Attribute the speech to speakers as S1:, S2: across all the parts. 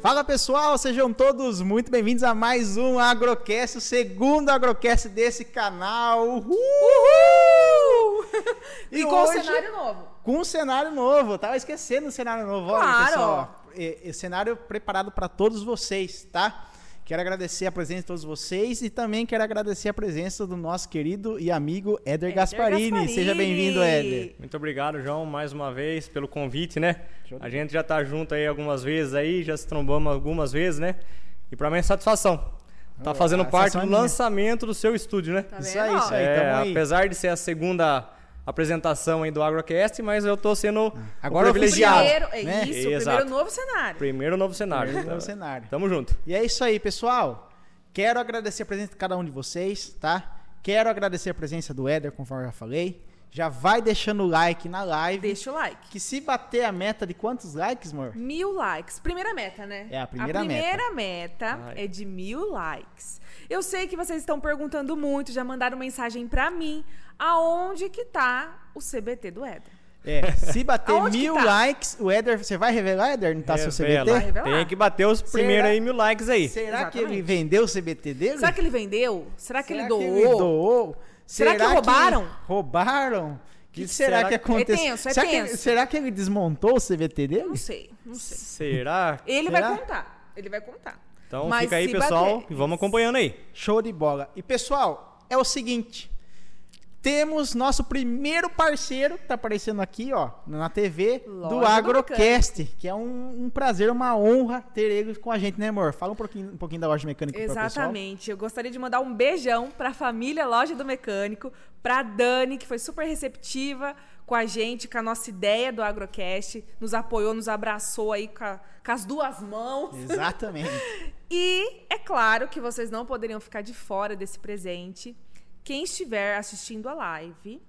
S1: Fala pessoal, sejam todos muito bem-vindos a mais um Agrocast, o segundo Agrocast desse canal. Uhul! Uh!
S2: E com um cenário novo.
S1: com um cenário novo, eu tava esquecendo o cenário novo. Olha,
S2: Claro.
S1: pessoal, é, é cenário preparado para todos vocês, tá? Quero agradecer a presença de todos vocês e também quero agradecer a presença do nosso querido e amigo Éder, Gasparini.
S2: Gasparini.
S1: Seja bem-vindo, Éder.
S3: Muito obrigado, João, mais uma vez pelo convite, né? A gente já tá junto aí algumas vezes aí, já se trombamos algumas vezes, né? E pra mim é satisfação. Tá
S1: Ah,
S3: fazendo
S1: a
S3: parte
S1: satisfação é
S3: do
S1: minha.
S3: lançamento do seu estúdio, né?
S2: Tá
S1: Isso
S2: vendo?
S1: aí, isso aí.
S3: É,
S1: tamo aí.
S3: apesar de ser a segunda apresentação aí do AgroCast, mas eu tô sendo
S1: Agora
S3: o privilegiado.
S2: Primeiro, é
S1: né?
S2: isso, o
S3: Exato.
S2: primeiro novo cenário.
S3: Primeiro novo cenário.
S1: Primeiro novo cenário.
S3: Tamo junto.
S1: E é isso aí, pessoal. Quero agradecer a presença de cada um de vocês, tá? Quero agradecer a presença do Éder, conforme eu já falei. Já vai deixando o like na live.
S2: Deixa o like.
S1: Que se bater a meta de quantos likes, amor?
S2: Mil likes. Primeira meta, né?
S1: É, a primeira meta.
S2: meta
S3: Ai.
S2: é de mil likes. Eu sei que vocês estão perguntando muito, já mandaram mensagem pra mim. Aonde que tá o CBT do Éder?
S1: É, se bater
S2: Aonde que
S1: mil
S2: tá?
S1: likes, o Éder, você vai revelar, Éder? Não tá seu
S3: Revela.
S1: CBT?
S2: Revelar.
S3: Tem que bater os primeiros aí mil likes aí.
S1: Será que
S2: Exatamente.
S1: ele vendeu o CBT dele?
S2: Será que ele vendeu? Será que ele doou?
S1: ele doou?
S2: Será que roubaram?
S1: Roubaram? O que,
S3: Que
S1: será,
S3: será
S1: que
S3: que-
S1: aconteceu?
S2: É tenso, é
S1: será, que ele,
S2: tenso.
S1: será que ele desmontou o CBT dele?
S2: Não sei, não sei.
S3: Será?
S2: Ele
S1: Será?
S2: vai contar. Ele vai contar.
S3: Então
S2: Mas
S3: fica aí,
S2: se
S3: pessoal,
S2: bater-
S3: e vamos acompanhando aí.
S1: Show de bola. E pessoal, é o seguinte. Temos nosso primeiro parceiro que tá aparecendo aqui, ó, na TV
S2: Loja
S1: do
S2: do
S1: Agrocast, que é um, um prazer, uma honra ter eles com a gente, né, amor? Fala um pouquinho, um pouquinho da loja mecânica pro pessoal.
S2: Exatamente. Eu gostaria de mandar um beijão para a família Loja do Mecânico, para Dani, que foi super receptiva com a gente, com a nossa ideia do Agrocast, nos apoiou, nos abraçou aí com, a- com as duas mãos.
S1: Exatamente.
S2: E é claro que vocês não poderiam ficar de fora desse presente. Quem estiver assistindo a live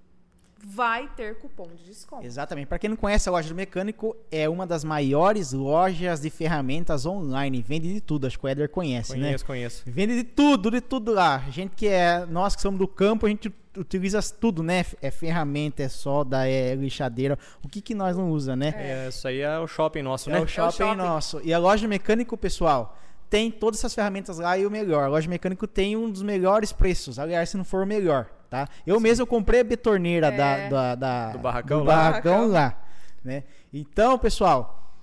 S2: vai ter cupom de desconto.
S1: Exatamente. Para quem não conhece, a loja do mecânico é uma das maiores lojas de ferramentas online. Vende de tudo, acho que o Eder conhece, né?
S3: Conheço, conheço.
S1: Vende de tudo, de tudo lá. A gente que é, nós que somos do campo, a gente utiliza tudo, né? É ferramenta, é solda, é lixadeira. O que que nós não usa, né?
S3: É, isso aí é o shopping nosso,
S1: É,
S3: né?
S1: o shopping
S2: shopping.
S1: nosso. E a loja mecânico, pessoal, tem todas essas ferramentas lá e o melhor. A loja mecânico tem um dos melhores preços. Aliás, se não for o melhor, tá? Eu mesmo comprei a betorneira da, da- da-
S3: Do barracão
S1: do
S3: lá.
S1: barracão lá, né? Então, pessoal,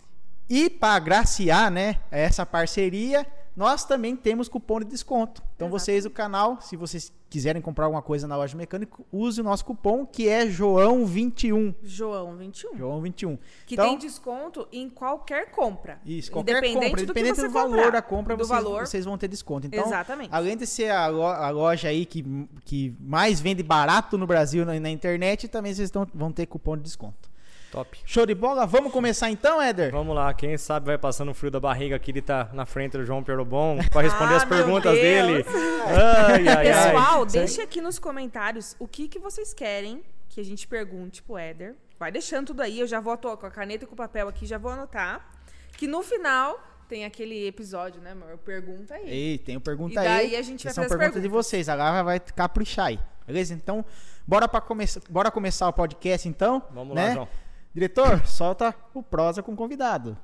S1: e para agraciar, né, essa parceria, nós também temos cupom de desconto. Então vocês do canal, se vocês quiserem comprar alguma coisa na loja mecânico, use o nosso cupom que é João21.
S2: João 21.
S1: João21.
S2: Que
S1: então,
S2: tem desconto em qualquer compra.
S1: isso, qualquer
S2: independente
S1: compra,
S2: do que
S1: independente
S2: você
S1: do valor
S2: comprar,
S1: da compra,
S2: do
S1: vocês,
S2: valor.
S1: vocês vão ter desconto. Então,
S2: Exatamente.
S1: além de ser a, lo- a loja aí que, que mais vende barato no Brasil na, na internet, também vocês estão- vão ter cupom de desconto.
S3: Top.
S1: Show de bola? Vamos começar então, Éder?
S3: Vamos lá, quem sabe vai passando o frio da barriga aqui, ele tá na frente do João Perobon pra responder
S2: Ah,
S3: as
S2: meu
S3: perguntas
S2: Deus.
S3: dele. Ai, ai, ai.
S2: Pessoal, deixa aqui nos comentários o que, que vocês querem que a gente pergunte pro Éder. Vai deixando tudo aí, eu já vou atuar com a caneta e com o papel aqui, já vou anotar. Que no final tem aquele episódio, né, amor? Pergunta aí.
S1: Ei, tem uma pergunta
S2: E daí
S1: aí.
S2: a gente
S1: que
S2: vai
S1: são
S2: fazer as
S1: perguntas de
S2: perguntas.
S1: vocês. A Lara vai caprichar aí. Beleza? Então, bora, pra come... bora começar o podcast então.
S3: Vamos
S1: né?
S3: lá, João.
S1: Diretor, solta o prosa com o convidado.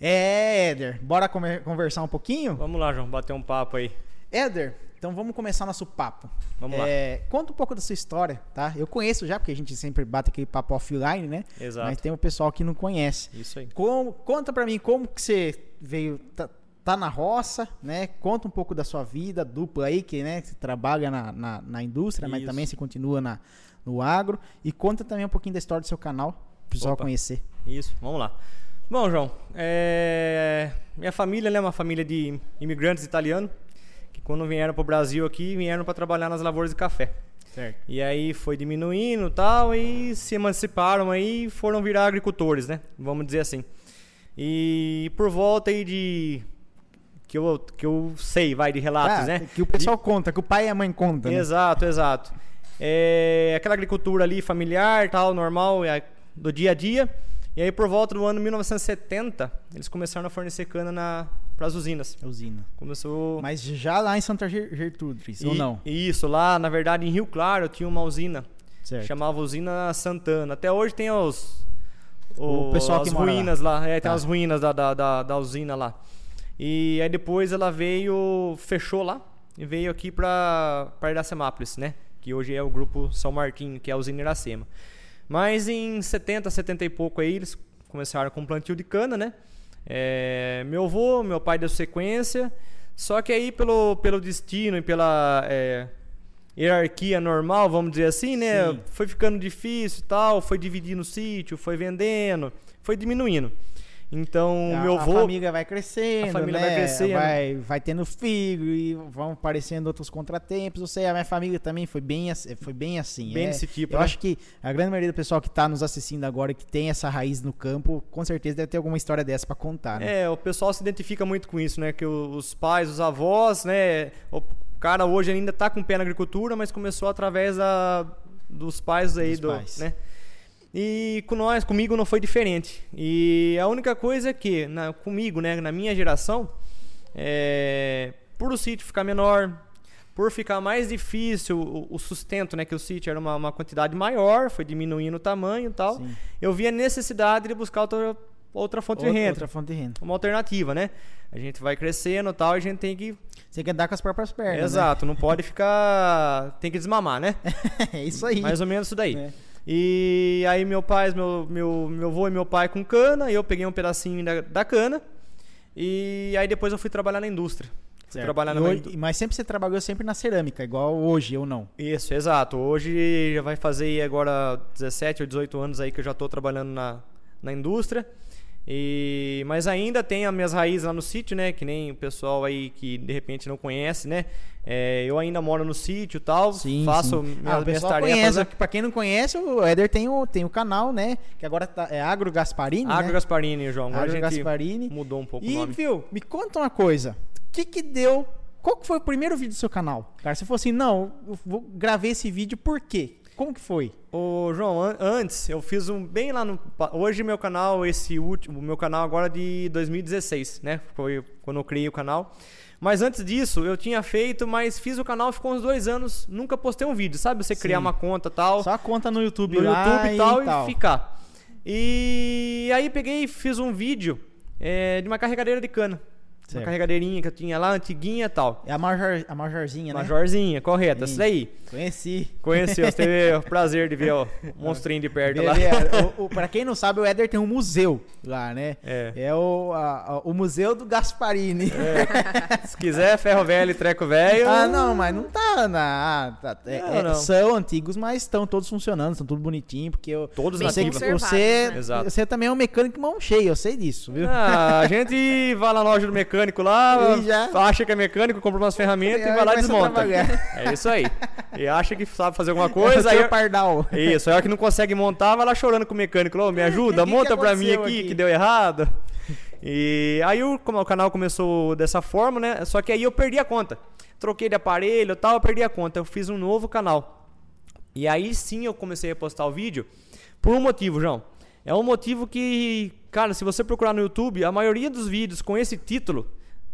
S1: É, Éder, bora come- conversar um pouquinho?
S3: Vamos lá, João, bater um papo aí.
S1: Éder, então vamos começar nosso papo.
S3: Vamos
S1: É, Conta um pouco da sua história, tá? Eu conheço já, porque a gente sempre bate aquele papo offline, né?
S3: Exato.
S1: Mas tem o pessoal que não conhece.
S3: Isso aí.
S1: Como- conta pra mim como que você veio, tá, tá na roça, né? Conta um pouco da sua vida dupla aí, que né, você trabalha na, na, na indústria, mas
S3: Isso.
S1: também você continua na, no agro. E conta também um pouquinho da história do seu canal, pro pessoal
S3: Opa.
S1: conhecer.
S3: Isso, vamos lá. Bom, João, é, minha família né, é uma família de imigrantes italianos que quando vieram para o Brasil aqui, vieram para trabalhar nas lavouras de café.
S1: Certo.
S3: E aí foi diminuindo e tal, e se emanciparam aí e foram virar agricultores, né? Vamos dizer assim. E por volta aí de... Que eu, que eu sei, vai, de relatos, né?
S1: Ah, Que o pessoal conta, que o pai e a mãe contam. né?
S3: Exato, exato. É, aquela agricultura ali familiar, tal, normal, é, do dia a dia. E aí por volta do ano 1970, eles começaram a fornecer cana na, para as usinas.
S1: É Usina.
S3: Começou.
S1: Mas já lá em Santa Ger- Gertrudes, ou
S3: E-
S1: não?
S3: Isso, lá, na verdade, em Rio Claro tinha uma usina.
S1: Certo.
S3: Chamava Usina Santana. Até hoje tem os.
S1: O pessoal
S3: as
S1: que mora lá.
S3: ruínas lá. É, tem
S1: Tá.
S3: as ruínas da, da, da, da usina lá. E aí depois ela veio. fechou lá e veio aqui pra, pra Iracemápolis, né? Que hoje é o grupo São Martinho, que é a usina Iracema. Mas em 70, 70 e pouco aí, eles começaram com plantio de cana, né? É, meu avô, meu pai deu sequência. Só que aí pelo, pelo destino e pela. é, hierarquia normal, vamos dizer assim, né?
S1: Sim.
S3: Foi ficando difícil e tal, foi dividindo o sítio, foi vendendo, foi diminuindo. Então,
S1: a,
S3: meu
S1: a
S3: avô.
S1: família vai crescendo,
S3: a família
S1: né?
S3: vai crescendo.
S1: Vai, vai tendo filho e vão aparecendo outros contratempos. Não sei, a minha família também foi bem, ass- foi bem assim.
S3: Bem
S1: é.
S3: desse tipo,
S1: Eu
S3: né?
S1: acho que a grande maioria do pessoal que tá nos assistindo agora e que tem essa raiz no campo, com certeza deve ter alguma história dessa pra contar, né?
S3: É, o pessoal se identifica muito com isso, né? Que o- os pais, os avós, né? O cara hoje ainda tá com pé na agricultura, mas começou através da, dos pais aí,
S1: Dos
S3: do,
S1: pais.
S3: né? E com nós, comigo não foi diferente. E a única coisa é que, na, comigo, né, na minha geração, é, por o sítio ficar menor, por ficar mais difícil o, o sustento, né, que o sítio era uma, uma quantidade maior, foi diminuindo o tamanho e tal,
S1: Sim.
S3: eu vi a necessidade de buscar outra, outra fonte
S1: Outra-
S3: de renda
S1: Outra fonte de renda.
S3: uma alternativa, né? A gente vai crescendo e tal, a gente tem que.
S1: Você tem que andar com as próprias pernas. né?
S3: Exato, não pode ficar. Tem que desmamar, né?
S1: é isso aí.
S3: Mais ou menos isso daí.
S1: É.
S3: E aí meu pai, meu, meu, meu avô e meu pai com cana, e eu peguei um pedacinho da, da cana. E aí depois eu fui trabalhar na indústria. Fui
S1: Certo.
S3: trabalhar
S1: E
S3: na
S1: hoje-
S3: indú-
S1: Mas sempre você trabalhou sempre na cerâmica, igual hoje, eu não.
S3: Isso, exato. Hoje já vai fazer aí agora 17 ou 18 anos aí que eu já estou trabalhando na, na indústria. E, mas ainda tem as minhas raízes lá no sítio, né? Que nem o pessoal aí que de repente não conhece, né? É, eu ainda moro no sítio e tal, faço
S1: sim.
S3: minhas,
S1: Ah, o
S3: minhas
S1: pessoal
S3: tarefas.
S1: conhece.
S3: né?
S1: Pra quem não conhece, o Éder tem o, tem o canal, né? Que agora tá- é Agro Gasparini,
S3: Agro
S1: né?
S3: Gasparini, João. Agora
S1: Agro
S3: a gente
S1: Gasparini.
S3: mudou um pouco o
S1: E,
S3: nome.
S1: viu, me conta uma coisa. O que que deu... Qual que foi o primeiro vídeo do seu canal? Cara, você falou assim, não, eu vou- gravei esse vídeo por quê? Como que foi?
S3: Ô, João, an- antes eu fiz um bem lá no. pa- Hoje meu canal, esse último, meu canal agora é de 2016, né? Foi quando eu criei o canal. Mas antes disso, eu tinha feito, mas fiz o canal, ficou uns dois anos, nunca postei um vídeo, sabe? Você criar
S1: Sim.
S3: uma conta e tal
S1: Só conta no YouTube
S3: no
S1: lá
S3: YouTube e tal, e
S1: tal.
S3: ficar. E aí peguei e fiz um vídeo é, de uma carregadeira de cana. Uma
S1: Certo.
S3: carregadeirinha que eu tinha lá, antiguinha e tal.
S1: É a, major, a Majorzinha, né?
S3: Majorzinha, correto, essa
S1: Sim.
S3: daí.
S1: Conheci.
S3: Conheceu, você teve o prazer de ver ó, o monstrinho de perto lá.
S1: Beleza. O- o- pra quem não sabe, o Éder tem um museu lá, né?
S3: É.
S1: o, a- a- o Museu do Gasparini.
S3: Se quiser, ferro velho e treco velho.
S1: Ah, não, mas não tá na. ah, tá- é-
S3: Não,
S1: é-
S3: não.
S1: São antigos, mas estão todos funcionando, estão tudo bonitinho, porque eu.
S3: Todos
S1: eu sei que
S3: nativos.
S1: você,
S2: Conservados,
S3: né? Exato.
S1: você também é um mecânico mão cheia, eu sei disso, viu?
S3: Ah, a gente vai na loja do mecânico lá,
S1: E já-
S3: acha que é mecânico, compra umas ferramentas e
S1: Aí
S3: vai lá e
S1: começa a
S3: desmonta.
S1: trabalhar.
S3: É isso aí. E acha que sabe fazer alguma
S1: Eu
S3: coisa,
S1: sou
S3: aí
S1: o pardal.
S3: Isso, aí a hora que não consegue montar, vai lá chorando com o mecânico. Ô, me ajuda,
S1: É, que que
S3: monta pra mim aqui,
S1: aconteceu aqui?
S3: que deu errado. E aí o, como o canal começou dessa forma, né? Só que aí eu perdi a conta. Troquei de aparelho e tal, eu perdi a conta. Eu fiz um novo canal. E aí sim eu comecei a postar o vídeo por um motivo, João. É um motivo que, cara, se você procurar no YouTube, a maioria dos vídeos com esse título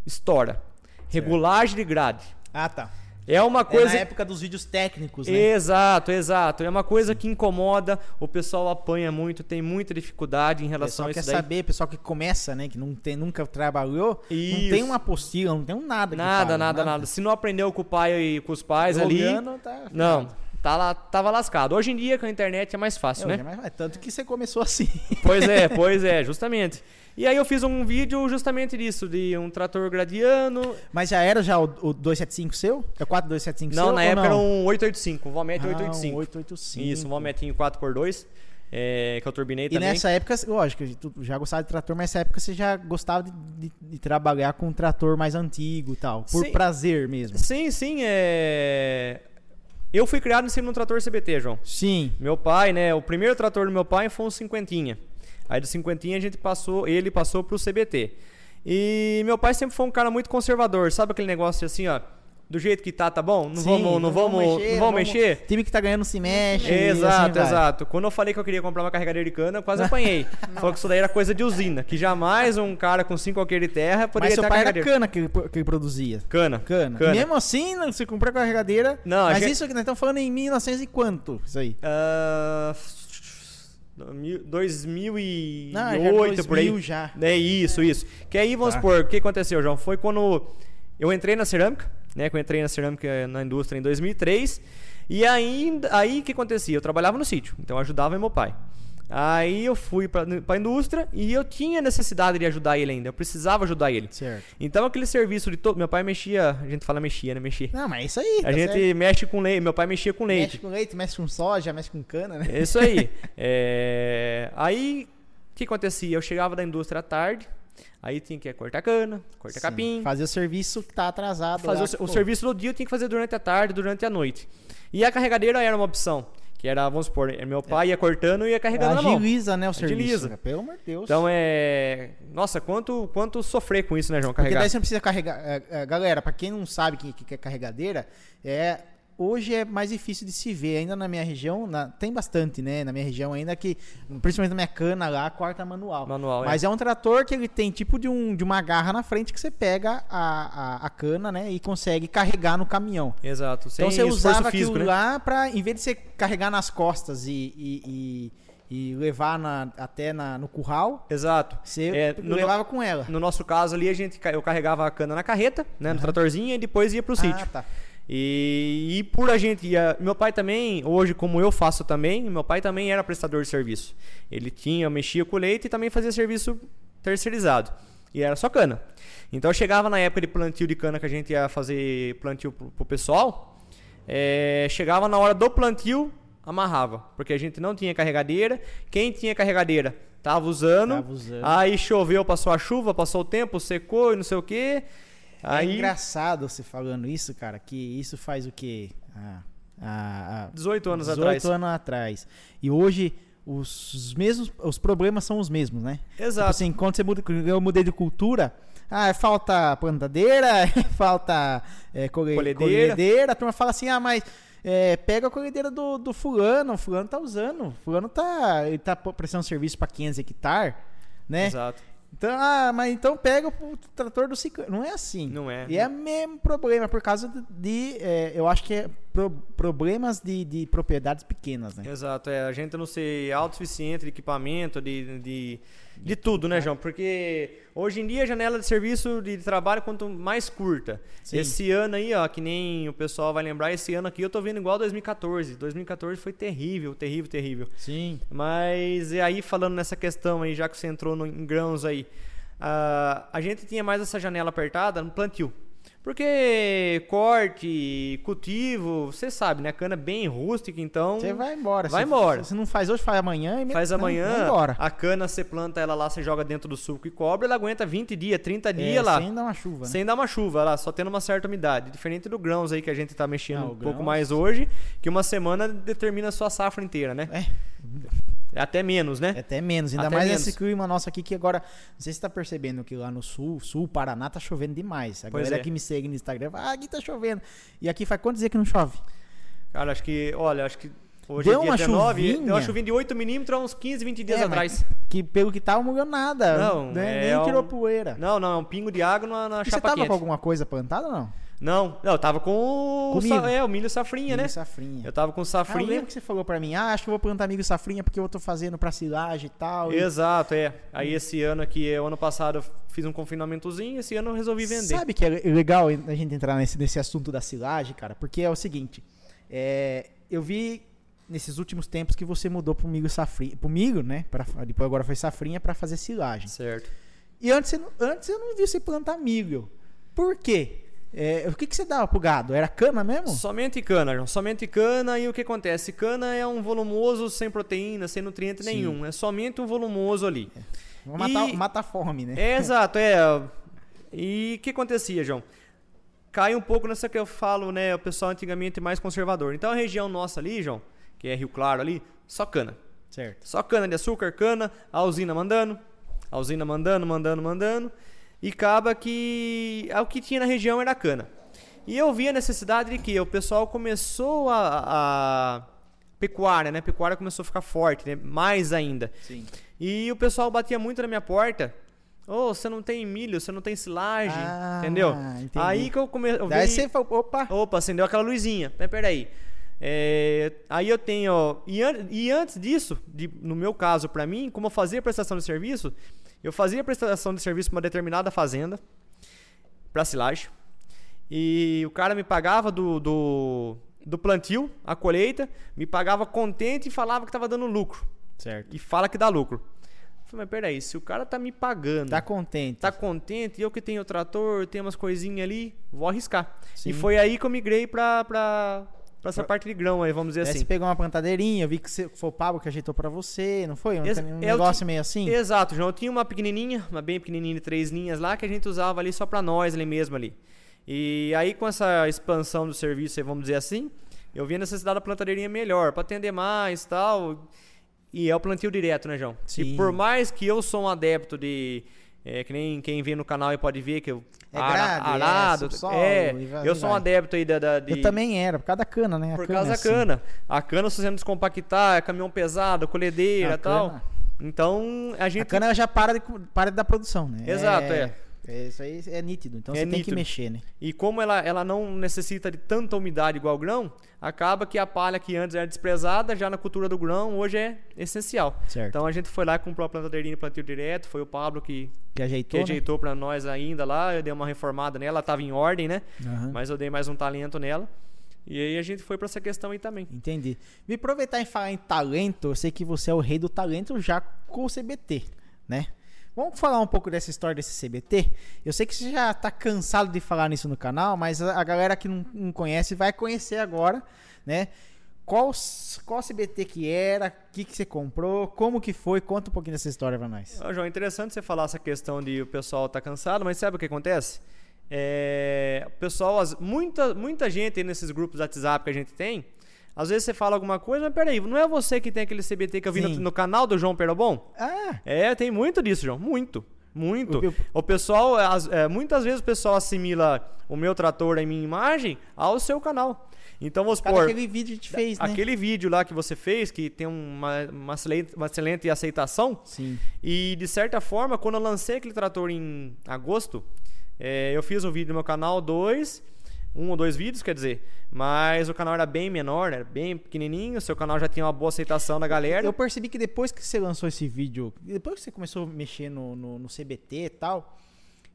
S3: estoura. Regulagem de grade.
S1: Ah, tá.
S3: É uma
S1: É na
S3: coisa
S1: época dos vídeos técnicos, né?
S3: Exato, exato. É uma coisa que incomoda, o pessoal apanha muito, tem muita dificuldade em
S1: O
S3: relação
S1: pessoal
S3: a
S1: quer
S3: isso daí.
S1: saber, o pessoal que começa, né? Que não tem, nunca trabalhou, não tem
S3: Isso.
S1: uma apostila, não tem um nada. que
S3: Nada,
S1: fala,
S3: nada, nada, Se não aprendeu com o pai e com os pais ali,
S1: Olhando, tá-
S3: não, tá lá, tava lascado. Hoje em dia com a internet é mais
S1: É,
S3: fácil, né?
S1: hoje é mais- mas tanto que você começou assim.
S3: Pois é, pois é, justamente. E aí eu fiz um vídeo justamente disso, de um trator gradiano.
S1: Mas já era já o, o 275 seu? É o 4275 seu?
S3: Não, na
S1: ou
S3: época
S1: não?
S3: era um 885, um Valmet
S1: Ah, um
S3: 885.
S1: 885.
S3: Isso, um Valmetinho 4x2, é, que eu turbinei
S1: E
S3: também.
S1: nessa época, lógico, tu já gostava de trator, mas nessa época você já gostava de, de- de trabalhar com um trator mais antigo e tal. Por
S3: Sim.
S1: prazer mesmo.
S3: Sim, sim, é. Eu fui criado em cima de um trator CBT, João.
S1: Sim.
S3: Meu pai, né? O primeiro trator do meu pai foi um cinquentinha. Aí do cinquentinha a gente passou, ele passou pro CBT. E meu pai sempre foi um cara muito conservador, sabe aquele negócio assim, ó. do jeito que tá, tá bom? Não
S1: Sim,
S3: vamos, não, vamos, não vamos mexer?
S1: Time que tá ganhando se mexe. e assim
S3: Exato,
S1: vai.
S3: exato. Quando eu falei que eu queria comprar uma carregadeira de cana, eu quase apanhei. Falou que isso daí era coisa de usina, que jamais um cara com 5 alqueires de terra
S1: Mas
S3: poderia ter
S1: seu
S3: a
S1: pai era
S3: carregadeira.
S1: cana que ele, pro- que ele produzia.
S3: Cana.
S1: Cana.
S3: Cana.
S1: Mesmo assim, não- você comprou a carregadeira.
S3: Não, a
S1: mas
S3: gente-
S1: isso que nós estamos falando em 1900 e quanto? Isso aí.
S3: Ah, mil- 2008,
S1: Não, já
S3: por aí.
S1: 2000 já.
S3: É isso, isso. Que aí, vamos
S1: Tá.
S3: supor, o que aconteceu, João? Foi quando eu entrei na cerâmica, né? Que eu entrei na cerâmica eh, na indústria em 2003. E ainda, aí o que acontecia? Eu trabalhava no sítio, então eu ajudava meu pai. Aí eu fui pra, pra indústria e eu tinha necessidade de ajudar ele ainda. Eu precisava ajudar ele.
S1: Certo.
S3: Então aquele serviço de todo. Meu pai mexia. A gente fala mexia, né? Mexia.
S1: Não, mas é isso aí.
S3: A
S1: tá
S3: gente
S1: certo.
S3: mexe com leite. Meu pai mexia com leite.
S1: mexe com leite, mexe com soja, mexe com cana, né?
S3: É isso aí. É, Aí, o que acontecia? Eu chegava da indústria à tarde, aí tinha que cortar cana, cortar
S1: Sim,
S3: capim,
S1: Fazer o serviço que tá atrasado.
S3: fazer
S1: lá,
S3: o, se-
S1: que,
S3: o
S1: pô,
S3: serviço do dia eu tinha que fazer durante a tarde, durante a noite. E a carregadeira era uma opção, que era, vamos supor, é, meu pai ia cortando e ia carregando na tá mão.
S1: Agiliza, né, o serviço.
S3: Agiliza.
S1: né? Pelo amor de Deus.
S3: Então é. Nossa, quanto, quanto sofrer com isso, né, João?
S1: Porque
S3: Carregar.
S1: daí você não precisa carregar. é, é, Galera, pra quem não sabe o que, que é carregadeira, é. Hoje é mais difícil de se ver, ainda na minha região, na- tem bastante, né? Na minha região ainda que, principalmente na minha cana lá, corta manual.
S3: Manual, é.
S1: Mas é. um trator que ele tem tipo de, um, de uma garra na frente que você pega a, a, a cana, né? E consegue carregar no caminhão.
S3: Exato. Sem
S1: então você
S3: esforço
S1: usava
S3: físico,
S1: aquilo
S3: né?
S1: lá pra, em vez de você carregar nas costas e, e, e- e levar na- até na- no curral,
S3: Exato.
S1: você
S3: É, no-
S1: levava com ela.
S3: No nosso caso ali, a gente, ca- eu carregava a cana na carreta, né, no tratorzinho, e depois ia pro sítio.
S1: Ah, tá.
S3: E, e por a gente. e a- meu pai também, hoje, como eu faço também, meu pai também era prestador de serviço. Ele tinha, mexia com leite e também fazia serviço terceirizado. E era só cana. Então eu chegava na época de plantio de cana que a gente ia fazer plantio pro, pro pessoal. é, chegava na hora do plantio, amarrava. Porque a gente não tinha carregadeira. Quem tinha carregadeira tava usando.
S1: Tava usando.
S3: Aí choveu, passou a chuva, passou o tempo, secou e não sei o quê.
S1: É
S3: Aí,
S1: engraçado você falando isso, cara, que isso faz o quê? Ah, ah, ah,
S3: 18 anos
S1: 18
S3: atrás.
S1: anos atrás. E hoje os mesmos, os problemas são os mesmos, né? Tipo
S3: Exato.
S1: assim, quando você muda, quando eu mudei de cultura, ah, é falta plantadeira, é falta é, colhe-
S3: Colhedeira.
S1: colhedeira. A turma fala assim, ah, mas é, pega a colhedeira do, do fulano, o fulano tá usando, o fulano tá, ele tá prestando serviço pra 500 hectares, né?
S3: Exato.
S1: Então, ah, mas então pega o trator do ciclano. Não é assim.
S3: Não é.
S1: E é o mesmo problema, por causa de. de, é, eu acho que é pro- problemas de, de propriedades pequenas, né?
S3: Exato, é. A gente não ser autossuficiente de equipamento, de, de, de tudo, né, João? Porque hoje em dia a janela de serviço de trabalho quanto mais curta.
S1: Sim.
S3: Esse ano aí, ó, que nem o pessoal vai lembrar, esse ano aqui eu tô vendo igual 2014. 2014 foi terrível, terrível, terrível.
S1: Sim.
S3: Mas e aí falando nessa questão aí, já que você entrou no, em grãos aí, ah, a gente tinha mais essa janela apertada no plantio. Porque corte, cultivo, você sabe, né? A cana é bem rústica, então.
S1: Você vai embora.
S3: Vai
S1: Você-
S3: embora.
S1: Você não faz hoje, faz amanhã e
S3: Faz
S1: não- Vai
S3: amanhã,
S1: embora.
S3: a cana você planta ela lá, você joga dentro do suco e cobre, ela aguenta 20 dias, 30 dias
S1: É,
S3: lá.
S1: Sem dar uma chuva. né?
S3: Sem dar uma chuva, lá, só tendo uma certa umidade. Diferente do grãos aí que a gente tá mexendo
S1: Ah, o
S3: um pouco
S1: grãos.
S3: mais hoje, que uma semana determina a sua safra inteira, né? Até menos, né?
S1: É, até menos. Ainda
S3: Até
S1: mais
S3: menos.
S1: nesse clima nosso aqui que agora. Não sei se você tá percebendo que lá no sul, sul Paraná, tá chovendo demais. A
S3: Pois
S1: galera
S3: é.
S1: que me segue no Instagram fala, ah, aqui tá chovendo. E aqui faz quantos dias que não chove?
S3: Cara, acho que, olha, acho que hoje
S1: Deu
S3: é dia
S1: uma
S3: 19, deu uma
S1: chuvinha.
S3: chuvinha de 8 milímetros há uns 15, 20 dias
S1: É, mas
S3: atrás.
S1: Que pelo que tava, não mudou nada.
S3: Não,
S1: né?
S3: é
S1: nem tirou
S3: um-
S1: poeira.
S3: Não, não, é um pingo de água na, na
S1: E você
S3: chapa
S1: tava
S3: quente.
S1: com alguma coisa plantada ou não?
S3: Não, não, eu tava com, o
S1: Com milho.
S3: sa- é, o milho safrinha, né?
S1: Milho safrinha.
S3: Eu tava com
S1: Ah, eu
S3: safrinha.
S1: lembro que você falou pra mim, ah, acho que eu vou plantar milho safrinha porque eu tô fazendo pra silagem e tal. E-
S3: Exato, é.
S1: Hum.
S3: Aí esse ano aqui, é, o ano passado eu fiz um confinamentozinho, esse ano eu resolvi vender.
S1: Sabe que é le- legal a gente entrar nesse, nesse assunto da silagem, cara? Porque é o seguinte, é, eu vi nesses últimos tempos que você mudou pro milho safrinha, pro milho, né? Pra, depois agora foi safrinha pra fazer silagem.
S3: Certo.
S1: E antes, você não- antes eu não vi você plantar milho. Por quê? É, o que, que você dava pro gado? Era cana mesmo?
S3: Somente cana, João. Somente cana e o que acontece? Cana é um volumoso sem proteína, sem nutriente
S1: Sim.
S3: nenhum. É somente um volumoso ali.
S1: Vamos Matar,
S3: E-
S1: mata a fome, né?
S3: É, exato, é. E o que acontecia, João? Cai um pouco nessa que eu falo, né? O pessoal antigamente mais conservador. Então a região nossa ali, João, que é Rio Claro ali, só cana.
S1: Certo.
S3: Só cana de açúcar, cana, a usina mandando, a usina mandando, mandando, mandando. E acaba que ah, o que tinha na região era cana. E eu vi a necessidade de que o pessoal começou a, a pecuária, né? A pecuária começou a ficar forte, né? Mais ainda.
S1: Sim.
S3: E o pessoal batia muito na minha porta. Ô, você não tem milho, você não tem silagem,
S1: Ah,
S3: entendeu?
S1: entendi.
S3: Aí que eu comecei.
S1: Daí você falou, opa,
S3: Opa, acendeu aquela luzinha. Mas peraí. É, aí eu tenho. E, an- e antes disso, de- no meu caso, pra mim, como eu fazia prestação de serviço, eu fazia prestação de serviço pra uma determinada fazenda, pra silagem. E o cara me pagava do, do, do plantio, a colheita, me pagava contente e falava que tava dando lucro.
S1: certo.
S3: E fala que dá lucro. Eu falei, mas peraí, se o cara tá me pagando
S1: Tá contente.
S3: tá contente, eu que tenho o trator, tenho umas coisinhas ali, vou arriscar.
S1: Sim.
S3: E foi aí que eu migrei pra, pra, pra essa parte de grão aí, vamos dizer
S1: Daí
S3: assim.
S1: você pegou uma plantadeirinha, eu vi que você- foi o Pablo que ajeitou pra você, não foi? Um,
S3: Ex-
S1: um
S3: eu
S1: negócio
S3: ti-
S1: meio assim?
S3: Exato, João. Eu tinha uma pequenininha, uma bem pequenininha de três linhas lá, que a gente usava ali só pra nós ali mesmo ali. E aí com essa expansão do serviço, aí, vamos dizer assim, eu vi a necessidade da plantadeirinha melhor, pra atender mais tal. E é o plantio direto, né, João?
S1: Sim.
S3: E por mais que eu sou um adepto de... é, que nem quem vê no canal e pode ver que eu...
S1: É grade, é
S3: arado,
S1: subsolo,
S3: é,
S1: e vai-
S3: eu
S1: e
S3: sou um
S1: vai.
S3: adepto aí da... da- de,
S1: Eu também era, por causa da cana, né? A
S3: por
S1: cana
S3: causa
S1: é
S3: da
S1: assim.
S3: cana. A cana, se você não descompactar, é caminhão pesado, colhedeira
S1: A
S3: e tal.
S1: cana.
S3: Então, a gente
S1: A cana já para, de, para de dar produção, né?
S3: Exato, é.
S1: é, Isso aí é nítido, então
S3: É
S1: você tem que
S3: nítido.
S1: mexer, né?
S3: E como ela, ela não necessita de tanta umidade igual o grão, acaba que a palha que antes era desprezada, já na cultura do grão, hoje é essencial.
S1: Certo.
S3: Então a gente foi lá e comprou a plantadeirinha e plantio direto, foi o Pablo que,
S1: Que
S3: que
S1: ajeitou, né?
S3: ajeitou pra nós ainda lá, eu dei uma reformada nela, ela tava em ordem, né?
S1: Aham.
S3: Mas eu dei mais um talento nela. E aí a gente foi pra essa questão aí também.
S1: Entendi. Me aproveitar e falar em talento, eu sei que você é o rei do talento já com o CBT, né? Vamos falar um pouco dessa história desse CBT? Eu sei que você já tá cansado de falar nisso no canal, mas a a galera que não, não conhece vai conhecer agora, né? Qual, s- qual CBT que era, o que, que você comprou, como que foi, conta um pouquinho dessa história pra nós.
S3: Ô, João, interessante você falar essa questão de o pessoal tá cansado, mas sabe o que acontece? É, o pessoal, as- muita, muita gente aí nesses grupos do WhatsApp que a gente tem, às vezes você fala alguma coisa, mas peraí, não é você que tem aquele CBT que eu vi no,
S1: Sim.
S3: no canal do João Perobon?
S1: Ah,
S3: É, tem muito disso, João, muito. Muito.
S1: O-
S3: O pessoal, as- é, muitas vezes o pessoal assimila o meu trator, a minha imagem, ao seu canal. Então, vamos
S1: cara,
S3: supor,
S1: aquele vídeo que a gente fez, né?
S3: aquele vídeo lá que você fez, que tem uma- uma excelente- uma excelente aceitação,
S1: Sim.
S3: e de certa forma, quando eu lancei aquele trator em agosto, eh, eu fiz um vídeo no meu canal, dois, um ou dois vídeos, quer dizer, mas o canal era bem menor, era bem pequenininho, seu canal já tinha uma boa aceitação da galera.
S1: Eu percebi que depois que você lançou esse vídeo, depois que você começou a mexer no, no, no CBT e tal,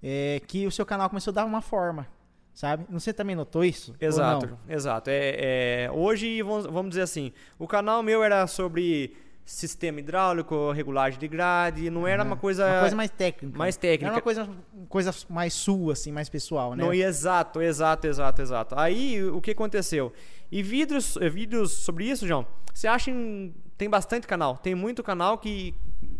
S1: é, que o seu canal começou a dar uma forma, sabe? Não Você também notou isso? Ou
S3: Exato,
S1: não?
S3: exato. É, é, hoje, vamos vamos dizer assim, o canal meu era sobre sistema hidráulico, regulagem de grade, não era uma coisa...
S1: Uma coisa mais técnica.
S3: mais técnica.
S1: Era uma coisa, uma coisa mais sua, assim, mais pessoal, né?
S3: Não, exato, exato, exato, exato. Aí o que aconteceu? E vídeos, eh, vídeos sobre isso, João, você acha em, tem bastante canal, tem muito canal que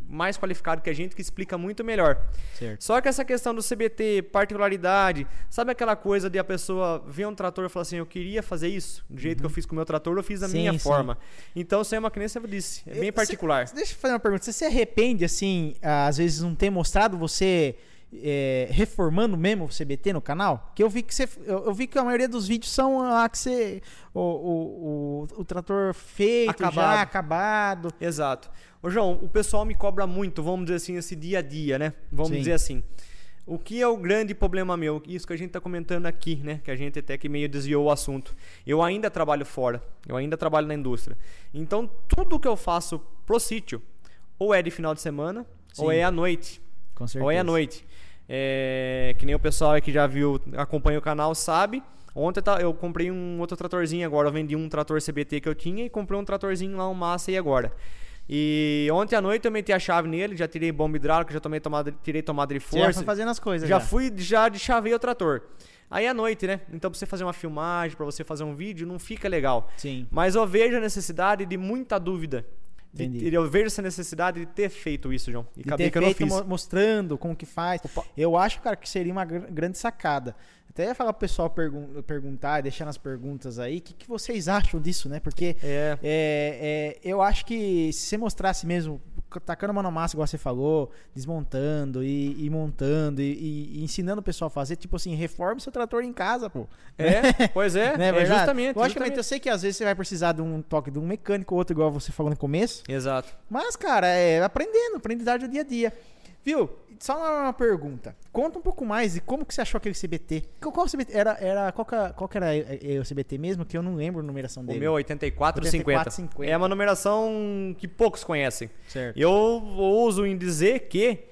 S3: mais qualificado que a gente que explica muito melhor.
S1: Certo.
S3: Só que essa questão do CBT, particularidade, sabe aquela coisa de a pessoa ver um trator e falar assim, eu queria fazer isso, do jeito que eu fiz com o meu trator, eu fiz da
S1: Uhum. Sim,
S3: minha
S1: sim.
S3: forma. Então isso é uma crença, eu disse, é bem
S1: Eu-
S3: particular.
S1: Deixa eu fazer uma pergunta. Você se arrepende, assim, às vezes não ter mostrado você é, reformando mesmo o CBT no canal? Que eu vi que você. Eu, eu vi que a maioria dos vídeos são lá que você. O, o, o, o trator feito, já
S3: Acabado.
S1: acabado.
S3: Exato. Ô, João, o pessoal me cobra muito, vamos dizer assim, esse dia a dia, né? Vamos
S1: Sim.
S3: dizer assim. O que é o grande problema meu? Isso que a gente tá comentando aqui, né? Que a gente até que meio desviou o assunto. Eu ainda trabalho fora, eu ainda trabalho na indústria. Então, tudo que eu faço pro sítio, ou é de final de semana, ou
S1: Sim.
S3: é à noite.
S1: Com certeza.
S3: Ou é à noite. É, que nem o pessoal aí que já viu, acompanha o canal, sabe. Ontem tá- eu comprei um outro tratorzinho agora. Eu vendi um trator CBT que eu tinha e comprei um tratorzinho lá, um massa aí agora. E ontem à noite eu meti a chave nele, já tirei bomba hidráulica, já tomei tomada, tirei tomada de
S1: Você já
S3: força.
S1: tá fazendo as coisas.
S3: Já fui, já de chavei o trator. Aí à noite, né? Então pra você fazer uma filmagem, pra você fazer um vídeo, não fica legal.
S1: Sim.
S3: Mas eu vejo a necessidade de muita dúvida. De-
S1: Entendi.
S3: eu vejo essa necessidade de ter feito isso, João. E
S1: E
S3: acabei
S1: ter
S3: que eu não
S1: feito
S3: fiz.
S1: mo- mostrando como que faz. Eu acho, cara, que seria uma gr- grande sacada. Até ia falar pro pessoal pergun perguntar, deixar nas perguntas aí, o que, que vocês acham disso, né? Porque
S3: É.
S1: é, é, eu acho que se você mostrasse mesmo, tacando a mão na massa, igual você falou, desmontando e, e montando e, e- e ensinando o pessoal a fazer, tipo assim, reforme seu trator em casa, pô.
S3: É, pois é,
S1: Né,
S3: é
S1: verdade?
S3: justamente.
S1: Logicamente,
S3: justamente.
S1: eu sei que às vezes você vai precisar de um toque de um mecânico ou outro, igual você falou no começo.
S3: Exato.
S1: Mas, cara, é aprendendo, aprendizagem do dia a dia. Viu? Só uma, uma pergunta. Conta um pouco mais de como que você achou aquele CBT. Qual, qual CBT? Era, era, qual, que, qual que era é, é, o CBT mesmo? Que eu não lembro a numeração
S3: O
S1: dele.
S3: meu é 8450.
S1: 84,50.
S3: É uma numeração que poucos conhecem.
S1: Certo.
S3: Eu ouso em dizer que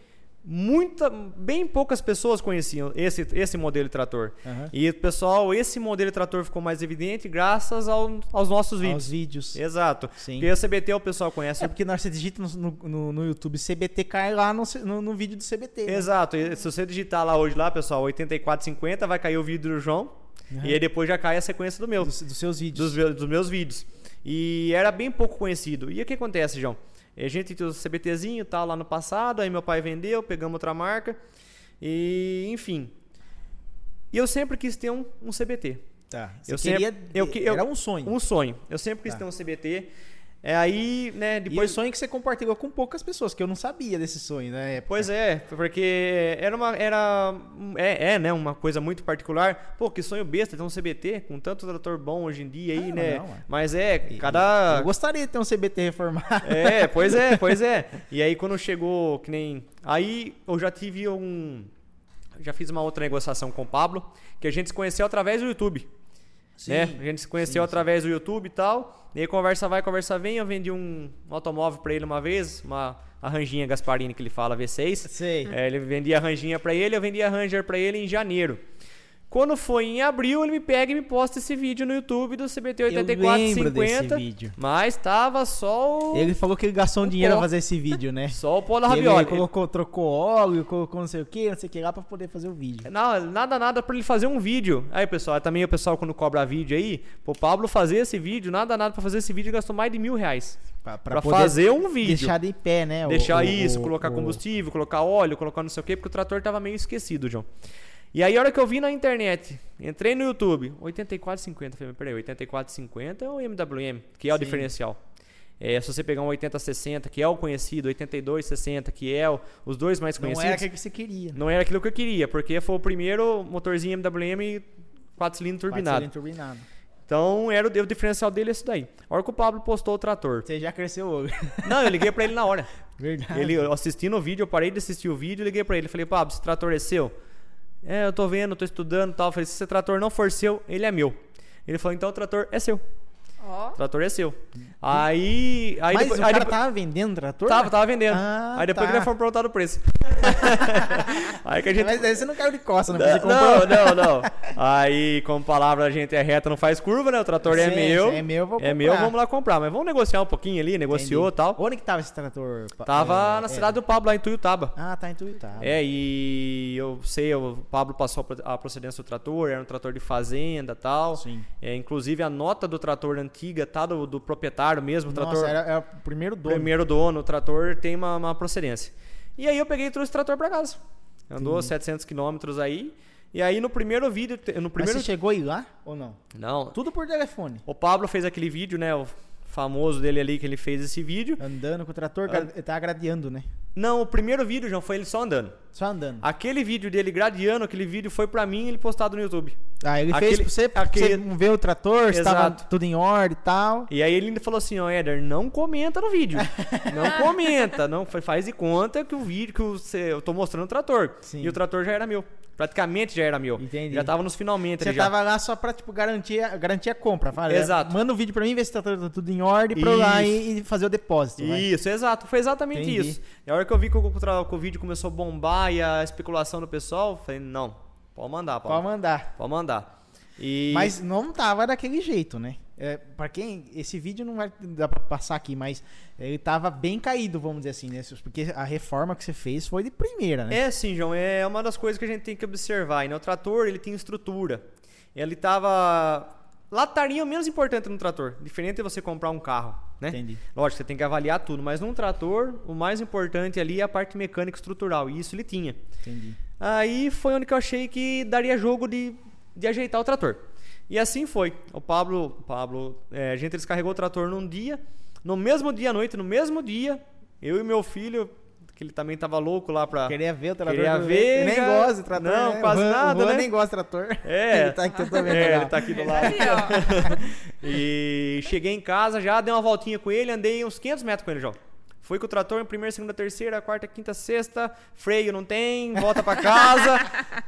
S3: muita, bem poucas pessoas conheciam esse, esse modelo de trator.
S1: Aham.
S3: E, pessoal, esse modelo de trator ficou mais evidente graças ao- aos nossos vídeos.
S1: Aos vídeos.
S3: Exato.
S1: Sim.
S3: Porque o CBT o pessoal conhece.
S1: É porque na hora que você digita no, no- no, no YouTube CBT, cai lá no, no, no vídeo do CBT. né?
S3: Exato. E se você digitar lá hoje, lá, pessoal, 8450, vai cair o vídeo do João. E aí depois já cai a sequência do meu.
S1: Dos, dos seus vídeos.
S3: dos, meus- dos meus vídeos. E era bem pouco conhecido. E o que acontece, João? A gente tinha o CBTzinho e tal lá no passado, aí meu pai vendeu, pegamos outra marca. E, enfim. E eu sempre quis ter um, um CBT.
S1: Tá.
S3: eu
S1: Você queria-
S3: sempre- eu que- eu-
S1: era um sonho.
S3: Um sonho. Eu sempre quis
S1: Tá.
S3: ter um CBT. É, aí, né,
S1: Depois
S3: depois.
S1: sonho que você compartilhou com poucas pessoas, que eu não sabia desse sonho na época.
S3: Pois é, porque era uma. Era, é, é, né? Uma coisa muito particular. Pô, que sonho besta ter um CBT com tanto trator bom hoje em dia aí,
S1: Ah,
S3: né?
S1: não, é.
S3: Mas é,
S1: E-
S3: cada.
S1: Eu gostaria de ter um CBT reformado.
S3: É, pois é, pois é. E aí quando chegou, que nem. Aí eu já tive um. Já fiz uma outra negociação com o Pablo, que a gente se conheceu através do YouTube. né? A gente se conheceu
S1: sim,
S3: através do YouTube e tal. E aí conversa vai, conversa vem. Eu vendi um automóvel pra ele uma vez, uma a ranjinha Gasparini que ele fala, V6.
S1: Sei.
S3: É, ele vendia a ranjinha pra ele, eu vendia a Ranger pra ele em janeiro. Quando foi em abril, ele me pega e me posta esse vídeo no YouTube do CBT
S1: Eu lembro desse
S3: 8450.
S1: vídeo.
S3: Mas tava só o.
S1: Ele falou que ele gastou um
S3: O
S1: dinheiro
S3: pó.
S1: pra fazer esse vídeo, né?
S3: Só o Paulo
S1: Ele
S3: Ravioli.
S1: colocou, trocou óleo, colocou não sei o que, não sei o que lá pra poder fazer o vídeo.
S3: É, Não, nada, nada pra ele fazer um vídeo. Aí, pessoal, também o pessoal quando cobra vídeo aí, pro Pablo fazer esse vídeo, nada, nada pra fazer esse vídeo, gastou mais de mil reais.
S1: Pra,
S3: Pra, fazer um vídeo.
S1: Deixar de pé, né? o-
S3: Deixar
S1: o-
S3: isso,
S1: o-
S3: colocar
S1: o-
S3: combustível, colocar óleo, colocar não sei o quê, porque o trator tava meio esquecido, João. E aí, a hora que eu vi na internet, entrei no YouTube, 84,50, falei, peraí, 84,50 é o MWM, que é o
S1: Sim.
S3: diferencial. É, se você pegar um 8060, que é o conhecido, 8260, que é o- os dois mais
S1: Não
S3: conhecidos.
S1: era aquilo que você queria. né?
S3: Não era aquilo que eu queria, porque foi o primeiro motorzinho MWM 4
S1: Quatro cilindros
S3: cilindros turbinado.
S1: turbinado.
S3: Então era o, o diferencial dele é esse daí. A hora que o Pablo postou o trator.
S1: Você já cresceu hoje.
S3: Não, eu liguei pra ele na hora.
S1: Verdade.
S3: Ele eu assistindo o vídeo, eu parei de assistir o vídeo, liguei pra ele, falei: "Pablo, esse trator é seu?" É, eu tô vendo, tô estudando, e tal. Eu falei: "Se esse trator não for seu, ele é meu." Ele falou: "Então o trator é seu."
S2: Ó.
S3: O trator é seu. Aí, aí
S1: Mas
S3: depois-
S1: o
S3: aí
S1: cara
S3: depois-
S1: tava vendendo trator?
S3: Tava, tava vendendo.
S1: Ah,
S3: aí depois
S1: tá.
S3: que nós fomos perguntar o preço. aí que a gente
S1: Mas aí você não caiu de costa, né? Você comprou.
S3: Não, não, não. Aí, como palavra a gente é reta, não faz curva, né? O trator é
S1: Sim,
S3: meu.
S1: sim, é meu, eu vou
S3: É meu,
S1: comprar.
S3: vamos lá comprar. Mas vamos negociar um pouquinho ali, negociou e
S1: Entendi.
S3: tal.
S1: Onde que tava esse trator? Pa-
S3: Tava
S1: é,
S3: na
S1: é.
S3: cidade do Pablo, lá em Tuiutaba.
S1: Ah, tá em Tuiutaba.
S3: É, e eu sei, o Pablo passou a procedência do trator, era um trator de fazenda e tal.
S1: Sim.
S3: É, inclusive a nota do trator antiga tá do, do proprietário mesmo, o
S1: Nossa,
S3: trator
S1: era, era o primeiro dono.
S3: primeiro dono, o trator tem uma, uma procedência. E aí eu peguei e trouxe o trator pra casa. Andou 700 quilômetros aí. E aí no primeiro vídeo, te- no
S1: Mas
S3: primeiro
S1: você chegou aí lá ou não?
S3: Não.
S1: Tudo por telefone.
S3: O Pablo fez aquele vídeo, né? O famoso dele ali que ele fez esse vídeo.
S1: Andando com o trator, gra- tá gradeando, né?
S3: Não, o primeiro vídeo, João, foi ele só andando.
S1: Só andando.
S3: Aquele vídeo dele gradeando, aquele vídeo foi pra mim e ele postado no YouTube.
S1: Ah, ele
S3: aquele-
S1: fez pra você, pra
S3: aquele-
S1: você não ver o trator, se tava
S3: Exato.
S1: tudo em ordem e tal.
S3: E aí ele ainda falou assim, ó, Éder, não comenta no vídeo. Não comenta, não fa- faz de conta que o vídeo que o cê- eu tô mostrando o trator.
S1: Sim.
S3: E o trator já era meu. Praticamente já era meu.
S1: Entendi.
S3: Já tava nos finalmente
S1: Você
S3: ali já.
S1: tava lá só pra, tipo, garantir, a- garantir a compra. Fala, é,
S3: Exato.
S1: Manda o vídeo pra mim, ver se tá tudo tudo em ordem, pra eu lá
S3: Isso.
S1: e, e fazer o depósito. assim, vai.
S3: Isso, exato. Foi exatamente
S1: Entendi.
S3: isso. E a hora que eu vi que o, que o tra- que o vídeo começou a bombar e a especulação do pessoal, eu falei, não, pode mandar, Paulo.
S1: Pode mandar.
S3: Pode mandar. E
S1: Mas não tava daquele jeito, né? É, pra quem. Esse vídeo não vai dar pra passar aqui, mas ele tava bem caído, vamos dizer assim, né? Porque a reforma que você fez foi de primeira, né?
S3: é sim, João, é uma das coisas que a gente tem que observar. E no trator, ele tem estrutura. Ele tava lataria é o menos importante no trator, diferente de você comprar um carro, né?
S1: Entendi.
S3: Lógico, você tem que avaliar tudo, mas num trator, o mais importante ali é a parte mecânica e estrutural, e isso ele tinha.
S1: Entendi.
S3: Aí foi onde que eu achei que daria jogo de de ajeitar o trator. E assim foi. O Pablo, Pablo é, a gente descarregou o trator num dia, no mesmo dia à noite, no mesmo dia, eu e meu filho, que ele também tava louco lá pra.
S1: Queria ver o trator.
S3: Queria
S1: do-
S3: ver,
S1: Ele nem
S3: já-
S1: gosta de trator.
S3: Não,
S1: né?
S3: quase
S1: o Juan-
S3: nada,
S1: O Juan
S3: né?
S1: nem gosta de trator.
S3: É.
S1: Ele tá aqui também.
S3: É, ele
S1: olha
S3: tá
S1: lá.
S3: aqui do lado.
S2: Aí, ó.
S3: E cheguei em casa já, dei uma voltinha com ele, andei uns 500 metros com ele, João. Fui com o trator em primeira, segunda, terceira, quarta, quinta, sexta, freio não tem, volta pra casa,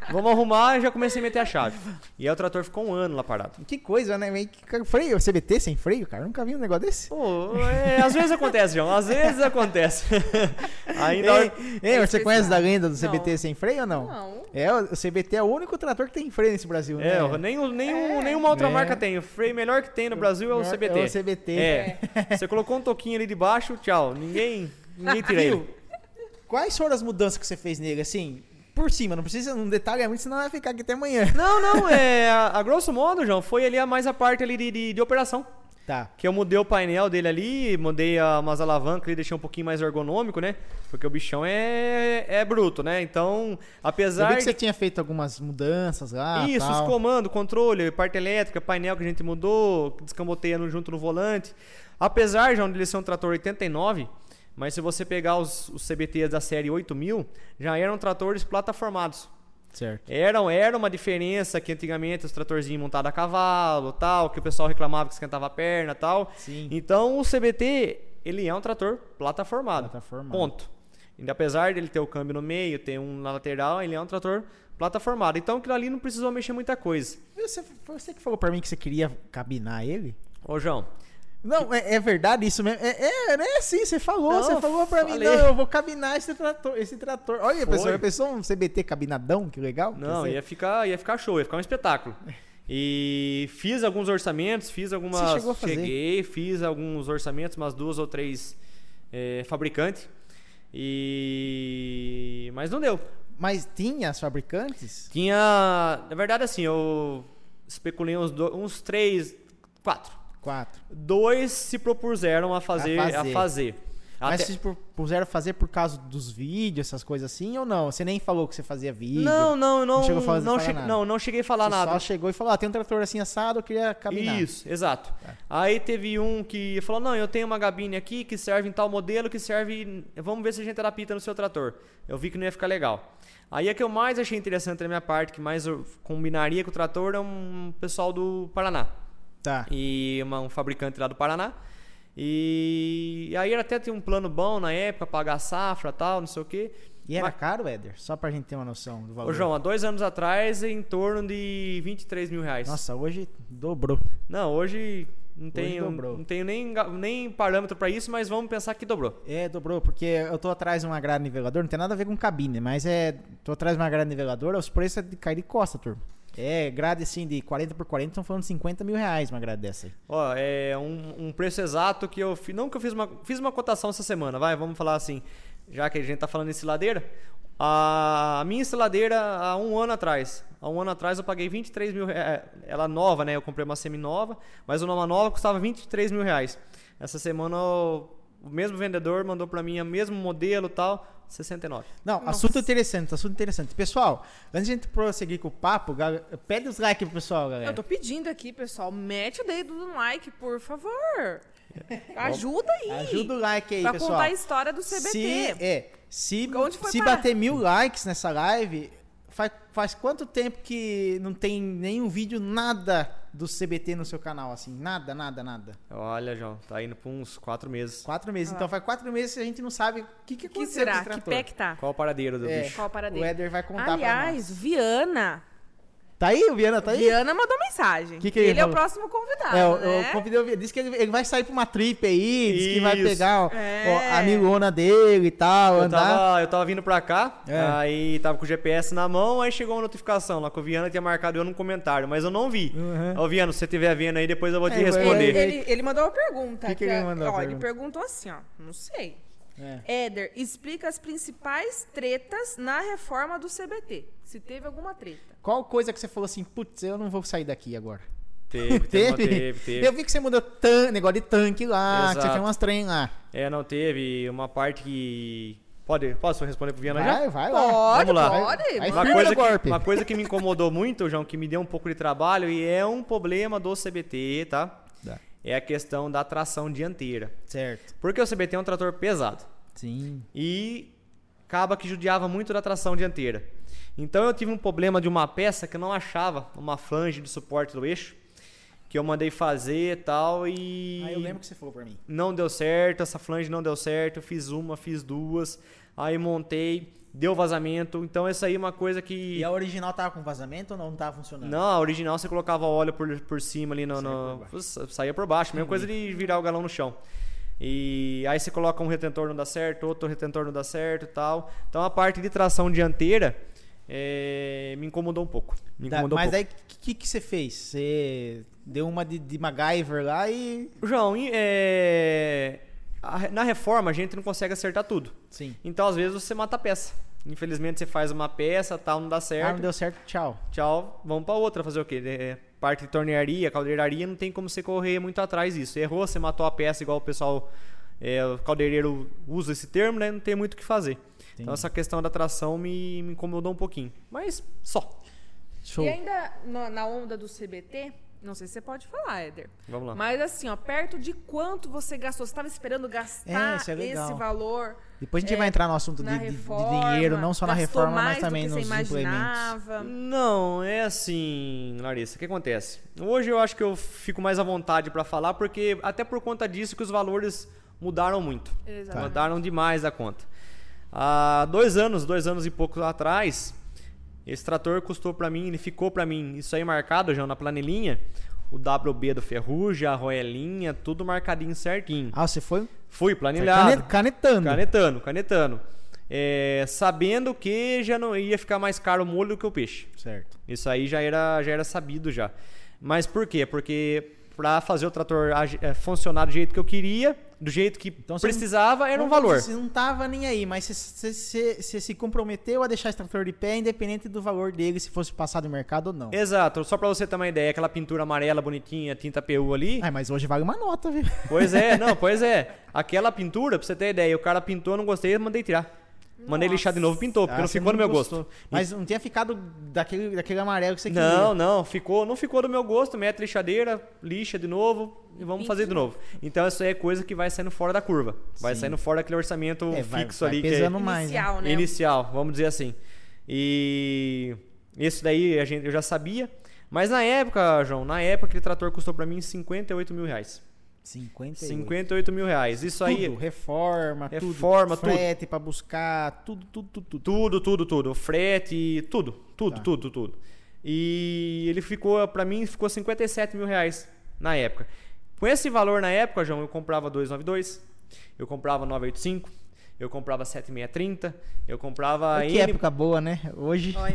S3: vamos arrumar e já comecei a meter a chave. E aí o trator ficou um ano lá parado.
S1: Que coisa, né? Meio que- Freio, CBT sem freio, cara. Eu nunca vi um negócio desse.
S3: Pô, é, às vezes acontece, João, às vezes acontece.
S1: Ei,
S3: Ainda.
S1: ei, você
S2: Especial.
S1: conhece da lenda do
S2: Não.
S1: CBT sem freio ou não?
S2: Não.
S1: É, o o CBT é o único trator que tem freio nesse Brasil,
S3: É,
S1: né?
S3: nem, o- nem o- nenhuma outra
S1: É.
S3: marca tem. O freio melhor que tem no Brasil é o CBT.
S1: É o CBT.
S3: É. Você colocou um toquinho ali de baixo, tchau. Ninguém, ninguém tira ele.
S1: Quais foram as mudanças que você fez nele, assim, por cima? Não precisa, não detalhe muito, senão vai ficar aqui até amanhã.
S3: Não, não, é, a, a grosso modo, João, foi ali a mais a parte ali de, de, de operação.
S1: Tá.
S3: Que eu mudei o painel dele ali, mudei a, umas alavancas ali, deixei um pouquinho mais ergonômico, né? Porque o bichão é, é bruto, né? Então,
S1: Eu vi
S3: apesar
S1: que você
S3: de.
S1: tinha feito algumas mudanças lá.
S3: Isso, os
S1: tal.
S3: comandos, controle, parte elétrica, painel que a gente mudou, descamboteia no- junto no volante. Apesar, João, dele ser um trator 89, mas se você pegar os, os CBTs da série 8000, já eram tratores plataformados.
S1: Certo.
S3: Era, era uma diferença que antigamente os tratorzinhos montados a cavalo tal, que o pessoal reclamava que esquentava a perna tal.
S1: Sim.
S3: Então o CBT, ele é um trator plataformado.
S1: Plataformado.
S3: Ponto. E apesar dele ter o câmbio no meio, ter um na lateral, ele é um trator plataformado. Então aquilo ali não precisou mexer muita coisa.
S1: Você, foi você que falou pra mim que você queria cabinar ele?
S3: Ô João,
S1: Não, é, é verdade isso mesmo. É, é, né? Sim, você falou.
S3: Não,
S1: você falou pra mim,
S3: falei.
S1: não, eu vou cabinar esse trator. Esse trator. Olha,
S3: Foi.
S1: pessoal, já pensou um CBT cabinadão? Que legal. que
S3: não,
S1: ia ser.
S3: ia ficar, ia ficar show, ia ficar um espetáculo. E fiz alguns orçamentos, fiz algumas.
S1: Você chegou a fazer?
S3: Cheguei, fiz alguns orçamentos, umas duas ou três eh, fabricantes. E. Mas não deu.
S1: Mas tinha as fabricantes?
S3: Tinha. Na verdade, assim, eu especulei uns, do- uns três, quatro.
S1: Quatro.
S3: Dois se propuseram a fazer. A
S1: fazer.
S3: fazer.
S1: Mas
S3: Até-
S1: vocês pu- puseram fazer por causa dos vídeos, essas coisas assim, ou não? Você nem falou que você fazia vídeo.
S3: Não, não, não.
S1: Não
S3: Não,
S1: chegou a falar- falar
S3: che-
S1: nada.
S3: não, não cheguei a falar
S1: Você
S3: nada.
S1: só chegou e falou, ah, tem um trator assim assado, eu queria cabinar.
S3: Isso, exato.
S1: É.
S3: Aí teve um que falou: Não, eu tenho uma gabine aqui que serve em tal modelo, que serve. Vamos ver se a gente adapta no seu trator. Eu vi que não ia ficar legal. Aí a que eu mais achei interessante da minha parte, que mais eu combinaria com o trator, é um pessoal do Paraná.
S1: Tá.
S3: E uma- um fabricante lá do Paraná. E, aí era até tinha um plano bom na época, pagar a safra tal, não sei o quê.
S1: E era
S3: Mas-
S1: caro, Éder? Só pra gente ter uma noção do valor.
S3: Ô, João, há dois anos atrás, em torno de 23 mil reais.
S1: Nossa, hoje dobrou.
S3: Não, hoje não tenho,
S1: dobrou.
S3: não tenho nem, ga- nem parâmetro pra isso, mas vamos pensar que dobrou.
S1: É, dobrou, porque eu tô atrás de uma grade niveladora, não tem nada a ver com cabine, mas é. Tô atrás de uma grade niveladora, os preços é de cair de costa, turma. É, grade assim de 40 por 40, estão falando de 50 mil reais uma grade dessa aí.
S3: Ó, é um, um preço exato que eu fiz. Não que eu fiz uma, fiz uma cotação essa semana, vai, vamos falar assim. Já que a gente tá falando em ciladeira, a minha ciladeira há um ano atrás. Há um ano atrás eu paguei 23 mil reais. Ela nova, né? Eu comprei uma semi-nova, mas uma nova custava 23 mil reais. Essa semana o, o mesmo vendedor mandou pra mim o mesmo modelo e tal, 69.
S1: Não, assunto interessante, assunto interessante. Pessoal, antes de a gente prosseguir com o papo, gal- pede os likes pro pessoal, galera.
S2: Eu tô pedindo aqui, pessoal, mete o dedo no like, por favor. Ajuda aí.
S1: Ajuda o like aí,
S2: pra
S1: pessoal.
S2: contar a história do CBT.
S1: Se, é, se,
S2: Onde foi
S1: se
S2: parar?
S1: bater mil likes nessa live, faz, faz quanto tempo que não tem nenhum vídeo, nada do CBT no seu canal, assim? Nada, nada, nada.
S3: Olha, João, tá indo pra uns quatro meses.
S1: Quatro meses. Então faz quatro meses que a gente não sabe o que, que
S2: O que
S1: aconteceu com
S2: será?
S1: esse
S2: Que
S1: trator.
S2: pé que tá?
S3: Qual o paradeiro do
S1: É,
S3: bicho?
S2: Qual a parada
S1: o
S2: dele?
S1: Éder vai contar pra nós.
S2: Aliás, Viana.
S1: Tá aí, o Viana, tá aí?
S2: Viana mandou mensagem.
S1: Que que ele
S2: ele é o
S1: falou?
S2: próximo convidado,
S1: É, eu,
S2: né?
S1: eu convidei o Viana. Disse que ele, ele vai sair pra uma trip aí, disse que vai
S3: Isso.
S1: pegar ó,
S2: É.
S1: ó, a amigona dele e tal,
S3: Eu
S1: andar.
S3: tava, eu tava vindo pra cá,
S1: É.
S3: aí tava com o GPS na mão, aí chegou uma notificação lá que o Viana tinha marcado eu num comentário, mas eu não vi.
S1: Uhum.
S3: Ô, Viana, se você estiver vendo aí, depois eu vou te
S1: É, vai-
S3: responder.
S2: Ele, ele- ele mandou uma pergunta.
S1: Que que ele mandou a
S2: ó, ele
S1: pergunta?
S2: perguntou assim, ó. Não sei.
S1: É.
S2: Éder, explica as principais tretas na reforma do CBT. Se teve alguma treta.
S1: Qual coisa que você falou assim, putz, eu não vou sair daqui agora?
S3: Teve, teve,
S1: Teve?
S3: teve, teve.
S1: Eu vi que você mudou tan negócio de tanque lá, que você
S3: Exato.
S1: fez umas trem lá.
S3: É, não teve. Uma parte que, Pode, posso responder pro Viana já?
S1: Vai, vai lá.
S2: Pode,
S3: Vamos lá.
S2: pode.
S1: Aí
S2: mano.
S3: Uma
S1: Firme
S3: coisa,
S1: no
S3: que,
S1: golpe.
S3: uma coisa que me incomodou muito, João, que me deu um pouco de trabalho, e é um problema do CBT, tá?
S1: Tá.
S3: É a questão da tração dianteira.
S1: Certo.
S3: Porque o CBT é um trator pesado.
S1: Sim.
S3: E acaba que judiava muito da tração dianteira. Então eu tive um problema de uma peça que eu não achava, uma flange de suporte do eixo, que eu mandei fazer e tal, e
S1: Aí eu lembro que você falou pra mim.
S3: não deu certo, essa flange não deu certo, fiz uma, fiz duas, aí montei, deu vazamento. Então essa aí é uma coisa que.
S1: E a original tava com vazamento ou não, não tava funcionando?
S3: Não, a original você colocava óleo por, por cima ali, no,
S1: Saía
S3: no-
S1: por Uhum.
S3: sa- saía por baixo. Mesma coisa de virar o galão no chão. E aí você coloca um retentor não dá certo, outro retentor não dá certo e tal. Então a parte de tração dianteira eh, me incomodou um pouco. Me
S1: Tá,
S3: incomodou um
S1: mas aí
S3: pouco.
S1: o que, que você fez? Você deu uma de, de MacGyver lá e.
S3: João, e, eh, a re- na reforma a gente não consegue acertar tudo.
S1: Sim.
S3: Então às vezes você mata a peça. Infelizmente você faz uma peça, tal, não dá certo.
S1: Ah, não deu certo, tchau.
S3: Tchau, vamos pra outra fazer o quê? É, parte de tornearia, caldeiraria, não tem como você correr muito atrás disso. Errou, você matou a peça igual o pessoal, é, o caldeireiro usa esse termo, né? Não tem muito o que fazer. Então essa questão da tração me, me incomodou um pouquinho. Mas só.
S1: Show.
S2: E ainda na, na onda do CBT, não sei se você pode falar, Éder.
S3: Vamos lá.
S2: Mas assim, ó, perto de quanto você gastou? Você estava esperando
S1: É,
S2: gastar
S1: isso é legal.
S2: esse valor?
S1: Depois a gente
S2: é,
S1: vai entrar no assunto de,
S2: na
S1: de- de
S2: reforma,
S1: dinheiro, não só na
S2: gastou
S1: reforma, mas
S2: mais do
S1: também
S2: que
S1: nos
S2: você
S1: implementos. Hum.
S2: imaginava.
S3: Não, é assim, Larissa, o que acontece? Hoje eu acho que eu fico mais à vontade pra falar, porque até por conta disso que os valores mudaram muito.
S1: Tá.
S2: Exatamente.
S3: Mudaram demais a conta. Há dois anos, dois anos e pouco atrás, esse trator custou pra mim, ele ficou pra mim, isso aí marcado, João, na planilhinha, o WB do Ferrugem, a Roelinha, tudo marcadinho certinho.
S1: Ah, você foi
S3: Fui
S1: foi
S3: planilhado.
S1: cane- canetando.
S3: Canetando, canetando. É, sabendo que já não ia ficar mais caro o molho do que o peixe.
S1: Certo.
S3: Isso aí já era, já era sabido já. Mas por quê? Porque para fazer o trator agi- eh, funcionar do jeito que eu queria, do jeito que
S1: Então você não-
S3: precisava, era um
S1: Não,
S3: valor.
S1: Você não tava nem aí, mas você- você você- você se comprometeu a deixar esse trator de pé, independente do valor dele, se fosse passar do mercado ou não.
S3: Exato, só para você ter uma ideia, aquela pintura amarela bonitinha, tinta PU ali.
S1: Ah, mas hoje vale uma nota, viu?
S3: Pois é, não, pois é. Aquela pintura, pra você ter ideia, o cara pintou, eu não gostei, eu mandei tirar. Mandei lixar de novo, pintou, porque
S1: Ah,
S3: não
S1: você
S3: ficou no meu
S1: gostou.
S3: gosto.
S1: Mas não tinha ficado daquele, daquele amarelo que você queria.
S3: Não, não, ficou, não ficou do meu gosto, mete lixadeira, lixa de novo e vamos fazer de novo. Então isso aí é coisa que vai saindo fora da curva, vai
S1: Sim.
S3: saindo fora daquele orçamento
S1: É, vai-
S3: fixo
S1: vai
S3: ali
S1: pesando mais, né?
S2: Inicial,
S3: que é
S2: né?
S3: inicial, vamos dizer assim. E isso daí a gente, eu já sabia, mas na época, João, na época aquele trator custou pra mim 58 mil reais.
S1: 58.
S3: 58 mil reais, isso aí...
S1: Tudo, reforma, tudo.
S3: Reforma, tudo.
S1: frete pra buscar, tudo, tudo, tudo, tudo.
S3: Tudo, tudo, tudo. Frete, tudo, tudo,
S1: Tá.
S3: tudo, tudo. E ele ficou, pra mim, ficou 57 mil reais na época. Com esse valor na época, João, eu comprava 292, eu comprava 985, eu comprava 7630, eu comprava.
S1: que
S3: N-
S1: época boa, né?
S3: Ah.
S1: Hoje,
S2: Olha,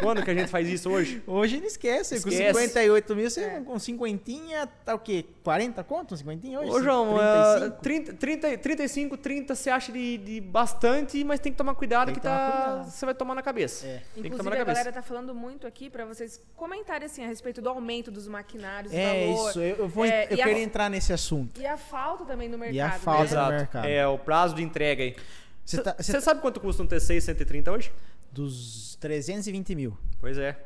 S3: Quando que a gente faz isso hoje?
S1: hoje não esquece. Com
S3: Esquece.
S1: 58 mil, você com cinquentinha, tá o quê? 40 conto? Um cinquentinha hoje?
S3: Ô, João, é
S1: 35?
S3: 30, 30, 35, 30 você acha de, de bastante, mas tem que tomar cuidado
S1: Tem
S3: que,
S1: que tomar
S3: tá,
S1: cuidado.
S3: você vai tomar na cabeça.
S1: É.
S3: Tem que tomar
S2: Inclusive,
S3: na
S2: a
S3: cabeça.
S2: galera tá falando muito aqui pra vocês comentarem assim, a respeito do aumento dos maquinários,
S1: É
S3: Tá
S2: valor.
S1: isso, eu, eu vou,
S2: É,
S1: eu
S2: e a-
S1: quero entrar nesse assunto.
S2: E a falta também no mercado.
S1: E a falta-
S2: né?
S1: no mercado.
S3: É, o prazo de entrega aí.
S1: Você
S3: Você
S1: tá- você tá-
S3: sabe quanto custa um T6 130 hoje?
S1: Dos 320 mil.
S3: Pois é.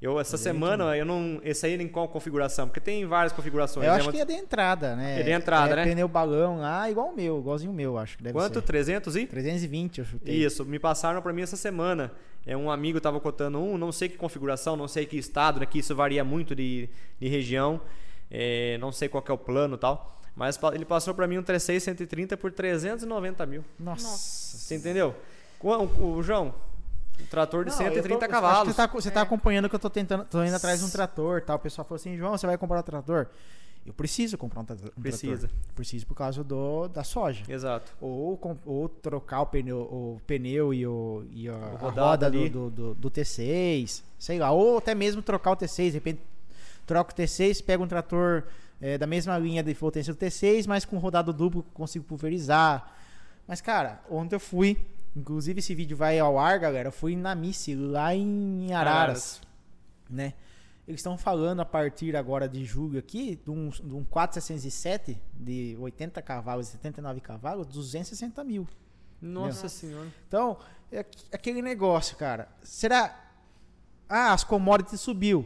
S3: Eu, essa semana, eu não. Esse aí em qual configuração? Porque tem várias configurações.
S1: eu
S3: né?
S1: acho
S3: Mas
S1: que é da entrada, né?
S3: É da entrada, né?
S1: Pneu balão lá, igual o meu, igualzinho o meu, acho que deve
S3: Quanto?
S1: ser.
S3: 300 e?
S1: 320, eu chutei.
S3: Isso, me passaram pra mim essa semana. É um amigo tava cotando um, não sei que configuração, não sei que estado, né? Que isso varia muito de, de região. é, não sei qual que é o plano e tal. Mas pa- ele passou pra mim um 36 130 por 390 mil.
S1: Nossa.
S3: Você entendeu? O, o, o João, um trator de
S1: Não, eu tô-
S3: 130
S1: eu acho que
S3: cavalos.
S1: Você tá, você tá acompanhando que eu tô tentando, tô indo atrás de um trator, tal. O pessoal falou assim, João, você vai comprar um trator? Eu preciso comprar um, tra- um trator.
S3: Precisa.
S1: Preciso por causa do, da soja.
S3: Exato.
S1: Ou, com- ou trocar o pneu, o pneu e, o, e a, a
S3: rodado
S1: roda do,
S3: ali.
S1: do, do- do T6, sei lá, ou até mesmo trocar o T6, de repente troca o T6, pega um trator eh, da mesma linha de potência do T6, mas com rodado duplo consigo pulverizar. Mas, cara, ontem eu fui, inclusive esse vídeo vai ao ar, galera, eu fui na Missi, lá em Araras,
S3: Araras.
S1: né? Eles estão falando a partir agora de julho aqui de um, de um 407 de 80 cavalos, 79 cavalos, 260 mil.
S3: Nossa senhora.
S1: Então, é aqu- aquele negócio, cara. Será. Ah, as commodities subiu.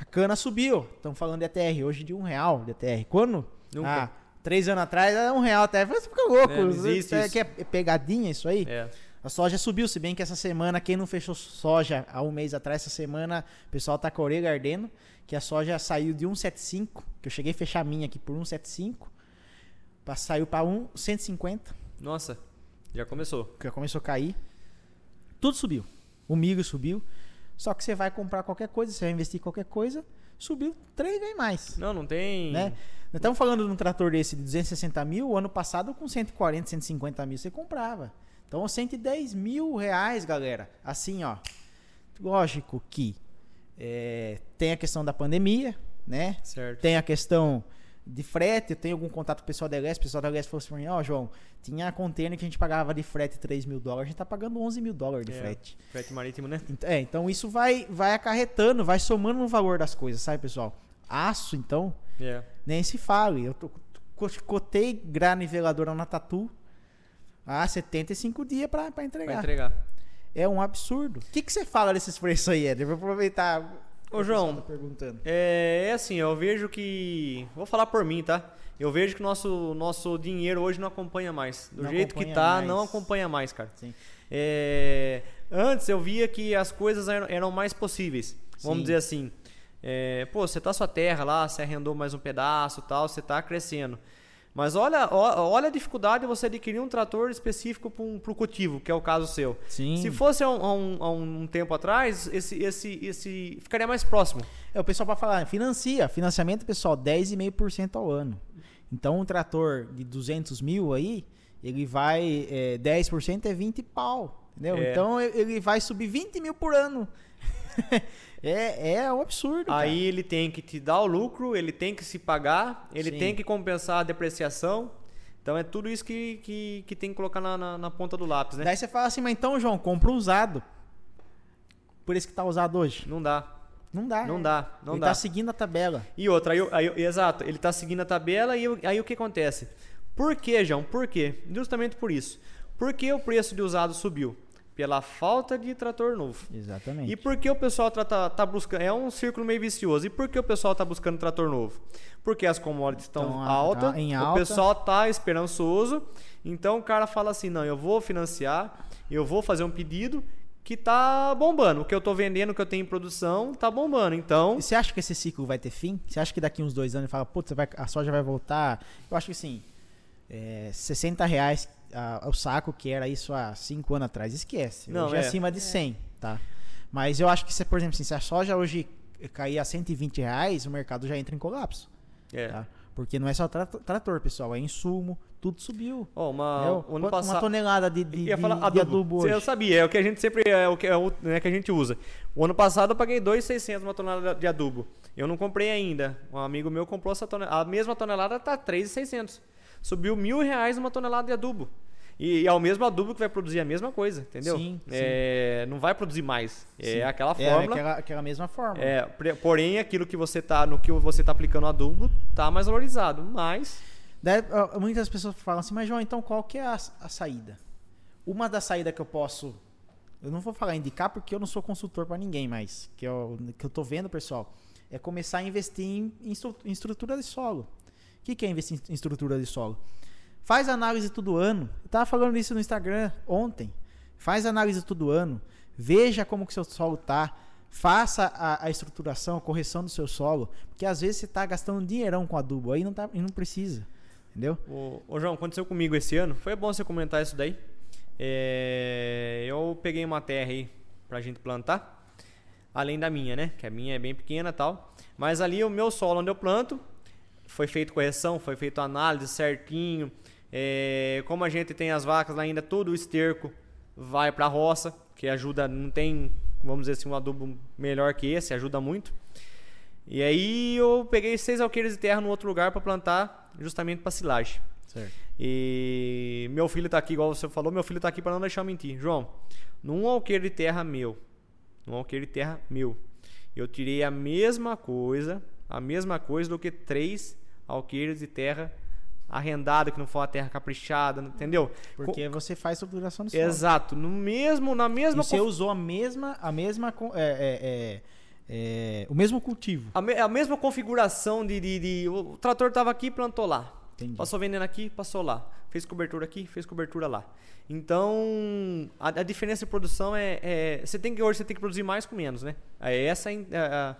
S1: A cana subiu. Estão falando de ETR hoje de um real de ETR. Quando?
S3: Nunca.
S1: Ah, três anos atrás era um real até. Você fica louco.
S3: É, não existe
S1: é,
S3: isso.
S1: que é pegadinha isso aí?
S3: É.
S1: A soja subiu, se bem que essa semana, quem não fechou soja há um mês atrás, essa semana, o pessoal tá com a orelha ardendo, que a soja saiu de 1,75, que eu cheguei a fechar a minha aqui por 1,75, pra- saiu pra 1,150,
S3: Nossa, já começou.
S1: que já começou a cair. Tudo subiu. O milho subiu. Só que você vai comprar qualquer coisa, você vai investir em qualquer coisa, subiu três vezes mais.
S3: Não, não tem.
S1: Né? Nós estamos falando de um trator desse de 260 mil, o ano passado com 140, 150 mil você comprava. Então, 110 mil reais, galera. Assim, ó. Lógico que é, tem a questão da pandemia, né?
S3: Certo.
S1: Tem a questão de frete. Eu tenho algum contato com o pessoal da LS. O pessoal da LS falou assim pra mim: Ó, João, tinha container que a gente pagava de frete 3 mil dólares, a gente tá pagando 11 mil dólares de
S3: É.
S1: frete.
S3: Frete marítimo, né?
S1: Ent- É, então isso vai, vai acarretando, vai somando no valor das coisas, sabe, pessoal? Aço, então,
S3: É.
S1: nem se fale. Eu tô- co- cotei grá niveladora na Tatu há 75 dias pra, pra
S3: Vai
S1: entregar.
S3: entregar.
S1: É um absurdo. O que que você fala desses preços aí, Éder? Vou aproveitar.
S3: Ô,
S1: o pessoal
S3: João.
S1: tá perguntando.
S3: É, é assim, eu vejo que. Vou falar por mim, tá? Eu vejo que o nosso, nosso dinheiro hoje não acompanha mais. Do
S1: Não
S3: jeito que
S1: acompanha
S3: tá,
S1: mais.
S3: não acompanha mais, cara.
S1: Sim.
S3: É, antes eu via que as coisas eram, eram mais possíveis. Vamos
S1: Sim.
S3: dizer assim. é, pô, você tá sua terra lá, você arrendou mais um pedaço e tal, você tá crescendo. Mas olha, ó- olha a dificuldade de você adquirir um trator específico para um pro cultivo, que é o caso seu.
S1: Sim.
S3: Se fosse há um, há um- há um tempo atrás, esse, esse, esse ficaria mais próximo.
S1: É, o pessoal pra falar, financia. Financiamento, pessoal, 10,5% ao ano. Então, um trator de 200 mil aí, ele vai. É, 10% é 20 pau. Entendeu?
S3: É.
S1: Então, e- ele vai subir 20 mil por ano. é, é um absurdo. cara.
S3: Aí ele tem que te dar o lucro, ele tem que se pagar, ele
S1: Sim.
S3: tem que compensar a depreciação. Então é tudo isso que, que, que tem que colocar na, na- na ponta do lápis, né?
S1: Daí você fala assim, mas então, João, compra usado. Por isso que tá usado hoje.
S3: Não dá,
S1: Não dá.
S3: não
S1: né?
S3: dá, não
S1: Ele
S3: dá.
S1: tá seguindo a tabela.
S3: E outra, aí, eu- aí eu- exato, ele tá seguindo a tabela e eu- aí o que acontece? Por que, João? Por quê? Justamente por isso. Por que o preço de usado subiu? Pela falta de trator novo.
S1: Exatamente.
S3: E por que o pessoal tá, tá, buscando. É um círculo meio vicioso. E por que o pessoal tá buscando trator novo? Porque as commodities estão
S1: Tão a-
S3: altas,
S1: tá em
S3: o
S1: alta.
S3: pessoal tá esperançoso. Então o cara fala assim: não, eu vou financiar, eu vou fazer um pedido que tá bombando. O que eu tô vendendo, o que eu tenho em produção, tá bombando. Então.
S1: E você acha que esse ciclo vai ter fim? Você acha que daqui uns dois anos ele fala, putz, vai- a soja vai voltar? Eu acho que sim. É, 60 reais ah, o saco, que era isso há cinco anos atrás, esquece.
S3: Não,
S1: hoje é,
S3: é.
S1: acima de 100, tá? Mas eu acho que, se, por exemplo, assim, se a soja hoje cair a 120 reais, o mercado já entra em colapso,
S3: É.
S1: tá? Porque não é só trato- trator, pessoal, é insumo, tudo subiu.
S3: Ó,
S1: entendeu?
S3: uma, Ah, o ano
S1: Quanto- Uma
S3: passado.
S1: tonelada de, de,
S3: Eu ia
S1: de-
S3: falar
S1: de
S3: adubo.
S1: adubo
S3: Cê-
S1: hoje.
S3: Eu sabia, é o que a gente sempre é o que, é o, né, que a gente usa. O ano passado eu paguei 2,600 uma tonelada de adubo. Eu não comprei ainda. Um amigo meu comprou essa tonelada. A mesma tonelada tá 3,600. Subiu mil reais uma tonelada de adubo. E, e é o mesmo adubo que vai produzir a mesma coisa, entendeu?
S1: Sim, sim.
S3: É, não vai produzir mais.
S1: Sim.
S3: É aquela
S1: É,
S3: fórmula.
S1: aquela, aquela mesma fórmula.
S3: É, pre- porém, aquilo que você tá, no que você tá aplicando adubo, tá mais valorizado. Mas
S1: Daí, ah, muitas pessoas falam assim, mas João, então qual que é a, a saída? Uma das saídas que eu posso. Eu não vou falar indicar porque eu não sou consultor para ninguém, mas que eu, que eu tô vendo, pessoal, é começar a investir em, em estru- em estrutura de solo. O que, que é investir em estrutura de solo? Faz análise todo ano. Eu tava falando isso no Instagram ontem. Faz análise todo ano. Veja como que seu solo tá. Faça a, a estruturação, a correção do seu solo. Porque às vezes você tá gastando dinheirão com adubo aí não tá, e não precisa. Entendeu?
S3: Ô, ô, João, aconteceu comigo esse ano. Foi bom você comentar isso daí. É, eu peguei uma terra aí pra gente plantar. Além da minha, né? Que a minha é bem pequena e tal. Mas ali o meu solo onde eu planto. Foi feito correção, foi feito análise certinho. É, como a gente tem as vacas lá ainda, todo o esterco vai pra roça. Que ajuda, não tem, vamos dizer assim, um adubo melhor que esse, ajuda muito. E aí eu peguei seis alqueires de terra no outro lugar para plantar justamente para silagem.
S1: Certo.
S3: E meu filho tá aqui, igual você falou, meu filho tá aqui para não deixar eu mentir. João, num alqueire de terra meu, num alqueire de terra meu, eu tirei a mesma coisa, a mesma coisa do que três alqueires de terra arrendada, que não foi uma terra caprichada, entendeu?
S1: Porque você faz subduração do solo.
S3: Exato, no mesmo, na
S1: E
S3: mesma
S1: você usou a mesma, a mesma, con- é, é, é, é, o mesmo cultivo.
S3: A, me- a mesma configuração de, de- de- O trator estava aqui e plantou lá.
S1: Entendi.
S3: Passou vendendo aqui, passou lá. Fez cobertura aqui, fez cobertura lá. Então, a, a diferença de produção é, é- Você tem que hoje você tem que produzir mais com menos, né? É essa a in- a, a-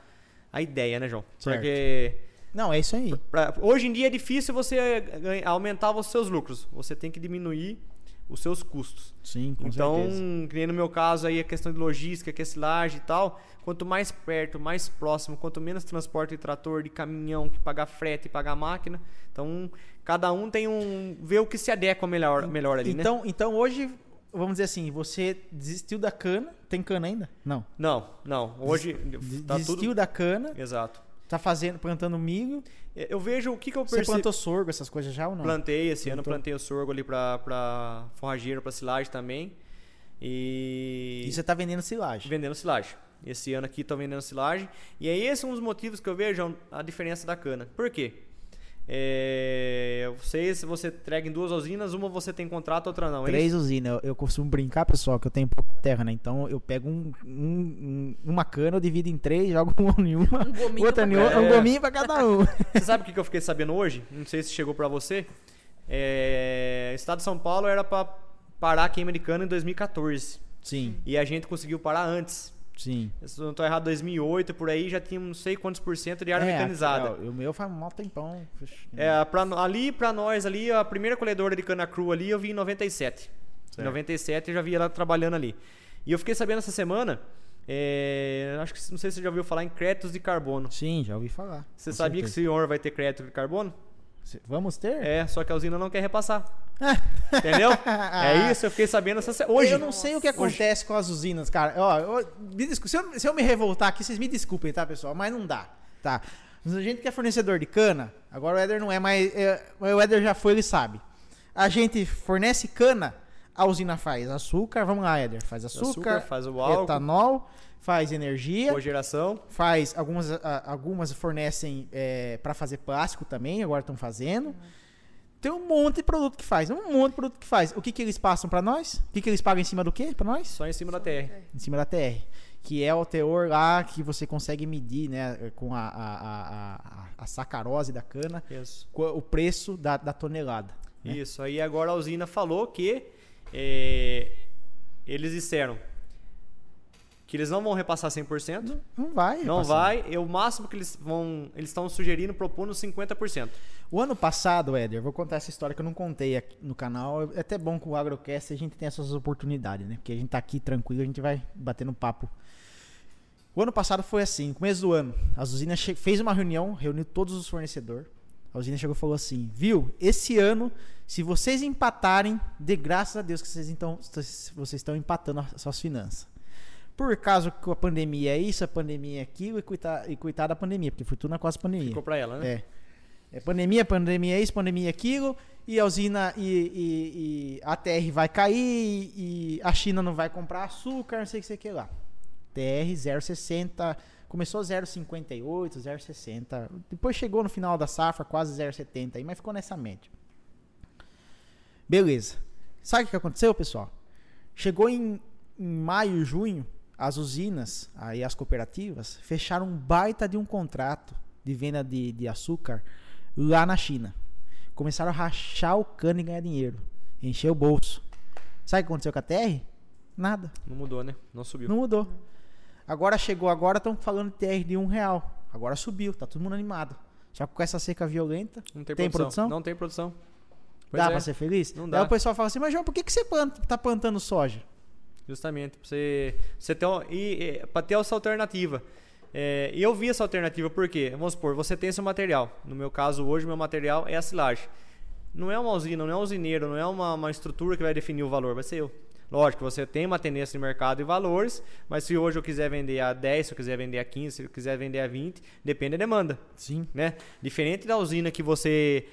S3: a ideia, né, João?
S1: Certo.
S3: Porque.
S1: Não, é isso aí.
S3: pra- hoje em dia é difícil você ganha- aumentar os seus lucros. Você tem que diminuir os seus custos.
S1: Sim, com
S3: Então,
S1: certeza.
S3: que nem no meu caso aí, a questão de logística, que é silagem e tal, quanto mais perto, mais próximo, quanto menos transporte de trator, de caminhão, que pagar frete e pagar máquina. Então, cada um tem um. vê o que se adequa melhor, melhor ali, né?
S1: então, então hoje, vamos dizer assim, você desistiu da cana. Tem cana ainda? Não.
S3: Não, não. Hoje
S1: Des-
S3: tá
S1: desistiu
S3: tudo.
S1: da cana,
S3: Exato. É,
S1: tá fazendo, plantando milho.
S3: Eu vejo o que, que eu
S1: Você
S3: percebo.
S1: plantou sorgo, essas coisas já ou não?
S3: Plantei esse ano,
S1: Plantou.
S3: plantei o sorgo ali pra, pra forrageira, pra silagem também. E.
S1: E você tá vendendo silagem.
S3: Vendendo silagem. Esse ano aqui tô vendendo silagem. E aí esse é um dos motivos que eu vejo a diferença da cana. Por quê? É, eu sei se você entrega em duas usinas, uma você tem contrato, outra não. é
S1: Três
S3: isso?
S1: usinas. Eu, eu costumo brincar, pessoal, que eu tenho pouca terra, né? Então eu pego um- um- um- uma cana, eu divido em três, jogo uma em uma,
S2: Um gominho
S1: outra
S2: pra
S1: em outra,
S3: cada
S1: um
S3: um.
S1: gominho pra cada um.
S3: Você sabe o que que eu fiquei sabendo hoje? Não sei se chegou pra você. É, o estado de São Paulo era pra parar a queima de cana em 2014.
S1: Sim,
S3: E a gente conseguiu parar antes.
S1: sim.
S3: Se eu não tô errado, 2008 por aí já tinha não sei quantos por cento de área mecanizada.
S1: aqui, ó, É, O meu faz um mal tempão. Puxa.
S3: É, pra, no- ali pra nós, ali, a primeira colhedora de cana crua ali, eu vi em 97. Em 97 eu já vi ela trabalhando ali. E eu fiquei sabendo essa semana, é, acho que não sei se você já ouviu falar em créditos de carbono.
S1: Sim, já ouvi falar.
S3: Você
S1: com
S3: sabia que o
S1: certeza.
S3: senhor vai ter crédito de carbono?
S1: Cê- Vamos ter?
S3: É, só que a usina não quer repassar. Entendeu? É isso, eu fiquei sabendo essa se... hoje.
S1: eu não sei o que
S3: Hoje.
S1: acontece com as usinas, cara. Ó, eu- me desculpa, se, eu, se eu me revoltar aqui, vocês me desculpem, tá, pessoal? Mas não dá, tá? Mas A gente que é fornecedor de cana, agora o Éder não é, mas é, mas o Éder já foi, ele sabe. A gente fornece cana, a usina faz açúcar, vamos lá, Éder, faz açúcar,
S3: açúcar, faz o álcool.
S1: etanol, faz energia,
S3: Cogeração.
S1: faz algumas, a- algumas fornecem para fazer plástico também, agora estão fazendo. Tem um monte de produto que faz, um monte de produto que faz. O que, que eles passam para nós? O que, que eles pagam em cima do quê para nós?
S3: Só em cima da
S2: um.
S3: TR.
S1: Em cima da TR, que é o teor lá que você consegue medir, né, com a, a, a, a- a sacarose da cana,
S3: Isso.
S1: qu- o preço da, da tonelada. né?
S3: Isso, aí agora a usina falou que é, eles disseram que eles não vão repassar 100%, não,
S1: Não vai. passar.
S3: vai, e o máximo que eles vão, eles estão sugerindo, propondo 50%.
S1: O ano passado, Éder, vou contar essa história que eu não contei aqui no canal. É até bom com o Agrocast a gente tem essas oportunidades, né? Porque a gente tá aqui tranquilo, a gente vai batendo papo. O ano passado foi assim, no começo do ano, a usina che- fez uma reunião, reuniu todos os fornecedores. A usina chegou e falou assim: viu, esse ano, se vocês empatarem, de graças a Deus que vocês então, vocês estão empatando as suas finanças. Por causa que a pandemia é isso, a pandemia é aquilo, e coitar, e coitar da pandemia, porque foi tudo na quase pandemia.
S3: Ficou pra ela, né?
S1: É. É pandemia, pandemia isso, pandemia é aquilo, e a usina e, e- e a TR vai cair, e, e a China não vai comprar açúcar, não sei o que, sei o que lá. TR 0,60, começou 0,58, 0,60, depois chegou no final da safra quase 0,70, aí, mas ficou nessa média. Beleza. Sabe o que aconteceu, pessoal? Chegou em, em maio, junho, as usinas aí as cooperativas fecharam um baita de um contrato de venda de, de açúcar lá na China. Começaram a rachar o cano e ganhar dinheiro. Encher o bolso. Sabe o que aconteceu com a TR? Nada.
S3: Não mudou, né? Não subiu.
S1: Não mudou. Agora chegou, agora estão falando de TR de um real. Agora subiu, tá todo mundo animado. Só que com essa seca violenta,
S3: Não tem,
S1: Tem
S3: produção.
S1: produção?
S3: Não tem produção. Pois
S1: dá
S3: é,
S1: pra ser feliz?
S3: Não
S1: Daí
S3: dá.
S1: o pessoal fala assim, mas João, por que, que você planta, tá plantando soja?
S3: Justamente, pra você, pra você ter, um- e, e, pra ter essa alternativa. É, e eu vi essa alternativa porque, vamos supor, você tem seu material. No meu caso, hoje, meu material é a silagem. Não é uma usina, não é um usineiro, não é uma, uma estrutura que vai definir o valor, vai ser eu. Lógico, você tem uma tendência de mercado e valores, mas se hoje eu quiser vender a 10, se eu quiser vender a 15, se eu quiser vender a 20, depende da demanda
S1: Sim.
S3: né? Diferente da usina que você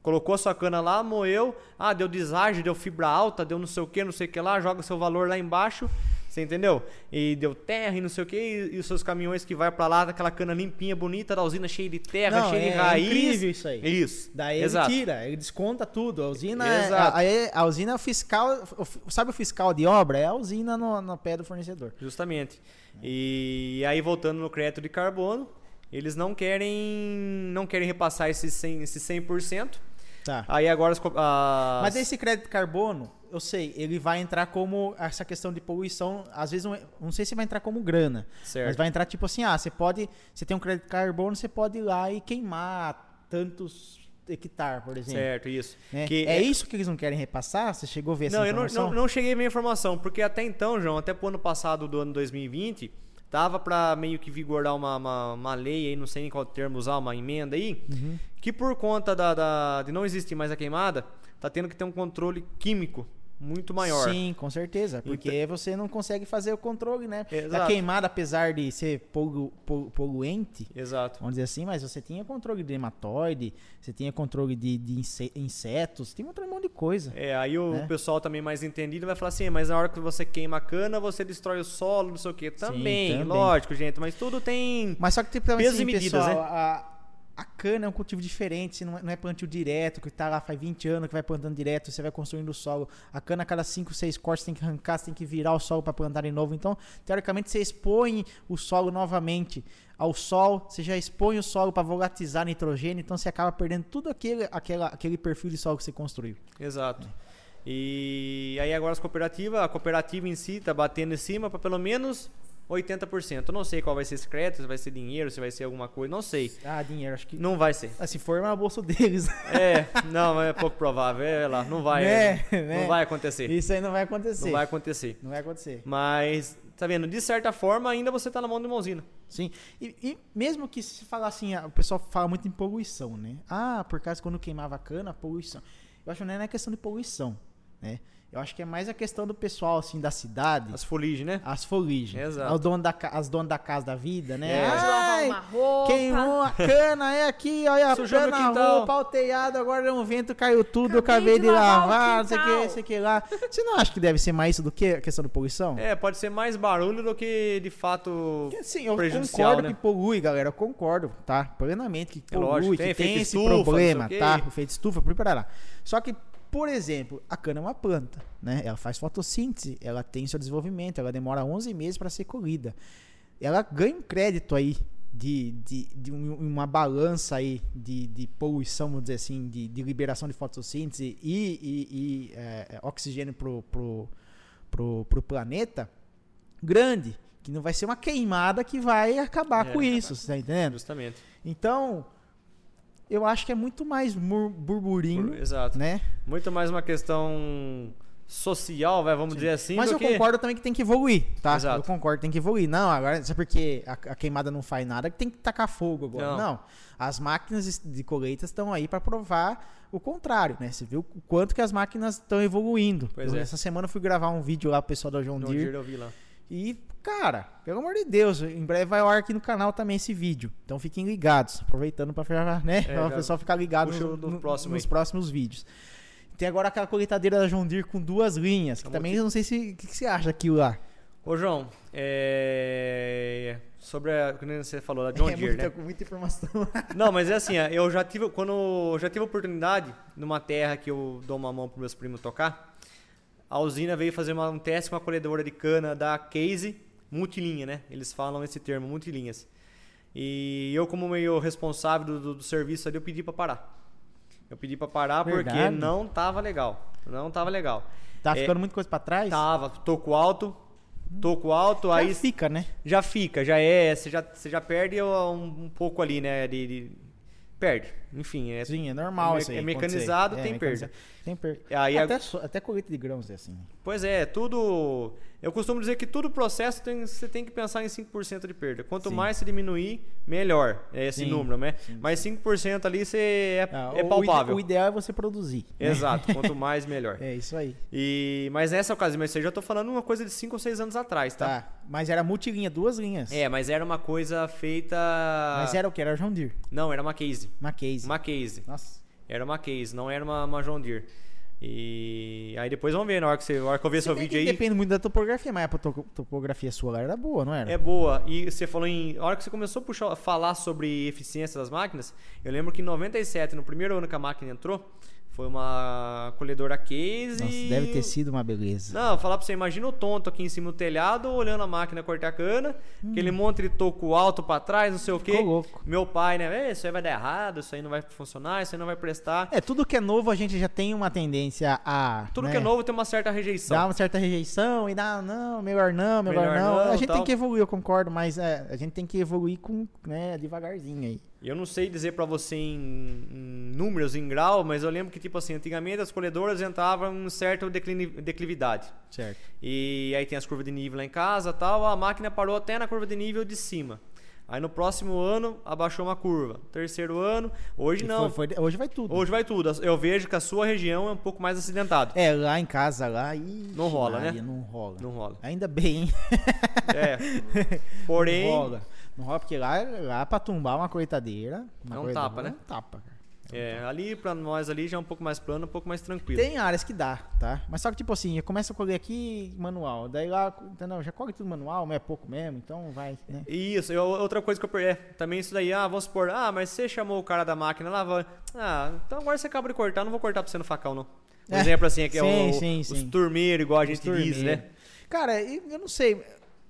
S3: colocou sua cana lá, moeu, ah, deu deságio, deu fibra alta, deu não sei o que, não sei o que lá, joga seu valor lá embaixo. Você entendeu? E deu terra e não sei o que, e os seus caminhões que vai pra lá, aquela cana limpinha, bonita, da usina cheia de terra,
S1: Não,
S3: cheia
S1: é
S3: de raiz.
S1: incrível isso aí.
S3: Isso.
S1: Daí ele
S3: Exato.
S1: tira, ele desconta tudo. A usina,
S3: Exato.
S1: a, a, a usina é o fiscal, o fi- sabe o fiscal de obra? É a usina no, no pé do fornecedor.
S3: Justamente. E aí voltando no crédito de carbono, eles não querem não querem repassar esses 100%, esses 100%.
S1: Tá.
S3: Aí agora as, co- as-
S1: Mas esse crédito carbono, eu sei, ele vai entrar como essa questão de poluição, às vezes não, é- não sei se vai entrar como grana,
S3: Certo.
S1: mas vai entrar tipo assim, ah, você pode, você tem um crédito carbono, você pode ir lá e queimar tantos hectare, por exemplo.
S3: certo, isso.
S1: né?
S3: Que
S1: é isso que eles não querem repassar? Você chegou a ver essa
S3: Não, eu não,
S1: informação?
S3: não, não cheguei a minha informação, porque até então, João, até pro ano passado do ano 2020, tava pra meio que vigorar uma, uma, uma lei aí, não sei em qual termo usar, uma emenda aí,
S1: Uhum.
S3: que por conta da, da- de não existir mais a queimada, tá tendo que ter um controle químico muito maior.
S1: Sim, com certeza, porque você não consegue fazer o controle, né?
S3: Exato.
S1: A queimada, apesar de ser polu- polu- poluente,
S3: Exato.
S1: vamos dizer assim, mas você tinha controle de nematóide, você tinha controle de, de inse- insetos, tem outro monte de coisa.
S3: É, aí o
S1: Né?
S3: pessoal também mais entendido vai falar assim, mas na hora que você queima a cana, você destrói o solo, não sei o quê. Também,
S1: também.
S3: lógico, gente, mas tudo tem...
S1: Mas só que tipo, assim,
S3: Peso e medidas,
S1: pessoal,
S3: né?
S1: a, a cana é um cultivo diferente, você não é, não é plantio direto, que tá lá faz 20 anos que vai plantando direto, você vai construindo o solo. A cana a cada 5, 6 cortes tem que arrancar, você tem que virar o solo para plantar de novo. Então, teoricamente, você expõe o solo novamente ao sol, você já expõe o solo para volatizar nitrogênio, então você acaba perdendo tudo aquele, aquela, aquele perfil de solo que você construiu.
S3: Exato. E aí agora as cooperativas, a cooperativa em si tá batendo em cima para pelo menos 80%. Eu não sei qual vai ser esse crédito, se vai ser dinheiro, se vai ser alguma coisa, não sei.
S1: Ah, dinheiro, acho que.
S3: Não vai ser.
S1: Ah, se for, é no bolso deles.
S3: É, não, é pouco provável, é lá, não vai, é,
S1: Né, né?
S3: não vai acontecer.
S1: Isso aí não vai acontecer.
S3: Não vai acontecer.
S1: Não vai acontecer.
S3: Mas tá vendo, de certa forma ainda você tá na mão de uma usina.
S1: Sim. E, e mesmo que se falar assim, ah, o pessoal fala muito em poluição, né? Ah, por causa que quando queimava a cana, poluição. Eu acho que não é na questão de poluição, né? Eu acho que é mais a questão do pessoal assim da cidade, as,
S3: As foligens, né?
S1: foligens,
S3: Exato.
S1: o dono da ca- as donas da casa da vida, né?
S3: É.
S2: Pode lavar uma roupa.
S1: queimou a cana, é aqui, olha a
S3: Sujou meu
S1: cana,
S3: quintal.
S1: roupa, o telhado, agora um vento caiu tudo, eu acabei
S2: Acabei de
S1: de,
S2: lavar o
S1: lavar, não sei o que,
S2: quintal.
S1: não sei o que lá. Você não acha que deve ser mais isso do que a questão da poluição?
S3: É, pode ser mais barulho do que de fato
S1: Que, Assim, eu
S3: prejudicial,
S1: concordo
S3: né?
S1: que polui, galera. Eu concordo, tá? Plenamente que
S3: É
S1: polui,
S3: lógico,
S1: que
S3: tem
S1: tem,
S3: efeito
S1: esse
S3: estufa,
S1: problema,
S3: não sei o
S1: tá?
S3: quê.
S1: Efeito estufa, preparará. Só que, por exemplo, a cana é uma planta, né? Ela faz fotossíntese, ela tem seu desenvolvimento, ela demora 11 meses para ser colhida. Ela ganha um crédito aí de, de, de um- uma balança aí de, de poluição, vamos dizer assim, de, de liberação de fotossíntese e, e- e, é, oxigênio pro, pro, pro, pro planeta grande. Que não vai ser uma queimada que vai acabar
S3: É,
S1: com isso, você tá entendendo?
S3: Justamente.
S1: Então, eu acho que é muito mais mur- burburinho,
S3: Por- Exato.
S1: né?
S3: Muito mais uma questão social, vai, vamos dizer assim.
S1: Mas
S3: do
S1: eu
S3: que...
S1: concordo também que tem que evoluir, tá?
S3: Exato.
S1: Eu concordo, tem que evoluir. Não, agora, só porque a, a queimada não faz nada, que tem que tacar fogo agora.
S3: Não.
S1: Não. As máquinas de colheita estão aí para provar o contrário, né? Você viu o quanto que as máquinas estão evoluindo.
S3: Pois
S1: Eu-
S3: é.
S1: Essa semana eu fui gravar um vídeo lá pro pessoal da John
S3: Não,
S1: Deere.
S3: Deere eu vi lá.
S1: E, cara, pelo amor de Deus, em breve vai ao ar aqui no canal também esse vídeo. Então fiquem ligados, aproveitando para né, pra o
S3: É, já
S1: pessoal ficar ligado
S3: puxa
S1: no-
S3: do
S1: no-
S3: próximo
S1: nos
S3: aí.
S1: próximos vídeos. Tem agora aquela colheitadeira da John Deere com duas linhas, que
S3: Vamos
S1: também eu não sei se o que, que você acha daquilo lá.
S3: Ô, João, é... sobre a... quando você falou da John
S1: é
S3: Deere,
S1: muita,
S3: né?
S1: muita informação.
S3: Não, mas é assim, ó, eu já tive, quando eu já tive a oportunidade, numa terra que eu dou uma mão pros meus primos tocar, a usina veio fazer uma, um teste com uma colhedora de cana da Case, multilinha, né? Eles falam esse termo, multilinhas. E eu, como meio responsável do, do- do serviço ali, eu pedi pra parar. Eu pedi pra parar porque
S1: Verdade.
S3: não tava legal. Não tava legal.
S1: Tá
S3: É,
S1: ficando muita coisa pra trás?
S3: Tava, toco alto, toco alto,
S1: Já
S3: aí
S1: fica, né?
S3: já fica, já é, você já, você já perde um, um pouco ali, né? De, de- perde, enfim. É,
S1: Sim, é normal
S3: é, me-
S1: isso aí
S3: É
S1: acontecer.
S3: mecanizado,
S1: É,
S3: tem
S1: mecanizado.
S3: perda.
S1: Tem perda.
S3: Aí
S1: até,
S3: a-
S1: so- até colheita de grãos é assim.
S3: Pois é, tudo... Eu costumo dizer que todo processo tem, você tem que pensar em 5% de perda. Quanto
S1: Sim.
S3: mais você diminuir, melhor é esse
S1: Sim,
S3: número, né? Mas 5% ali você é,
S1: Ah, o-
S3: é
S1: o ide-
S3: palpável.
S1: O ideal é você produzir. né?
S3: Exato, quanto mais, melhor.
S1: É isso aí.
S3: E, mas nessa ocasião, mas isso aí eu já tô falando uma coisa de 5 ou 6 anos atrás, tá?
S1: Tá. Mas era multilinha, duas linhas.
S3: É, mas era uma coisa feita...
S1: Mas era o que? Era John Deere.
S3: Não, era uma case.
S1: Uma case.
S3: Uma case.
S1: Nossa.
S3: Era uma case, não era uma, uma John Deere. E aí depois vamos ver, na hora que, você, na hora que eu
S1: Se
S3: ver seu
S1: bem
S3: é vídeo
S1: que
S3: aí.
S1: Depende muito da topografia, mas a topo- topografia sua lá era boa, não era?
S3: É boa. E você falou em. A hora que você começou a puxar- falar sobre eficiência das máquinas, eu lembro que em 97, no primeiro ano que a máquina entrou, foi uma colhedora case.
S1: Nossa, deve ter sido uma beleza.
S3: Não, falar pra você, imagina o tonto aqui em cima do telhado, olhando a máquina cortar cana, aquele monte de toco alto pra trás, não sei o quê.
S1: Hum. Ficou louco.
S3: Meu pai, né? "É, Isso aí vai dar errado, isso aí não vai funcionar, isso aí não vai prestar.
S1: É, tudo que é novo a gente já tem uma tendência a.
S3: Tudo
S1: né,
S3: que é novo tem uma certa rejeição.
S1: Dá uma certa rejeição e dá, não, melhor não, melhor,
S3: Melhor
S1: não.
S3: não,
S1: A gente
S3: tal.
S1: tem que evoluir, eu concordo, mas é, a gente tem que evoluir com, né, devagarzinho aí.
S3: E Eu não sei dizer pra você em, em números, em grau, mas eu lembro que, tipo assim, antigamente as colhedoras entravam em certa decline- declividade.
S1: Certo.
S3: E aí tem as curvas de nível lá em casa tal. A máquina parou até na curva de nível de cima. Aí no próximo ano abaixou uma curva. Terceiro ano, hoje não.
S1: hoje vai tudo.
S3: Hoje vai tudo. Eu vejo que a sua região é um pouco mais acidentada.
S1: É, lá em casa, lá. ixi,
S3: Não rola, né?
S1: Maria, Não rola.
S3: Não rola.
S1: Ainda bem, hein?
S3: É. Porém,
S1: Não rola. Não rola, porque lá, é, lá pra tumbar uma coitadeira. Uma
S3: É um
S1: coitadeira,
S3: tapa, né?
S1: é um tapa, cara.
S3: é, ali pra nós ali já é um pouco mais plano, um pouco mais tranquilo.
S1: Tem áreas que dá, tá? Mas só que, tipo assim, começa a colher aqui manual. Daí lá, entendeu? Já colhe tudo manual, mas é pouco mesmo, então vai, né?
S3: Isso, eu- outra coisa que eu perdi. É, também isso daí, ah, vamos supor, ah, mas você chamou o cara da máquina lá, vai- ah, então agora você acaba de cortar, não vou cortar pra você no facão, não. Um
S1: É.
S3: exemplo assim, é que é
S1: Sim,
S3: o,
S1: sim,
S3: os
S1: sim.
S3: turmeiros, igual a gente diz,
S1: Turmeiro.
S3: né?
S1: Cara, e eu não sei.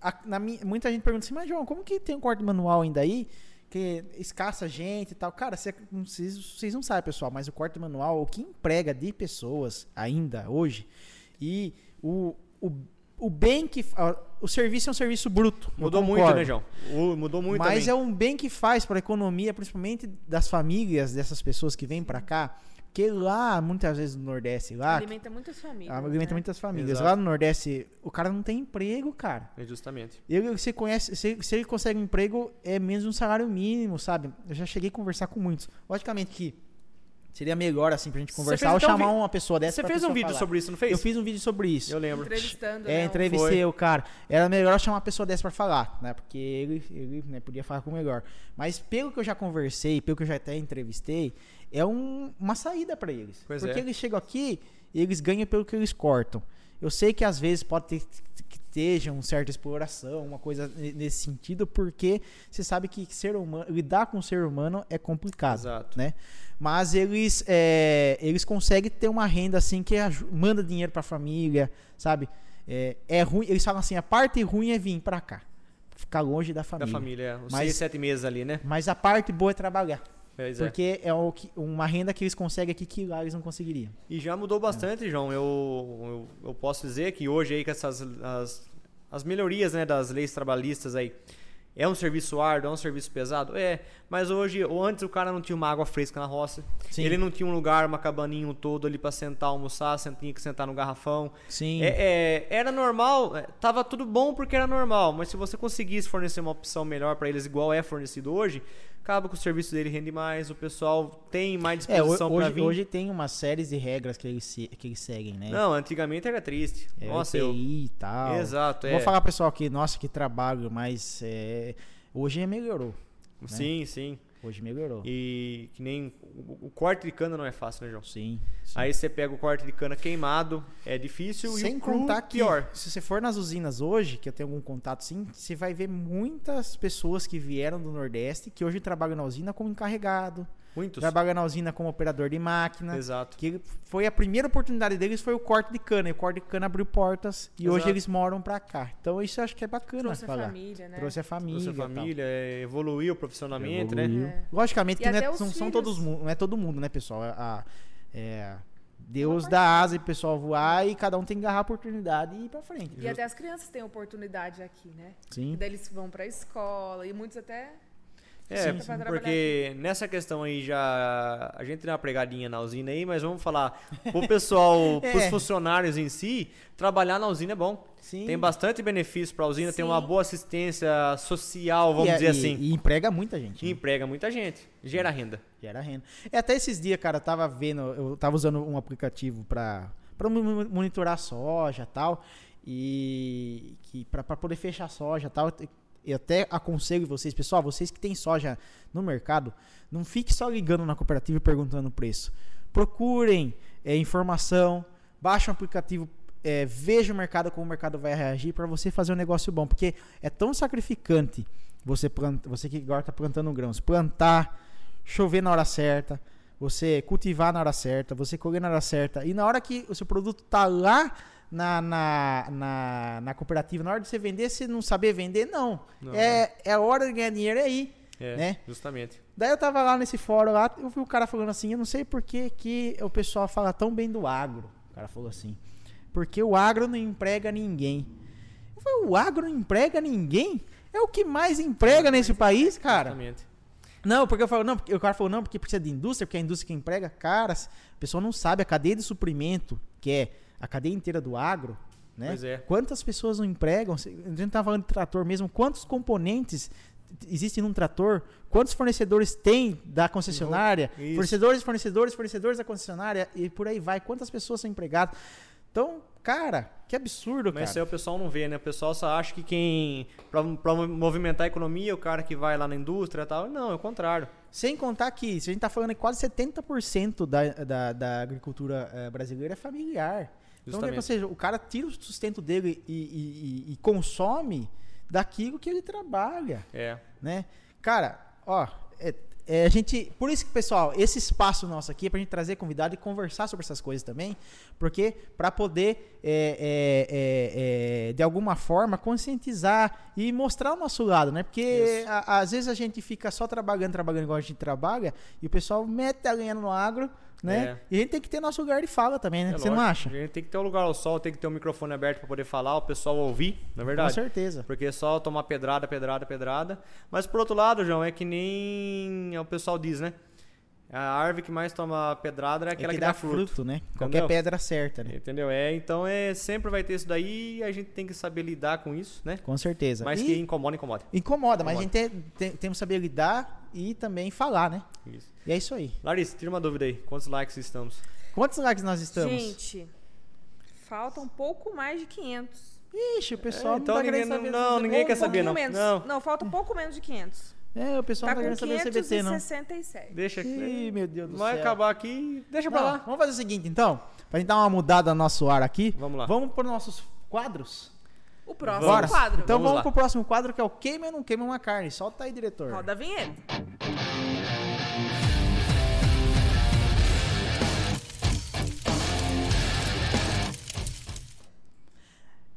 S1: a- na mi- muita gente pergunta assim, mas João, como que tem um corte manual ainda aí? Que escassa gente e tal. Cara, cê- não- vocês vocês não sabem, pessoal, mas o corte manual, o que emprega de pessoas ainda hoje, e o, o, o bem que. fa- O serviço é um serviço bruto. eu
S3: Mudou muito,
S1: concordo.
S3: né, João? O- mudou muito
S1: Mas
S3: também.
S1: é um bem que faz para a economia, principalmente das famílias dessas pessoas que vêm para cá, porque lá, muitas vezes no Nordeste, lá,
S2: Alimenta muitas famílias.
S1: Ah, alimenta
S2: né?
S1: muitas famílias.
S3: Exato.
S1: Lá no Nordeste, o cara não tem emprego, cara.
S3: É, Justamente.
S1: Ele, você conhece, se, se ele consegue um emprego, é menos de um salário mínimo, sabe? Eu já cheguei a conversar com muitos. Logicamente que seria melhor, assim, pra gente
S3: Você
S1: conversar
S3: fez
S1: ou
S3: então
S1: chamar
S3: vi-
S1: uma pessoa dessa
S3: Você
S1: pra
S3: fez um
S1: pessoa
S3: vídeo
S1: falar.
S3: sobre isso, não fez?
S1: Eu fiz um vídeo sobre isso.
S3: Eu lembro.
S2: Entrevistando,
S1: É,
S2: né?
S1: entrevistei o cara. Era melhor eu chamar uma pessoa dessa pra falar, né? Porque ele, ele né, podia falar com o melhor. Mas pelo que eu já conversei, pelo que eu já até entrevistei, é um- uma saída pra eles.
S3: Pois
S1: Porque
S3: é.
S1: eles chegam aqui e eles ganham pelo que eles cortam. Eu sei que às vezes pode ter que esteja uma certa exploração, uma coisa ne- nesse sentido, porque você sabe que ser humano, lidar com o ser humano é complicado
S3: Exato.
S1: né? Mas eles, é, eles conseguem ter uma renda assim que aju- manda dinheiro pra família, sabe? É, é ruim, eles falam assim, a parte ruim é vir pra cá, ficar longe da
S3: Da
S1: família.
S3: família, é, os
S1: Mas-
S3: seis, sete meses ali, né?
S1: Mas a parte boa é trabalhar,
S3: Pois é.
S1: porque é o que- uma renda que eles conseguem aqui que lá eles não conseguiriam.
S3: E já mudou bastante, João. Eu, eu, eu posso dizer que hoje aí com essas as, as melhorias né, das leis trabalhistas aí. É um serviço árduo, é um serviço pesado? É, mas hoje, ou antes o cara não tinha uma água fresca na roça,
S1: Sim.
S3: ele não tinha um lugar, uma cabaninha um todo ali pra sentar, almoçar, sen- tinha que sentar no garrafão.
S1: Sim.
S3: É- é, era normal, é, tava tudo bom porque era normal, mas se você conseguisse fornecer uma opção melhor pra eles, igual é fornecido hoje, acaba que o serviço dele rende mais, o pessoal tem mais
S1: É, ho-
S3: disposição pra
S1: hoje,
S3: vir.
S1: hoje tem uma série de regras que eles, se- que eles seguem, né?
S3: Não, antigamente era triste.
S1: É,
S3: Nossa, eu.
S1: EPI e tal.
S3: Exato, é.
S1: Vou falar pessoal que, nossa, que trabalho, mas é, hoje melhorou.
S3: Sim, sim.
S1: Hoje melhorou.
S3: E que nem. O, o corte de cana não é fácil, né, João?
S1: Sim.
S3: Aí você pega o corte de cana queimado, é difícil e
S1: Sem
S3: o cru,
S1: contar que,
S3: pior.
S1: se você for nas usinas hoje, que eu tenho algum contato sim, você vai ver muitas pessoas que vieram do Nordeste que hoje trabalham na usina como encarregado,
S3: Muitos.
S1: trabalham na usina como operador de máquina.
S3: Exato.
S1: né? Que foi a primeira oportunidade deles foi o corte de cana. E o corte de cana abriu portas e hoje
S3: Exato.
S1: eles moram pra cá. Então isso eu acho que é bacana
S2: Trouxe a
S1: falar.
S2: família, né?
S1: Trouxe a família.
S3: Sua
S1: e tal.
S3: família é, evoluiu profissionalmente, né?
S1: Evoluiu.
S2: É.
S1: Logicamente
S2: E
S1: que não,
S2: até
S1: é,
S2: os
S1: são, são
S2: filhos.
S1: todos mu- não é todo mundo, né, pessoal? É a- é, Deus dá asa e o pessoal voar e cada um tem que agarrar a oportunidade e ir pra frente.
S2: E até as crianças têm oportunidade aqui, né?
S1: Sim.
S2: E daí eles vão pra escola e muitos até.
S3: É,
S2: Sim, sim.
S3: porque nessa questão aí já. A gente deu uma pregadinha na usina aí, mas vamos falar. Pro pessoal,
S1: É.
S3: pros funcionários em si, trabalhar na usina é bom.
S1: Sim.
S3: Tem bastante benefício pra usina, tem uma
S2: Sim.
S3: boa assistência social, vamos
S1: E-
S3: dizer
S1: e-
S3: assim.
S1: E emprega muita gente.
S3: que
S1: né?
S3: emprega muita gente, gera renda.
S1: Gera renda. É, até esses dias, cara, eu tava vendo, eu tava usando um aplicativo pra, pra mo- mo- monitorar a soja e tal. E que pra, pra poder fechar a soja e tal. Eu até aconselho vocês, pessoal, vocês que têm soja no mercado, não fique só ligando na cooperativa e perguntando o preço. Procurem é, informação, baixa um aplicativo, é, veja o mercado, como o mercado vai reagir, para você fazer um negócio bom. Porque é tão sacrificante você, planta, você que agora está plantando grãos, plantar, chover na hora certa, você cultivar na hora certa, você colher na hora certa. E na hora que o seu produto está lá na, na, na, na cooperativa, na hora de você vender, você não saber vender, não.
S3: Não.
S1: É, é a hora de ganhar dinheiro é aí.
S3: É,
S1: né?
S3: justamente.
S1: Daí eu tava lá nesse fórum lá, eu vi o cara falando assim, eu não sei por que, que o pessoal fala tão bem do agro. O cara falou assim, porque o agro não emprega ninguém. Eu falei, o agro não emprega ninguém? É o que mais emprega nesse país, cara.
S3: Justamente.
S1: Não, porque eu falo, não, porque, o cara falou, não, porque precisa de indústria, porque é a indústria que emprega. Cara, a pessoa não sabe, a cadeia de suprimento, que é a cadeia inteira do agro, né?
S3: Pois é.
S1: Quantas pessoas não empregam? Se- A gente tava falando de trator mesmo, quantos componentes t- existem num trator? Quantos fornecedores tem da concessionária?
S3: Não, isso.
S1: Fornecedores, fornecedores, fornecedores da concessionária e por aí vai. Quantas pessoas são empregadas? Então, cara, que absurdo,
S3: Mas isso aí
S1: cara.
S3: o pessoal não vê, né? O pessoal só acha que quem. Pra, pra movimentar a economia, é o cara que vai lá na indústria e tal. Não, é o contrário.
S1: Sem contar que se a gente tá falando que quase 70% da, da, da agricultura eh, brasileira é familiar. Então,
S3: Justamente.
S1: ou seja, o cara tira o sustento dele e- e- e- e consome daquilo que ele trabalha.
S3: É.
S1: né? Cara, ó, é, é, a gente, por isso que pessoal, esse espaço nosso aqui é pra gente trazer convidado e conversar sobre essas coisas também, porque pra poder é, é, é, é, de alguma forma conscientizar e mostrar o nosso lado, né? Porque
S3: Isso.
S1: a- às vezes a gente fica só trabalhando, trabalhando igual a gente trabalha e o pessoal mete a ganhando no agro, né? E a gente tem que ter nosso lugar de fala também, né?
S3: é
S1: Você
S3: lógico.
S1: não acha?
S3: A gente tem que ter um lugar ao sol, tem que ter um microfone aberto pra poder falar, o pessoal ouvir, na verdade.
S1: Com certeza.
S3: Porque é só tomar pedrada, pedrada, pedrada. Mas por outro lado, João, é que nem o pessoal diz, né? A árvore que mais toma pedrada é
S1: É
S3: aquela
S1: que
S3: que,
S1: dá fruto, né? Qualquer
S3: Entendeu?
S1: pedra certa, né?
S3: Entendeu? É, então é sempre vai ter isso daí e a gente tem que saber lidar com isso, né?
S1: Com certeza.
S3: Mas
S1: E-
S3: que incomoda, incomoda.
S1: Incomoda, mas a gente tem, tem- temos que saber lidar e também falar, né?
S3: Isso.
S1: E é isso aí.
S3: Larissa, tira uma dúvida aí. Quantos likes estamos?
S1: Quantos likes nós estamos?
S2: Gente, falta um pouco mais de 500.
S1: Ixi, o pessoal
S3: É, então
S1: não tá querendo saber.
S3: ninguém- não,
S1: do
S3: ninguém
S1: CBT.
S3: quer
S2: um
S3: saber,
S2: pouquinho
S3: não.
S2: Menos.
S3: Não.
S2: falta um pouco menos de 500.
S1: É, o pessoal não
S2: Tá com
S1: tá querendo saber do CBT, não.
S2: 567.
S3: Deixa
S1: Ih, meu Deus do
S3: Vai
S1: céu.
S3: acabar aqui. Deixa pra
S1: Não,
S3: lá.
S1: Vamos fazer o seguinte, então. Pra gente dar uma mudada no nosso ar aqui.
S3: Vamos lá.
S1: Vamos pros nossos quadros?
S2: O próximo
S1: Bora.
S2: quadro.
S1: Então
S3: Vamos
S1: vamos,
S3: lá.
S1: pro próximo quadro, que é o Queima ou Não Queima Uma Carne. Solta aí, diretor.
S2: Roda a vinheta.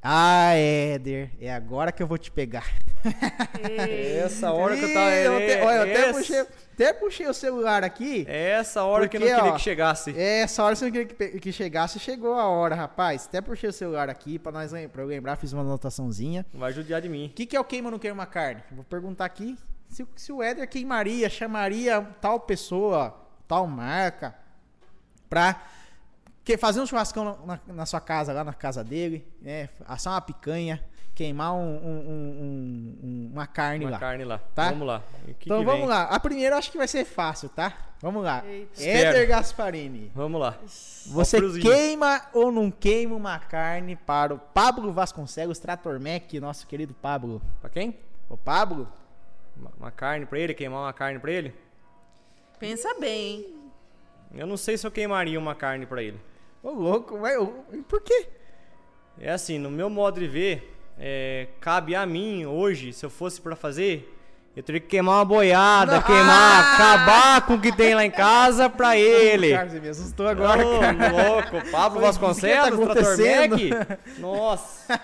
S1: Ah, Éder, é agora que eu vou te pegar.
S3: Essa hora que eu tava.
S1: Ih, eu até- olha, eu até
S3: Essa- É.
S1: puxei, até puxei o celular aqui.
S3: Essa hora que eu não
S1: Porque,
S3: queria
S1: ó,
S3: que chegasse.
S1: É, essa hora você não queria que, pe- que chegasse, chegou a hora, rapaz. Até puxei o celular aqui pra, nós, lem- pra eu lembrar, fiz uma anotaçãozinha.
S3: Vai judiar de
S1: O
S3: mim.
S1: que, que é o queima ou não queima uma carne? Vou perguntar aqui se, o- se o Éder queimaria, chamaria tal pessoa, tal marca, pra que- fazer um churrascão na, na- na sua casa, lá na casa dele, né? Assar uma picanha, queimar um- um- um- um- uma carne
S3: Uma
S1: lá.
S3: carne lá.
S1: Tá?
S3: Vamos lá. O que
S1: então
S3: que
S1: vamos
S3: vem?
S1: lá. A primeira eu acho que vai ser fácil, tá? Vamos lá.
S2: Eita.
S1: Éder
S3: Espero.
S1: Gasparini.
S3: Vamos lá.
S1: Você
S3: friozinho.
S1: queima ou não queima uma carne para o Pablo Vasconcelos, Trator Mac, nosso querido Pablo?
S3: Pra quem?
S1: Ô, Pablo?
S3: Uma, uma carne pra ele? Queimar uma carne pra ele?
S2: Pensa bem, hein?
S3: Eu não sei se eu queimaria uma carne pra ele.
S1: Ô, louco, mas ô, por quê?
S3: É assim, no meu modo de ver, é, cabe a mim hoje, se eu fosse pra fazer, eu teria que queimar uma boiada, queimar, acabar com o que tem lá em casa pra ele.
S1: Ah!
S3: É,
S1: Cara, você me assustou agora,
S3: Ô,
S1: cara.
S3: louco, Pablo
S1: Mas o que
S3: Vasconcelos,
S1: que tá
S3: Trator
S1: acontecendo?
S3: Mac. Nossa.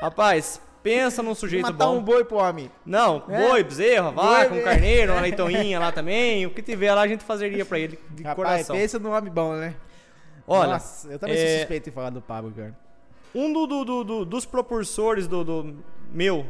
S3: Rapaz, pensa num sujeito
S1: Matar
S3: bom.
S1: um boi pro homem.
S3: Não,
S1: É.
S3: boi, bezerro, vaca,
S1: Boi,
S3: um
S1: é.
S3: carneiro, uma leitoinha lá também. O que tiver lá a gente fazeria pra ele, de
S1: Rapaz,
S3: coração.
S1: pensa num homem bom, né?
S3: Olha,
S1: Nossa, eu também
S3: é,
S1: sou suspeito em falar do Pablo, cara.
S3: um do- do- do- do- dos propulsores do, do meu,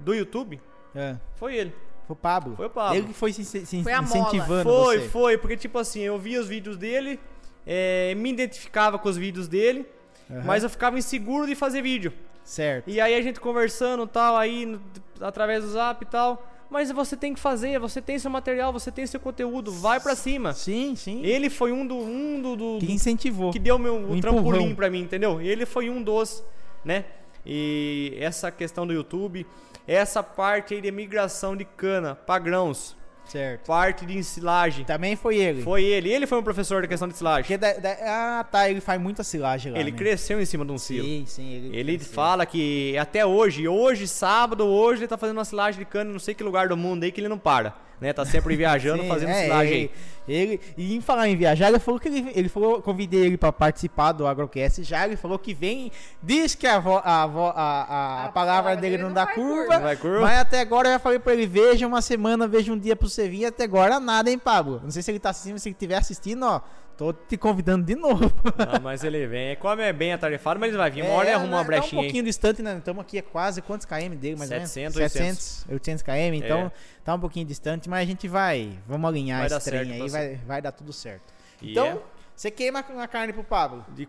S3: do YouTube,
S1: É.
S3: foi ele.
S1: Foi o Pablo.
S3: Foi o Pablo.
S1: Ele que foi se, se- se
S2: Foi a mola.
S1: incentivando
S3: Foi,
S1: você.
S3: foi, porque tipo assim, eu via os vídeos dele, é, me identificava com os vídeos dele,
S1: Aham.
S3: mas eu ficava inseguro de fazer vídeo.
S1: Certo.
S3: E aí a gente conversando e tal, aí no- através do zap e tal. Mas você tem que fazer, você tem seu material, você tem seu conteúdo, vai pra cima.
S1: Sim, sim.
S3: Ele foi um do. Um do, do-
S1: Que
S3: do-
S1: incentivou.
S3: que deu meu
S1: Um
S3: o trampolim
S1: empurrão.
S3: pra mim, entendeu? Ele foi um dos, né? E essa questão do YouTube, essa parte aí de migração de cana pra grãos.
S1: Certo.
S3: Parte de ensilagem.
S1: Também foi ele.
S3: Foi ele. Ele foi um professor da questão de
S1: Porque
S3: ensilagem.
S1: da- da- ah, tá, ele faz muita silagem lá.
S3: Ele
S1: né?
S3: cresceu em cima de um silo.
S1: Sim, sim. Ele,
S3: Ele
S1: cresceu.
S3: fala que até hoje, hoje, sábado, hoje, ele tá fazendo uma silagem de cana em não sei que lugar do mundo aí que ele não para. Né? Tá sempre viajando,
S1: Sim,
S3: fazendo
S1: é,
S3: silagem aí.
S1: ele, ele- e em falar em viajar, ele falou que ele, ele falou, convidei ele pra participar do Agrocast já, ele falou que vem, diz que a, vo- a, vo- a- a- a
S2: A
S1: palavra dele não dá
S2: faz
S1: curva,
S2: curva.
S3: Não vai curva.
S1: é. mas até agora eu já falei pra ele, veja uma semana, veja um dia pra você vir, até agora nada, hein, Pablo? Não sei se ele tá assistindo, se ele estiver assistindo, ó, tô te convidando de novo.
S3: Ah, mas ele vem. Como é bem atarefado, mas ele vai vir. Uma hora
S1: É,
S3: ele arruma uma
S1: né, tá
S3: brechinha
S1: um
S3: aí.
S1: pouquinho distante, né? Estamos aqui, é quase quantos km dele, mais ou
S3: 700,
S1: menos?
S3: 800.
S1: 800 km, então tá um pouquinho distante, mas a gente vai, vamos alinhar
S3: É. Vai dar
S1: esse trem
S3: certo
S1: aí,
S3: pra
S1: vai, vai dar tudo certo.
S3: E
S1: Então,
S3: é-
S1: você queima a carne pro Pablo.
S3: de-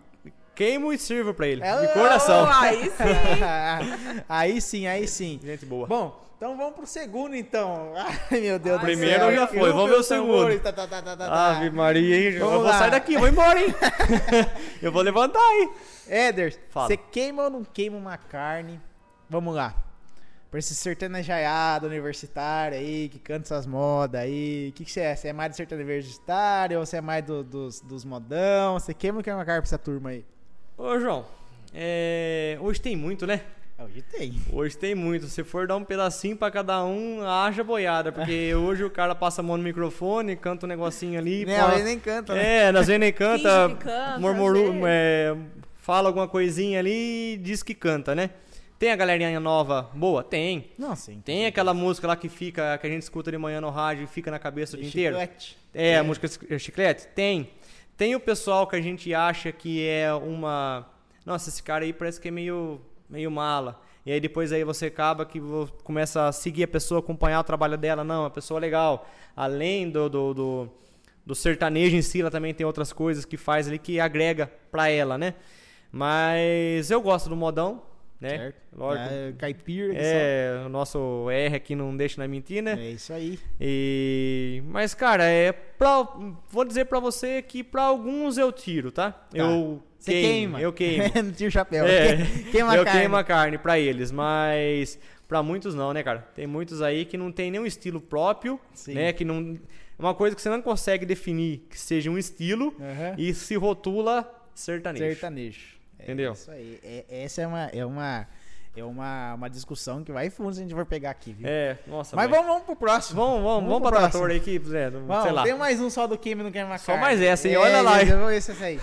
S3: queimo e sirvo pra ele.
S1: É,
S3: de coração.
S2: Oh, aí sim.
S1: aí sim, aí sim.
S3: Gente boa.
S1: Bom, então vamos pro segundo, então. Ai, meu Deus
S2: Ah,
S1: do
S2: primeiro
S1: céu.
S2: já
S1: E
S3: foi,
S1: rufem
S3: vamos ver o
S1: os tambores.
S3: segundo. Ah,
S1: Tá, tá, tá, tá, tá, tá.
S3: Ave Maria, hein? Eu
S1: Vamos
S3: vou
S1: lá.
S3: sair daqui, vou embora, hein? eu vou levantar aí.
S1: Éder,
S3: Fala.
S1: você queima ou não queima uma carne? Vamos lá. Pra esse sertanejaiado universitário aí, que canta essas modas aí. O que, que você é? Você é mais do sertanejo ou você é mais do- dos, dos modão? Você queima ou queima uma carne pra essa turma aí?
S3: Ô, João, é, hoje tem muito, né?
S1: Ah, Hoje tem.
S3: Hoje tem muito. Se for dar um pedacinho pra cada um, haja boiada. Porque hoje o cara passa a mão no microfone, canta um negocinho ali.
S1: Né,
S3: pô,
S1: hoje nem canta, né?
S3: É, nas vezes nem canta,
S2: Finge que canta, às
S3: murmuru,
S2: vezes.
S3: é, fala alguma coisinha ali e diz que canta, né? Tem a galerinha nova boa? Tem.
S1: Não, sim.
S3: Tem aquela música lá que fica, que a gente escuta de manhã no rádio e fica na cabeça o dia inteiro?
S1: Chiclete.
S3: É, a música chi- chiclete? Tem. Tem o pessoal que a gente acha que é uma. Nossa, esse cara aí parece que é meio, meio mala. E aí depois aí você acaba que vo- começa a seguir a pessoa, acompanhar o trabalho dela. Não, é uma pessoa legal. Além do, do, do, do sertanejo em si, ela também tem outras coisas que faz ali que agrega pra ela, né? Mas eu gosto do modão, né?
S1: Certo.
S3: Lógico.
S1: É, caipira. que
S3: É, o nosso R aqui não deixa na mentir, né?
S1: só. é isso aí.
S3: E- mas cara, é pra, vou dizer pra você que pra alguns eu tiro, tá? Eu
S1: Você
S3: queimo,
S1: queima.
S3: eu queimo.
S1: Não tira o chapéu.
S3: É,
S1: Queima a
S3: eu
S1: carne.
S3: queimo a carne pra eles, mas pra muitos não, né, cara? Tem muitos aí que não tem nenhum estilo próprio,
S1: Sim.
S3: né, que não uma coisa que você não consegue definir que seja um estilo
S1: Aham.
S3: e se rotula sertanejo.
S1: sertanejo. É
S3: Entendeu?
S1: Isso aí. É- essa é uma é uma é uma, uma discussão que vai fundo se a gente for pegar aqui, viu?
S3: É, nossa.
S1: Mas vamos, vamos pro próximo.
S3: vamos, vamos,
S1: vamos
S3: vamos
S1: pro
S3: pra
S1: próximo.
S3: trator aí que, é, não-
S1: Vamos,
S3: sei lá.
S1: tem mais um só do queima e não queima uma
S3: Só
S1: carne.
S3: mais essa, hein?
S1: É,
S3: Olha lá, hein?
S1: Eu vou ver se essa aí.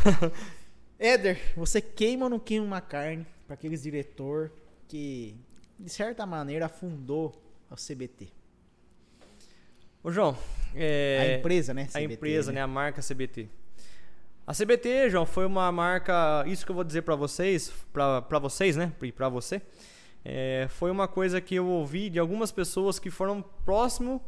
S1: Éder, você queima ou não queima uma carne pra aqueles diretor que de certa maneira afundou o CBT,
S3: Ô, João,
S1: a
S3: é,
S1: empresa, né?
S3: a
S1: CBT,
S3: empresa, né? A marca CBT. A CBT, João, foi uma marca. Isso que eu vou dizer pra vocês, pra pra vocês, né? E pra você, é, foi uma coisa que eu ouvi de algumas pessoas que foram próximo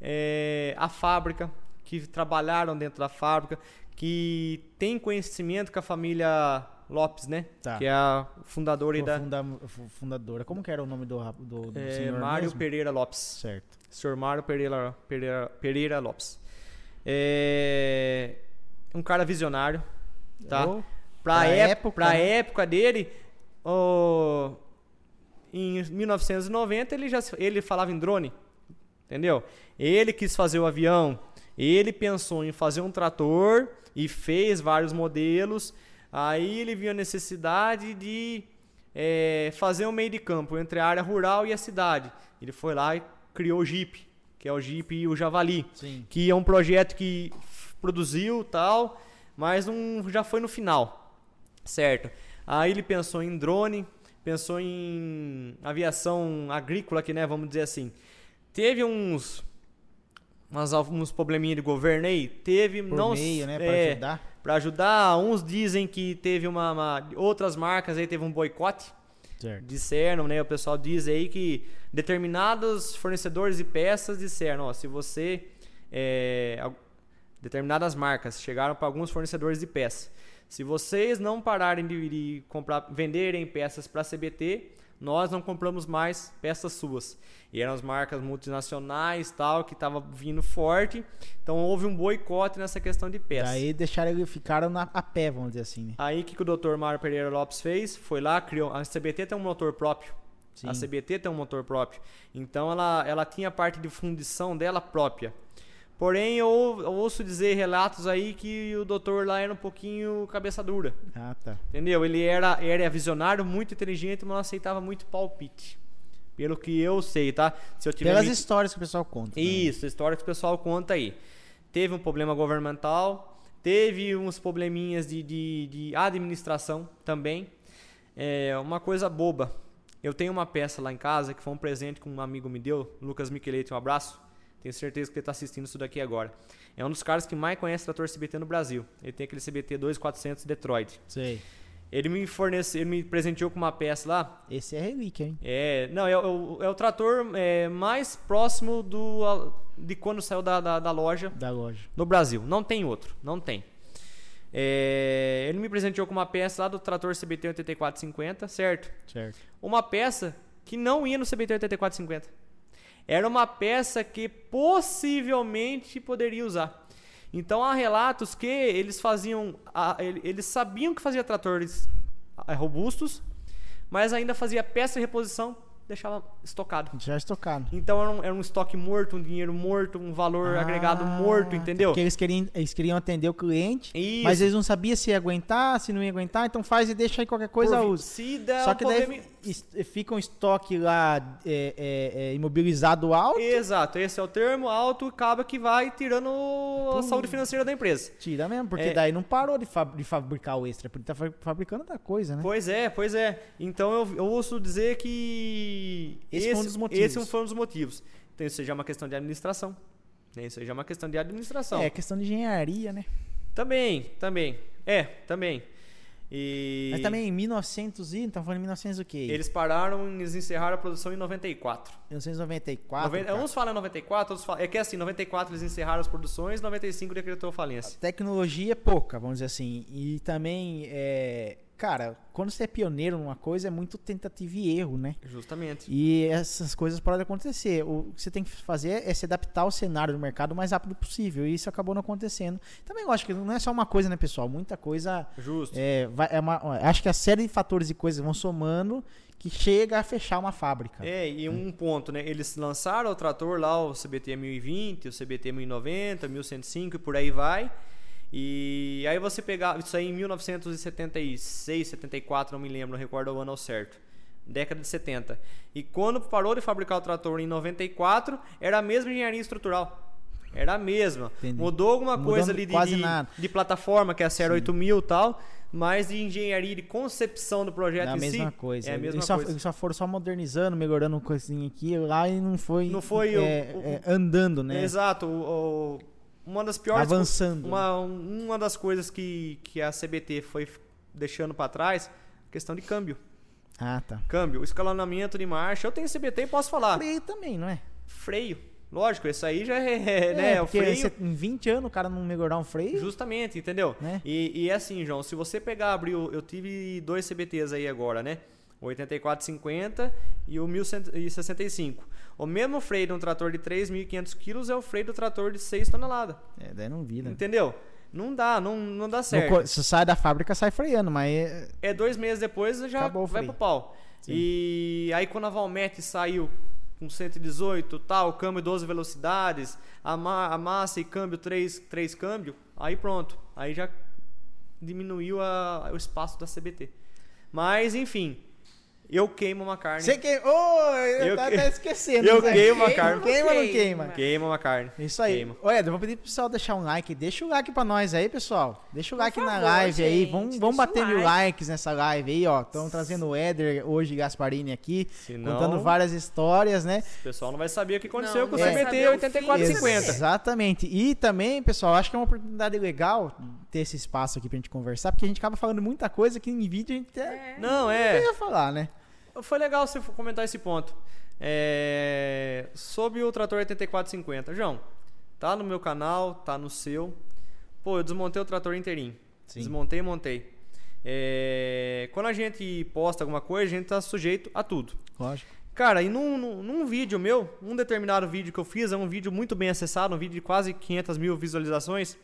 S3: é, à fábrica, que trabalharam dentro da fábrica, que tem conhecimento com a família Lopes, né?
S1: Tá.
S3: Que é a fundadora aí
S1: Pô,
S3: da
S1: funda- fu- fundadora. Como que era o nome do rap- do, do
S3: é,
S1: senhor
S3: Mário
S1: mesmo?
S3: Pereira Lopes.
S1: Certo.
S3: Sr. Mário Pereira, Pereira, Pereira Lopes. É um cara visionário, tá?
S1: Ô,
S3: pra,
S1: pra
S3: época,
S1: época,
S3: pra
S1: né?
S3: época dele, ó, em 1990 ele já se- ele falava em drone, entendeu? Ele quis fazer o avião, ele pensou em fazer um trator e fez vários modelos. Aí ele viu a necessidade de é, fazer um meio de campo entre a área rural e a cidade. Ele foi lá e criou o Jeep, que é o Jeep e o Javali
S1: Sim.
S3: que é um projeto que f- produziu tal, mas não, já foi no final, certo? Aí ele pensou em drone, pensou em aviação agrícola, que né, vamos dizer assim, teve uns umas, uns probleminha de governo aí, teve
S1: Por
S3: não
S1: meio, né, pra
S3: é,
S1: ajudar.
S3: pra ajudar. Uns dizem que teve uma, uma- outras marcas aí teve um boicote
S1: Certo.
S3: disseram, né? O pessoal diz aí que determinados fornecedores de peças disseram, ó, se você é, al- determinadas marcas chegaram para alguns fornecedores de peças, se vocês não pararem de, de comprar, venderem peças para CBT, nós não compramos mais peças suas. E eram as marcas multinacionais tal que tava vindo forte, então houve um boicote nessa questão de peças.
S1: Daí deixaram ele ficaram na, a pé, vamos dizer assim, né?
S3: Aí o que, que o Dr. Mário Pereira Lopes fez? Foi lá, criou. A CBT tem um motor próprio.
S1: Sim.
S3: A CBT tem um motor próprio. Então ela, ela tinha a parte de fundição dela própria. Porém, eu, ou- eu ouço dizer relatos aí que o doutor lá era um pouquinho cabeça dura.
S1: Ah, tá.
S3: Entendeu? Ele era, era visionário, muito inteligente, mas não aceitava muito palpite. Pelo que eu sei, tá? Se eu tiver
S1: Pelas
S3: menti-
S1: histórias que o pessoal conta. né?
S3: isso, história que o pessoal conta aí. Teve um problema governamental, teve uns probleminhas de, de, de administração também. É uma coisa boba. Eu tenho uma peça lá em casa que foi um presente que um amigo me deu, Lucas Micheletti, um abraço. Tenho certeza que ele está assistindo isso daqui agora. É um dos caras que mais conhece trator CBT no Brasil. Ele tem aquele CBT 2400 Detroit.
S1: Sei.
S3: Ele me forneceu, ele me presenteou com uma peça lá
S1: Esse é relíquia, hein?
S3: é, não, é, o- é o trator é, mais próximo do a- de quando saiu da, da, da loja
S1: Da loja.
S3: no Brasil. Não tem outro, não tem. É, ele me presenteou com uma peça lá do trator CBT 8450, certo?
S1: Certo.
S3: Uma peça que não ia no CBT 8450. Era uma peça que possivelmente poderia usar. Então há relatos que eles faziam, a- ele- eles sabiam que fazia tratores ah, robustos, mas ainda fazia peça de reposição, deixava estocado.
S1: Já estocado.
S3: Então era um, era um estoque morto, um dinheiro morto, um valor
S1: Ah,
S3: agregado morto, entendeu?
S1: Porque eles queriam, eles queriam atender o cliente,
S3: Isso.
S1: mas é eles não sabiam se ia aguentar, se não ia aguentar, então faz e deixa aí qualquer coisa
S3: Por-
S1: usa.
S3: Se der
S1: Só
S3: um
S1: que daí
S3: problema-
S1: is- fica um estoque lá é, é, é, imobilizado alto,
S3: Exato, esse é o termo alto, acaba que vai tirando a saúde financeira da empresa.
S1: tira mesmo, porque
S3: É.
S1: daí não parou de, fab- de fabricar o extra, porque tá fa- fabricando outra coisa, né?
S3: Pois é, pois é. Então eu, eu ouço dizer que
S1: Esse foi um dos motivos.
S3: esse foi um dos motivos. Então isso já é uma questão de administração. né? Isso já é uma questão de administração.
S1: É questão de engenharia, né?
S3: Também, também. É, também. E
S1: Mas também em 1900 e, então falando em 1900 o quê?
S3: eles pararam, eles encerraram a produção em 94.
S1: 1994.
S3: Noven-
S1: cara.
S3: Uns falam 94, outros falam. É que assim, 94 eles encerraram as produções, 95 decretou falência.
S1: tecnologia é pouca, vamos dizer assim. E também, é, cara, quando você é pioneiro numa coisa, é muito tentativa e erro, né?
S3: Justamente.
S1: E essas coisas podem acontecer. O que você tem que fazer é se adaptar ao cenário do mercado o mais rápido possível. E isso acabou não acontecendo. Também eu acho que não é só uma coisa, né, pessoal? Muita coisa.
S3: Justo.
S1: É, vai- é uma- acho que a série de fatores e coisas vão somando que chega a fechar uma fábrica.
S3: É, e um ponto, né? Eles lançaram o trator lá, o CBT 1020, o CBT 1090, 1105 e por aí vai. E aí você pegava isso aí em 1976, 74, não me lembro, não recordo o ano ao certo. Década de 70. E quando parou de fabricar o trator em 94, era a mesma engenharia estrutural. Era a mesma.
S1: Entendi.
S3: Mudou alguma
S1: Mudou
S3: coisa ali de,
S1: quase
S3: de-
S1: nada.
S3: de plataforma, que é a Série 8000 e tal, mas de engenharia de concepção do
S1: É
S3: projeto
S1: a
S3: em si,
S1: mesma coisa.
S3: É a mesma
S1: eles, só,
S3: coisa.
S1: eles só foram só modernizando, melhorando coisinha aqui e lá e não foi,
S3: Não foi o-
S1: é,
S3: o-
S1: é, andando, né?
S3: Exato. o- o- uma das piores.
S1: Avançando. né?
S3: Uma, um, uma das coisas que, que a CBT foi f- deixando para trás, questão de câmbio.
S1: Ah, tá.
S3: Câmbio, escalonamento de marcha. Eu tenho CBT e posso falar.
S1: Freio também, não é?
S3: Freio. Lógico, isso aí já é, né, o
S1: porque
S3: freio.
S1: você- em 20 anos o cara não melhorar um freio.
S3: Justamente, entendeu?
S1: Né?
S3: E, e é assim, João, se você pegar, abrir, o- eu tive dois CBTs aí agora, né? O 8450 e o 1165. O mesmo freio de um trator de 3.500 quilos é o freio do trator de 6 toneladas.
S1: É, daí não vira.
S3: Entendeu? Não dá, não, não dá
S1: No
S3: Então, certo.
S1: co- Se sai da fábrica, sai freando, mas é-
S3: É dois meses depois já
S1: Acabou o
S3: vai
S1: freio.
S3: pro pau.
S1: Sim.
S3: E aí quando a Valmet saiu com 118 tal, câmbio 12 velocidades, a, ma- a massa e câmbio 3, três câmbio, aí pronto. Aí já diminuiu a- o espaço da CBT. Mas enfim, eu queimo uma carne.
S1: Você que... Ô, eu,
S3: Eu
S1: tava
S3: que-
S1: até esquecendo.
S3: eu
S1: né?
S3: queimo a
S1: Queima,
S3: carne.
S1: Queima ou não
S2: Queima.
S1: queima?
S3: Queima uma carne.
S1: Isso aí.
S3: Queima.
S1: Ô, Eder, vou pedir pro pessoal deixar um like. Deixa o like pra nós aí, pessoal. Deixa o
S2: Por
S1: like na
S2: favor,
S1: live aí.
S2: gente,
S1: Vamos,
S2: deixa o
S1: vamos bater
S3: um
S1: mil
S2: like.
S1: likes nessa live aí, ó. Estamos trazendo o Éder hoje, Gasparini aqui,
S3: Se não-
S1: contando várias histórias, né?
S3: O pessoal não vai saber o que aconteceu
S2: Não,
S3: com o
S1: não vai
S3: CBT
S2: saber o fim.
S3: 8450.
S2: Ex-
S1: Exatamente. E também, pessoal, acho que é uma oportunidade legal ter esse espaço aqui pra gente conversar, porque a gente acaba falando muita coisa que em vídeo a gente até
S2: É.
S3: Não,
S1: não
S3: é.
S1: ia falar, né?
S3: Foi legal você comentar esse ponto. É, Sobre o trator 8450. João, tá no meu canal, tá no seu. Pô, eu desmontei o trator inteirinho.
S1: Sim.
S3: Desmontei e montei. É, Quando a gente posta alguma coisa, a gente tá sujeito a tudo.
S1: Lógico.
S3: Cara, e num, num, num vídeo meu, um determinado vídeo que eu fiz, é um vídeo muito bem acessado, um vídeo de quase 500 mil visualizações.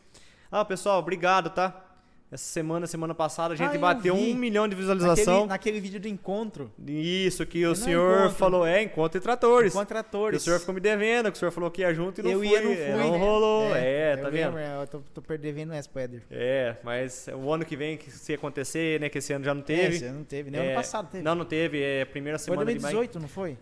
S3: Ah, pessoal, obrigado, tá? Essa semana, semana passada, a
S1: Ah,
S3: gente
S1: eu
S3: bateu
S1: vi.
S3: um milhão de visualização.
S1: Naquele, naquele vídeo do encontro.
S3: Isso, que
S1: não
S3: o senhor
S1: encontro.
S3: falou, é, encontro e tratores.
S1: Encontro
S3: Que o
S1: atores.
S3: senhor ficou me devendo, que o senhor falou que ia junto e não
S1: eu
S3: foi.
S1: ia, não
S3: é,
S1: fui.
S3: não
S1: né?
S3: rolou, é, tá
S1: eu
S3: vendo?
S1: lembro, Eu tô, tô perdendo essa, Pedro.
S3: É, mas o ano que vem, que se acontecer, né, que esse ano já não
S1: É,
S3: teve.
S1: esse ano não teve, nem
S3: É,
S1: ano passado teve.
S3: Não, não teve, é primeira
S1: foi
S3: semana de maio.
S1: 2018, não foi?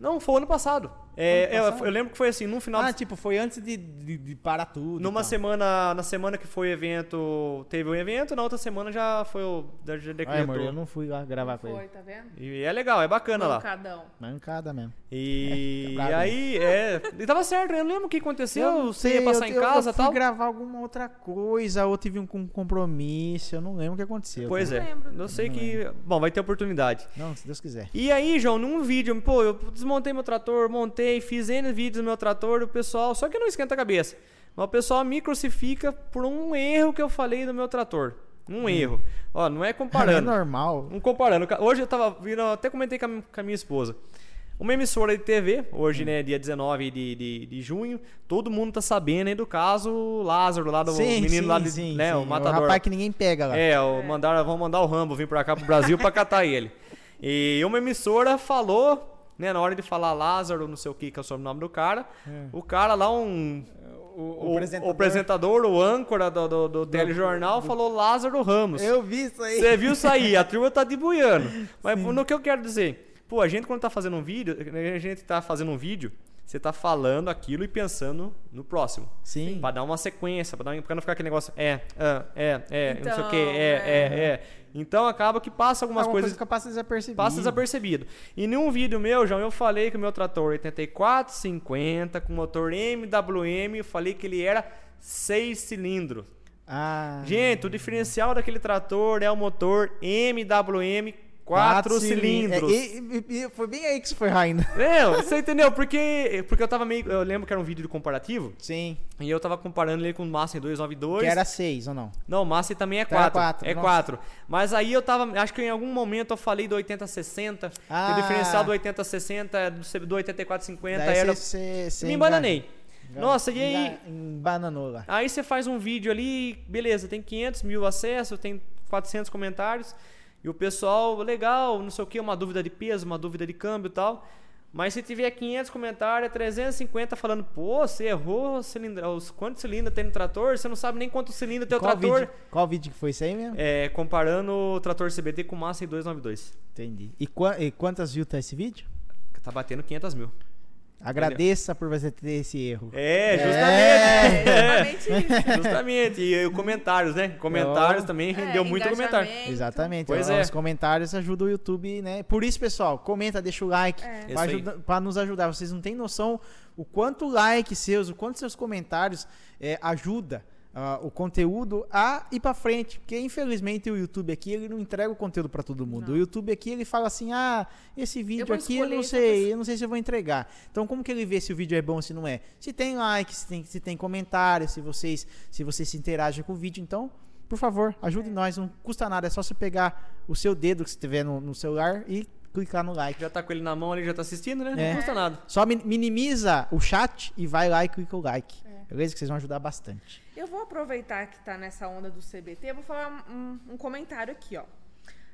S3: Não, foi ano passado. É,
S1: Ano
S3: eu-
S1: passado?
S3: Eu, lembro que foi assim, no final,
S1: Ah, tipo, foi antes de, de- de parar tudo. então. e
S3: numa
S1: tal.
S3: semana, na semana que foi evento, teve um evento, na outra semana já foi o já já
S1: Ai, amor,
S3: decretou.
S1: eu não fui lá gravar com
S2: Foi,
S1: ele.
S2: tá vendo?
S3: E é legal, é bacana lá.
S2: Mancadão.
S1: Mancada mesmo.
S3: E,
S1: É, tá
S3: e
S1: bravo.
S3: aí, é. E tava certo, eu não lembro o que aconteceu.
S1: não
S3: você
S1: sei,
S3: ia passar
S1: eu-
S3: em
S1: eu-
S3: casa
S1: eu
S3: e
S1: fui
S3: tal.
S1: gravar alguma outra coisa, ou tive um com- compromisso, eu não lembro o que aconteceu.
S3: Pois
S2: não
S3: é.
S2: lembro.
S3: Eu sei que. Bom, vai ter oportunidade.
S1: Não, se Deus quiser.
S3: E aí, João, num vídeo, pô, eu desmontei meu trator, montei, fiz N vídeos no meu trator, o pessoal. Só que não esquenta a cabeça. Mas o pessoal me crucifica por um erro que eu falei no meu trator.
S1: Hum.
S3: Um erro. Ó, não é
S1: É
S3: comparando.
S1: normal.
S3: Um comparando. ca- Hoje eu tava vindo, eu até comentei com a, mi- com a minha esposa. Uma emissora de TV, hoje, né, dia 19 de, de, de junho, todo mundo tá sabendo aí do caso Lázaro, lá do menino lá de, né, o matador.
S1: rapaz que ninguém pega lá.
S3: É, o mandaram, vão mandar o Rambo vir pra cá pro Brasil pra catar ele. E uma emissora falou, né, na hora de falar Lázaro, não sei o que, que é o sobrenome do cara, o cara lá, um. É. O, o apresentador, o âncora do, do, do telejornal, falou Lázaro Ramos.
S1: Eu vi isso aí.
S3: Você viu isso aí, a turma tá debuiando. Mas no que eu quero dizer, pô, a gente quando tá fazendo um vídeo, a gente tá fazendo um vídeo, você tá falando aquilo e pensando no próximo.
S1: Sim.
S3: Pra dar uma sequência, pra, dar, pra não ficar aquele negócio, é, ah, é, é, não sei o que,
S2: Então,
S3: é, é,
S2: é.
S3: é, Então acaba que passa algumas
S1: Alguma
S3: coisas,
S1: coisa que passa desapercebida.
S3: passa desapercebido. E num vídeo meu, João, eu falei que o meu trator 8450 com motor MWM, eu falei que ele era 6 cilindros.
S1: Ah,
S3: Gente, o diferencial daquele trator é o motor MWM 4
S1: quatro
S3: cilindros.
S1: É, e- e- e foi bem aí que você foi raindo.
S3: Não, você entendeu? Porque, porque eu tava meio. Eu lembro que era um vídeo de comparativo.
S1: Sim.
S3: E eu tava comparando ele com o Massa 292.
S1: Que era seis, ou não?
S3: Não, o Massa também é
S1: Era
S3: 4.
S1: quatro,
S3: é
S1: nossa.
S3: 4. Mas aí eu tava. Acho que em algum momento eu falei do 8060.
S1: Ah.
S3: o diferencial do 8060 é do, do 8450
S1: Daí
S3: era.
S1: cê- cê- cê
S3: me
S1: engana-
S3: embananei.
S1: engana-
S3: Nossa, e aí.
S1: enga- Embananou lá.
S3: Aí você faz um vídeo ali, beleza, tem 500 mil acessos, tem 400 comentários, e o pessoal, legal, não sei o que, uma dúvida de peso, uma dúvida de câmbio e tal. Mas se tiver 500 comentários, é 350 falando, pô, você errou o cilindro, os quantos cilindros tem no trator, você não sabe nem quantos cilindros tem o
S1: Qual
S3: trator.
S1: vídeo, qual vídeo que foi isso aí mesmo?
S3: É, comparando o trator CBT com o Massa 292,
S1: Entendi. E, qua- e quantas views tá esse vídeo?
S3: que tá batendo 500 mil.
S1: Agradeça por você ter esse erro.
S3: É,
S2: É,
S3: justamente.
S2: exatamente isso.
S3: Justamente. E, e comentários, né? Comentários
S1: Oh.
S3: também
S2: É,
S3: rendeu muito comentário.
S2: engajamento.
S1: Exatamente.
S3: Pois
S1: ó,
S3: é.
S1: Os comentários ajudam o YouTube, né? Por isso, pessoal, comenta, deixa o like
S2: É.
S1: pra,
S3: Isso aí.
S1: ajuda- pra nos ajudar. Vocês não têm noção o quanto like seus, o quanto seus comentários é, ajuda ah, o conteúdo a ir pra frente, porque infelizmente o YouTube aqui ele não entrega o conteúdo pra todo mundo.
S2: Não.
S1: O YouTube aqui ele fala assim: "Ah, esse vídeo
S2: vou
S1: aqui eu
S2: escolher
S1: não
S2: essa
S1: sei, eu não sei se eu vou entregar". Então como que ele vê se o vídeo é bom ou se não é? Se tem like, se tem, se tem comentário, se vocês se vocês se interagem com o vídeo, então por favor, ajude nós, não custa nada, é só você pegar o seu dedo que você tiver no, no celular e clicar no like.
S3: Já tá com ele na mão ali, já tá assistindo, né?
S1: É.
S3: Não custa nada.
S1: Só mi- minimiza o chat e vai lá e clica o like. Beleza? Que vocês vão ajudar bastante.
S2: Eu vou aproveitar que tá nessa onda do CBT, eu vou falar um, um comentário aqui, ó.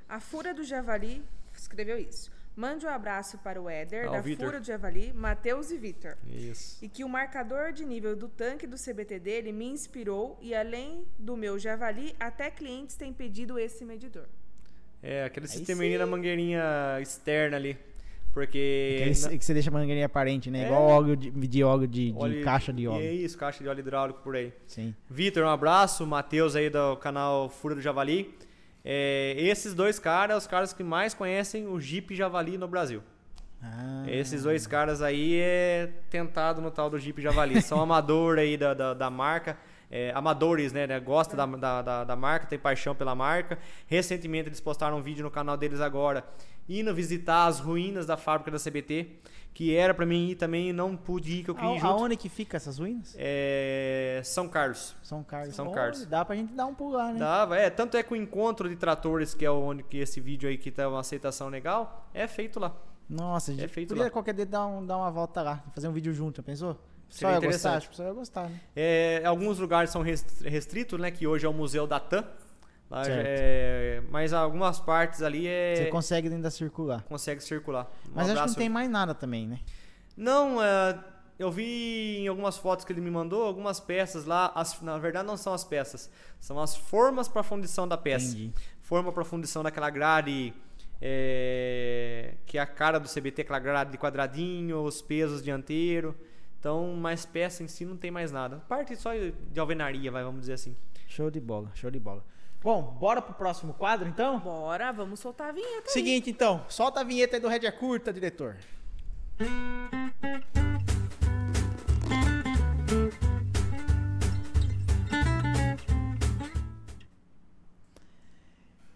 S2: A Fura do Javali escreveu isso. Mande um abraço para o Éder,
S3: Ah, o
S2: da
S3: Vitor.
S2: Fura do Javali, Matheus e Vitor.
S3: Isso.
S2: E que o marcador de nível do tanque do CBT dele me inspirou e além do meu Javali, até clientes têm pedido esse medidor.
S3: É, aquele
S1: sim.
S3: sisteminha da mangueirinha externa ali. Porque.
S1: Que,
S3: na-
S1: que você deixa a mangueirinha aparente, né?
S3: É.
S1: Igual óleo de, de óleo de, de
S3: óleo-
S1: caixa de
S3: E é
S1: óleo.
S3: isso, caixa de óleo hidráulico por aí.
S1: Sim.
S3: Vitor, um abraço. Matheus aí do canal Fura do Javali. É, esses dois caras, os caras que mais conhecem o Jeep Javali no Brasil.
S1: Ah,
S3: Esses dois caras aí é tentado no tal do Jeep Javali. São amador aí da, da, da marca. é, amadores, né? né, Gosta da, da, da, da marca, tem paixão pela marca. Recentemente eles postaram um vídeo no canal deles agora, indo visitar as ruínas da fábrica da CBT, que era pra mim ir também e não pude ir, que eu queria ir
S1: a,
S3: junto.
S1: aonde que fica essas ruínas?
S3: É, São Carlos.
S1: São Carlos.
S3: São
S1: Oh,
S3: Carlos.
S1: Dá pra gente dar um pulo lá, né?
S3: Dava, é, tanto é que o encontro de tratores, que é onde que esse vídeo aí que tá uma aceitação legal, é feito lá.
S1: Nossa, a gente
S3: É feito
S1: podia
S3: lá.
S1: qualquer dia dar, um- dar uma volta lá, fazer um vídeo junto, já pensou? O
S3: Seria
S1: pessoal ia gostar,
S3: interessante.
S1: acho que o pessoal ia gostar, né?
S3: É, alguns lugares são restri- restritos, né? Que hoje é o Museu da TAM. Lá
S1: Certo.
S3: é- mas algumas partes ali é,
S1: Você consegue ainda circular.
S3: consegue circular. Um
S1: Mas acho que
S3: abraço.
S1: não tem mais nada também, né?
S3: Não, é, eu vi em algumas fotos que ele me mandou algumas peças lá. as- na verdade, não são as peças, são as formas para fundição da peça.
S1: Entendi.
S3: Forma para fundição daquela grade é, que é a cara do CBT, aquela grade de quadradinho, os pesos dianteiro. Então, mais peça em si não tem mais nada. Parte só de alvenaria, vai, vamos dizer assim.
S1: Show de bola, show de bola. Bom, bora pro próximo quadro então?
S2: Bora, vamos soltar a vinheta. aí.
S1: Seguinte então, solta a vinheta aí do Red é Curta, diretor.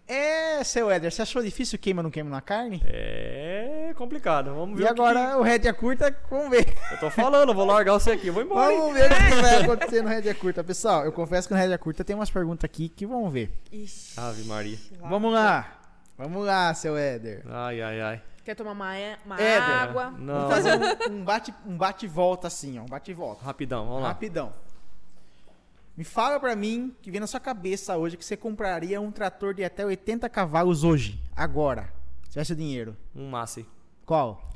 S1: É, seu Éder, você achou difícil queima ou não queima na carne?
S3: É complicado. Vamos ver.
S1: e
S3: o que
S1: agora o Red é Curta, vamos ver.
S3: que- Eu tô falando, eu vou largar você aqui, eu vou embora. hein?
S1: Vamos ver o que vai acontecer no Red é Curta. Pessoal, eu confesso que no Red é Curta tem umas perguntas aqui que vamos ver.
S2: Ixi,
S3: Ave Maria.
S2: lá.
S1: Vamos lá. Vamos lá, seu Éder.
S3: Ai, ai, ai.
S2: Quer tomar uma, é- uma
S1: Éder.
S2: água?
S3: Não,
S1: Vamos fazer um, um bate um bate e volta assim, ó, um bate e volta.
S3: rapidão, vamos lá.
S1: Rapidão. Me fala pra mim, que vem na sua cabeça hoje, que você compraria um trator de até 80 cavalos hoje, agora. Se tivesse o dinheiro.
S3: Um Massey.
S1: Qual?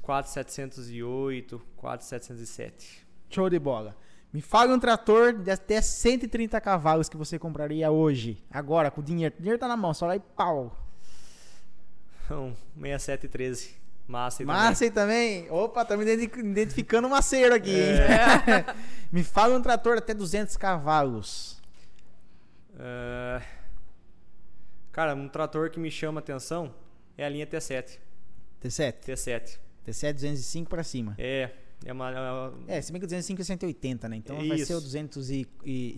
S3: 4708, 4707.
S1: Show de bola. Me fala um trator de até 130 cavalos que você compraria hoje, agora, com o dinheiro. O dinheiro tá na mão, só lá e pau.
S3: Um 6713. Massey
S1: Massa aí também. Opa, tá me identi- identificando um maceiro aqui. hein?
S3: É.
S1: me fala um trator de até 200 cavalos.
S3: também. Ah, Cara, um trator que me chama a atenção é a linha T7.
S1: T7.
S3: T7.
S1: T7, 205 pra cima.
S3: É, é uma... é uma-
S1: É, se bem que o 205 é 180, né? Então vai
S3: Isso.
S1: ser o 200 e, e-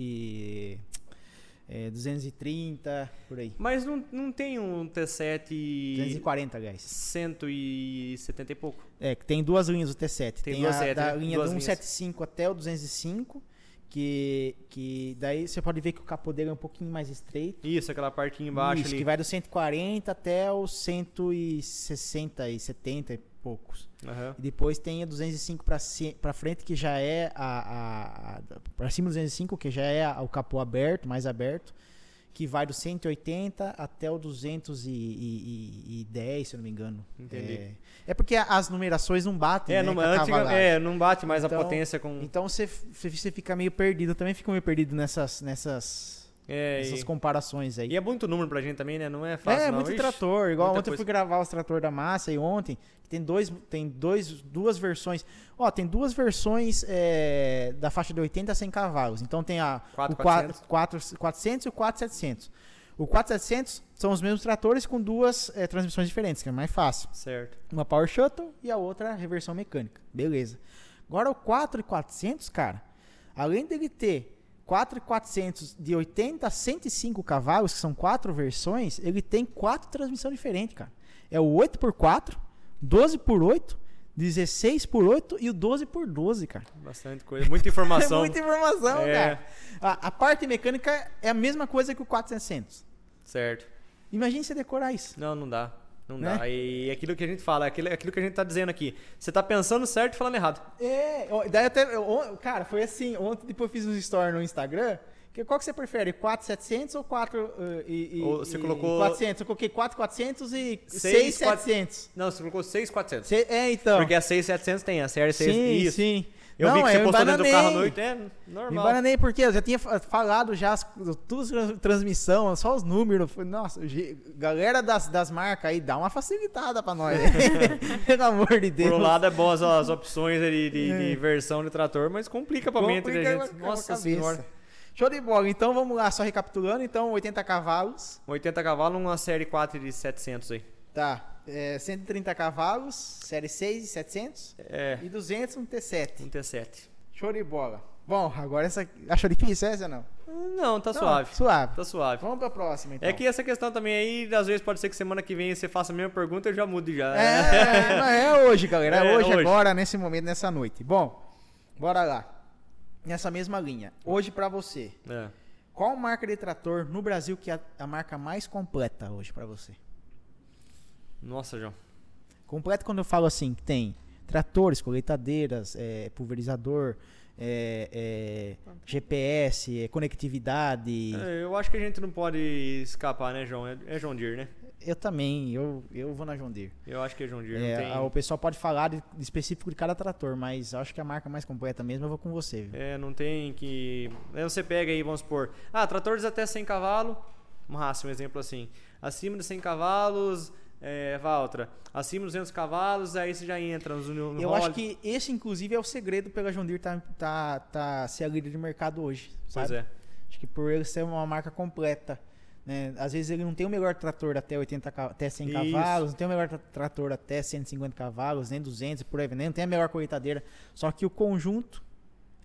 S1: e- é, 230, por aí.
S3: Mas não, não tem um T7
S1: 240, guys.
S3: 170 e pouco.
S1: É, que tem duas linhas o T7.
S3: Tem
S1: Tem,
S3: duas
S1: a
S3: sete,
S1: da
S3: né?
S1: linha
S3: Duas
S1: do
S3: linhas.
S1: 175 até o 205, que, que daí você pode ver que o capô dele é um pouquinho mais estreito.
S3: Isso, aquela partinha embaixo
S1: Isso,
S3: ali.
S1: que vai do 140 até o 160 e 70 e poucos.
S3: Aham.
S1: E depois tem a 205 pra, ci- pra frente, que já é a, a, a- pra cima do 205, que já é a- o capô aberto, mais aberto, que vai do 180 até o 210, se eu não me engano.
S3: Entendi.
S1: É, é porque a- as numerações não batem,
S3: É,
S1: né,
S3: não,
S1: com a
S3: antiga-
S1: cavalagem.
S3: é, não bate mais a
S1: Então-
S3: potência com...
S1: Então você f- você fica meio perdido, eu também fico meio perdido nessas, nessas,
S3: É,
S1: nessas
S3: e-
S1: comparações aí.
S3: E é muito número pra gente também, né? Não é fácil.
S1: É,
S3: não.
S1: muito
S3: Ixi.
S1: trator. Igual
S3: muita
S1: ontem eu
S3: coisa.
S1: fui gravar os trator da massa e ontem que tem dois, tem dois, duas versões. Ó, tem duas versões é, da faixa de 80 a 100 cavalos. Então tem a
S3: Quatro
S1: o 400. 400 e o 4700. O 4700 são os mesmos tratores com duas é, transmissões diferentes, que é mais fácil.
S3: Certo.
S1: Uma power shuttle e a outra reversão mecânica. Beleza. Agora o 4400, cara, além dele ter 4400 de 80 a 105 cavalos, que são quatro versões, ele tem quatro transmissões diferentes, cara. É o 8x4, 12x8, 16x8 e o 12x12, cara.
S3: Bastante coisa. Muita informação.
S1: É muita informação,
S3: É.
S1: cara. A, a parte mecânica é a mesma coisa que o 400.
S3: Certo.
S1: Imagina você decorar isso.
S3: Não, não dá. Não
S1: Né?
S3: dá. E aquilo que a gente fala, aquilo, aquilo que a gente tá dizendo aqui. Você tá pensando certo e falando errado.
S1: É, ó, daí até. eu- on- Cara, foi assim. Ontem depois eu fiz uns stories no Instagram. Que qual que você prefere? 4,700 ou 4. eh, e, e-
S3: Ou você
S1: e
S3: colocou-
S1: 400. Eu coloquei 4,400 e
S3: Seis, quatro-
S1: 6,700.
S3: Não, você colocou 6,400.
S1: Cê- É, então.
S3: Porque a 6,700 tem, a série 6.
S1: sim, é
S3: isso.
S1: sim.
S3: Eu vi que você
S1: me
S3: postou dentro do carro à
S1: bananei.
S3: noite. É
S1: Me
S3: normal.
S1: bananei porque eu já tinha fa- falado já as, tudo sobre transmissão, só os números. Eu falei, Nossa, ge- galera das, das marcas aí, dá uma facilitada pra nós. né? Pelo amor de Deus.
S3: Por um lado é bom as, as opções de, de- de
S1: É.
S3: versão de trator, mas complica pra mente da
S1: Complica
S3: gente.
S1: a- a
S3: Nossa
S1: cabeça.
S3: senhora.
S1: Show de bola. Então vamos lá, só recapitulando. Então, 80 cavalos.
S3: 80 cavalos, Um uma série 4 de 700 aí.
S1: Tá. É, 130 cavalos, série 6 e 700.
S3: É,
S1: E 200, um T7.
S3: um T7.
S1: Show de bola. Bom, agora essa. Achou difícil essa ou não?
S3: Não, tá
S1: Não,
S3: suave.
S1: Suave.
S3: Tá suave.
S1: Vamos pra próxima, então.
S3: É que essa questão também aí, às vezes pode ser que semana que vem você faça a mesma pergunta e eu já mude já.
S1: É, mas é hoje, galera. É,
S3: É,
S1: hoje,
S3: hoje.
S1: agora, nesse momento, nessa noite. Bom, bora lá. Nessa mesma linha. Hoje pra você.
S3: É.
S1: Qual marca de trator no Brasil que é a- a marca mais completa hoje pra você?
S3: Nossa, João.
S1: Completo quando eu falo assim, que tem tratores, colheitadeiras, é, pulverizador, é, é, GPS, é, conectividade.
S3: É, eu acho que a gente não pode escapar, né, João? É, é John Deere, né?
S1: Eu também, eu, eu vou na John Deere.
S3: Eu acho que é John Deere.
S1: É,
S3: não tem...
S1: a- O pessoal pode falar de, de específico de cada trator, mas eu acho que a marca mais completa mesmo eu vou com você. viu?
S3: É, não tem que. Aí você pega aí, vamos supor. Ah, tratores até 100 cavalos. Um raça, um exemplo assim. Acima de 100 cavalos, é, Valtra. Acima de 200 cavalos, aí você já entra nos Union
S1: Eu acho que esse, inclusive, é o segredo pela John Deere tá, tá, tá ser a líder de mercado hoje. Sabe?
S3: Pois é.
S1: Acho que por ele ser uma marca completa. Né? Às vezes ele não tem o melhor trator até 80 ca- até 100
S3: Isso.
S1: cavalos, não tem o melhor tra- trator até 150 cavalos, nem 200 e por aí, vai, nem não tem a melhor colheitadeira. Só que o conjunto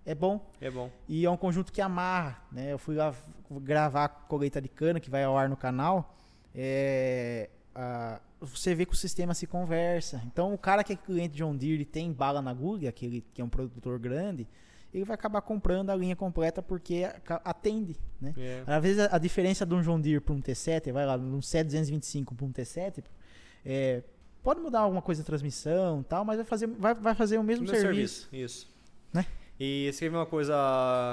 S1: é bom
S3: É bom.
S1: e é um conjunto que amarra. Né? Eu fui lá f- gravar a colheita de cana que vai ao ar no canal. é, a- você vê que o sistema se conversa. Então o cara que é cliente de John Deere e tem bala na agulha, que, ele, que é um produtor grande, ele vai acabar comprando a linha completa porque aca- atende, né?
S3: É.
S1: Às vezes a, a diferença de um John Deere para um T7, vai lá, um 725 para um T7, é, pode mudar alguma coisa de transmissão e tal, mas vai fazer, vai, vai fazer o mesmo
S3: Meu
S1: serviço.
S3: Isso.
S1: Né?
S3: E você quer ver uma coisa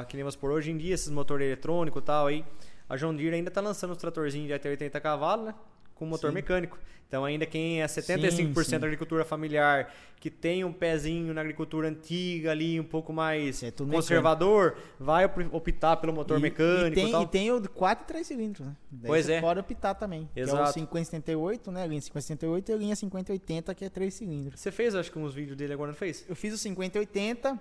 S3: que nem vamos por hoje em dia, esses motores eletrônicos e tal aí. A John Deere ainda tá lançando os tratorzinhos de até 80 cavalos, né? Com motor
S1: Sim.
S3: mecânico. Então, ainda quem é 75%
S1: Sim, sim.
S3: da agricultura familiar, que tem um pezinho na agricultura antiga ali, um pouco mais
S1: É tudo mecânico.
S3: conservador, vai op- optar pelo motor
S1: E-
S3: mecânico
S1: e
S3: e,
S1: tem,
S3: tal.
S1: e tem o de 4 e 3 cilindros, né? Daí
S3: Pois
S1: você
S3: é.
S1: pode optar também. Que é o
S3: Exato.
S1: 5078, né? A linha 5078 e a linha 5080, que é 3 cilindros.
S3: Você fez, acho que, uns vídeos dele agora, não fez?
S1: Eu fiz o 5080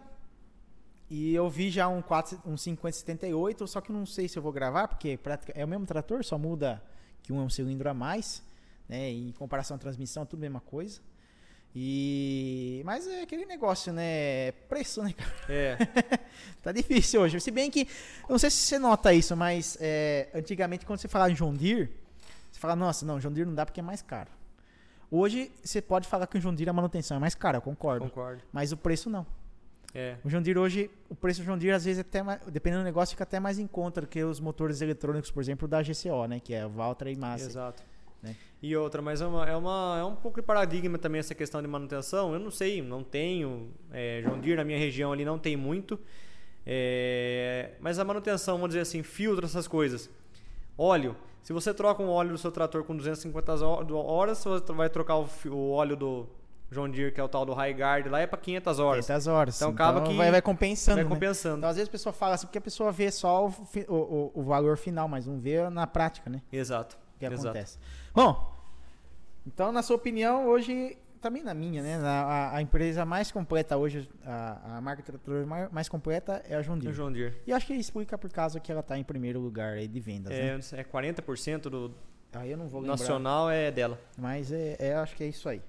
S1: e eu vi já um, 4, um 5078, só que eu não sei se eu vou gravar, porque pratica- é o mesmo trator, só muda que um é um cilindro a mais, né? Em comparação à transmissão, é tudo a mesma coisa. E mas é aquele negócio, né? Preço, né, cara?
S3: É.
S1: Tá difícil hoje. Se bem que eu não sei se você nota isso, mas é, antigamente quando você falava em John Deere, você fala, nossa, não, John Deere não dá porque é mais caro. Hoje você pode falar que o John Deere a manutenção é mais cara, eu concordo.
S3: Concordo.
S1: Mas o preço não.
S3: É.
S1: O John Deere hoje, o preço do John Deere às vezes é até mais, dependendo do negócio fica até mais em conta do que os motores eletrônicos, por exemplo, da GCO, né, que é a Valtra e Massa.
S3: Exato.
S1: né?
S3: E outra, mas é, uma, é, uma, é um pouco de paradigma também essa questão de manutenção. Eu não sei, não tenho. É, John Deere na minha região ali não tem muito. É, mas a manutenção, vamos dizer assim, filtro essas coisas. Óleo. Se você troca um óleo do seu trator com 250 ho- horas, você vai trocar o, fi- o óleo do John Deere, que é o tal do High Guard, lá é para 500 horas.
S1: 500 horas.
S3: Então, acaba que
S1: vai, vai compensando.
S3: vai
S1: Tá né?
S3: compensando.
S1: Então, às vezes a pessoa fala assim, porque a pessoa vê só o, fi- o, o- o valor final, mas não vê na prática, né?
S3: Exato.
S1: O que
S3: exato.
S1: acontece. Bom, então, na sua opinião, hoje, também na minha, né? na- a, a empresa mais completa hoje, a, a marca de trator mai- mais completa é a John
S3: O
S1: Deere.
S3: John Deere.
S1: E acho que explica por causa que ela tá em primeiro lugar aí de vendas, né?
S3: É, é 40% do
S1: Aí eu não vou lembrar.
S3: nacional é dela.
S1: Mas é, é, acho que é isso aí.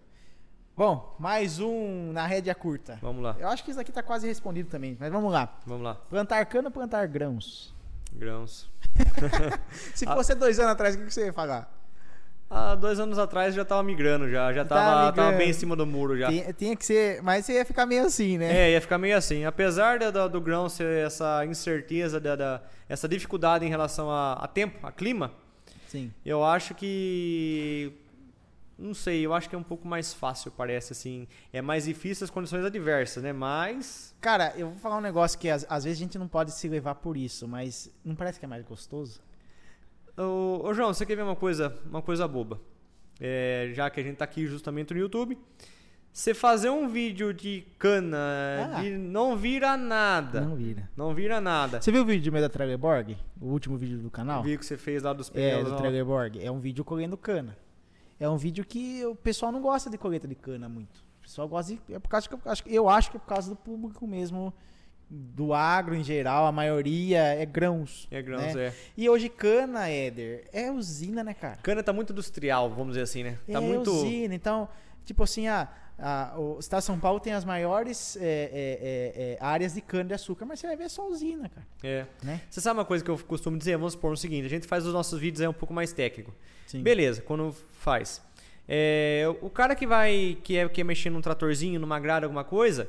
S1: Bom, mais um na rédea curta.
S3: Vamos lá.
S1: Eu acho que isso aqui tá quase respondido também, mas vamos lá.
S3: Vamos lá.
S1: Plantar cana ou plantar grãos?
S3: Grãos.
S1: Se
S3: Ah.
S1: fosse dois anos atrás, o que que você ia falar?
S3: Há dois anos atrás eu já tava migrando, já. Já
S1: Tá
S3: tava,
S1: migrando.
S3: tava bem em cima do muro já.
S1: Tinha, tinha que ser. Mas você ia ficar meio assim, né?
S3: É, ia ficar meio assim. Apesar da- da- do grão ser essa incerteza, da, da- essa dificuldade em relação a, a tempo, a clima,
S1: Sim.
S3: eu acho que. Não sei, eu acho que é um pouco mais fácil, parece assim. É mais difícil as condições adversas, né? Mas.
S1: Cara, eu vou falar um negócio que às, às vezes a gente não pode se levar por isso, mas não parece que é mais gostoso?
S3: Ô, ô, João, você quer ver uma coisa, uma coisa boba? É, já que a gente tá aqui justamente no YouTube. Você fazer um vídeo de cana
S1: Ah.
S3: de não vira nada.
S1: Não vira.
S3: Ah, Não vira nada.
S1: Você viu o vídeo do meio da Trelleborg? O último vídeo do canal?
S3: Vi que você fez lá dos
S1: É,
S3: pneus.
S1: do
S3: lá.
S1: Trelleborg. É um vídeo colhendo cana. É um vídeo que o pessoal não gosta de colheita de cana muito. O pessoal gosta de. É por causa que eu acho, eu acho que é por causa do público mesmo, do agro em geral, a maioria é grãos.
S3: é grãos,
S1: né?
S3: é.
S1: E hoje cana, Éder, é usina, né, cara?
S3: Cana tá muito industrial, vamos dizer assim, né? Tá
S1: é
S3: muito.
S1: usina. Então, tipo assim, a, a, o estado de São Paulo tem as maiores é, é, é, é, áreas de cana-de-açúcar, mas você vai ver só usina, cara.
S3: É.
S1: Né?
S3: Você sabe uma coisa que eu costumo dizer? Vamos supor o seguinte: a gente faz os nossos vídeos aí um pouco mais técnico.
S1: Sim.
S3: Beleza, quando faz. É, o cara que vai, que é, que é mexendo num tratorzinho, numa grada, alguma coisa,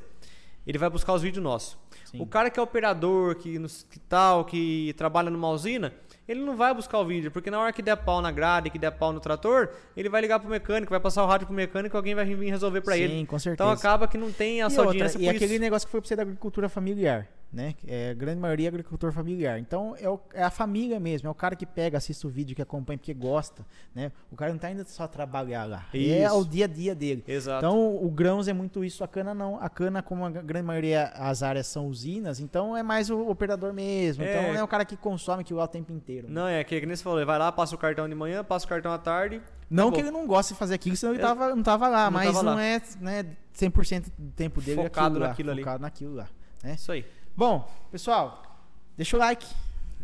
S3: ele vai buscar os vídeos nossos.
S1: Sim.
S3: O cara que é operador, que, nos- que tal, que trabalha numa usina, Ele não vai buscar o vídeo, porque na hora que der pau na grade, que der pau no trator, ele vai ligar pro mecânico, vai passar o rádio pro mecânico, alguém vai vir resolver pra ele.
S1: Sim, com certeza.
S3: Então acaba que não tem
S1: E
S3: essa
S1: outra,
S3: audiência
S1: e
S3: por
S1: aquele
S3: isso.
S1: negócio que foi pra você da agricultura familiar, né? É, a grande maioria é agricultor familiar. Então é, o- é a família mesmo, é o cara que pega, assiste o vídeo, que acompanha, porque gosta, né? O cara não tá indo só trabalhar lá. É
S3: Isso.
S1: o dia a dia dele.
S3: Exato.
S1: Então o grãos é muito isso, a cana não. A cana, como a grande maioria as áreas são usinas, então é mais o operador mesmo.
S3: É.
S1: Então não é o cara que consome aquilo lá o tempo inteiro.
S3: Não, é que, que nem você falou, ele vai lá, passa o cartão de manhã, passa o cartão à tarde.
S1: Não
S3: acabou.
S1: que ele não goste de fazer aquilo, senão ele
S3: tá Eu-
S1: tava, não tava lá,
S3: não
S1: mas
S3: tava
S1: não
S3: lá.
S1: é né, 100% do tempo dele é
S3: Focado
S1: aquilo lá,
S3: naquilo ali.
S1: Focado naquilo lá, né?
S3: Isso aí.
S1: Bom, pessoal, deixa o like,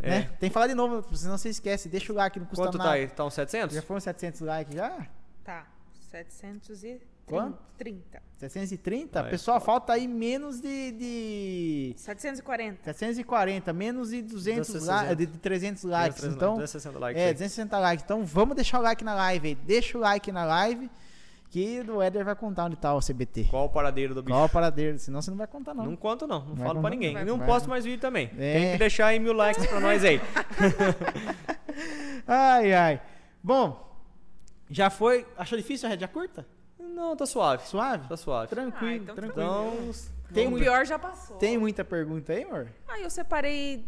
S3: É.
S1: né? Tem que falar de novo, senão você esquece, deixa o like, não custa
S3: Quanto
S1: nada.
S3: tá aí? Tá uns 700?
S1: Já foram 700 likes já?
S2: Tá. 730.
S1: Quanto? 730?
S3: Vai.
S1: Pessoal, falta aí menos de, de
S2: 740.
S1: 740, menos de 200
S3: 260.
S1: likes, de de 300 likes,
S3: 300,
S1: então...
S3: 260 likes.
S1: É,
S3: aí.
S1: 260 likes. Então vamos deixar o like na live aí. Deixa o like na live que o Éder vai contar onde tá o CBT.
S3: Qual o paradeiro do bicho?
S1: Qual a paradeira? Senão você não vai contar, não. é
S3: Não conto não, não
S1: Vai
S3: falo pra
S1: contar.
S3: ninguém.
S2: Vai
S3: não
S1: contar.
S3: posto mais vídeo também.
S1: É.
S3: Tem que deixar aí mil likes pra nós aí.
S1: Ai, ai. Bom, já foi. Achou difícil a rédea curta?
S3: Não, tá suave.
S1: Suave?
S3: Tá suave.
S1: Tranquilo,
S2: Ah, então tá
S1: tranquilo.
S3: Então,
S1: Tem
S2: o
S1: muito-
S2: pior já passou.
S1: Tem muita pergunta aí, amor?
S2: Aí eu separei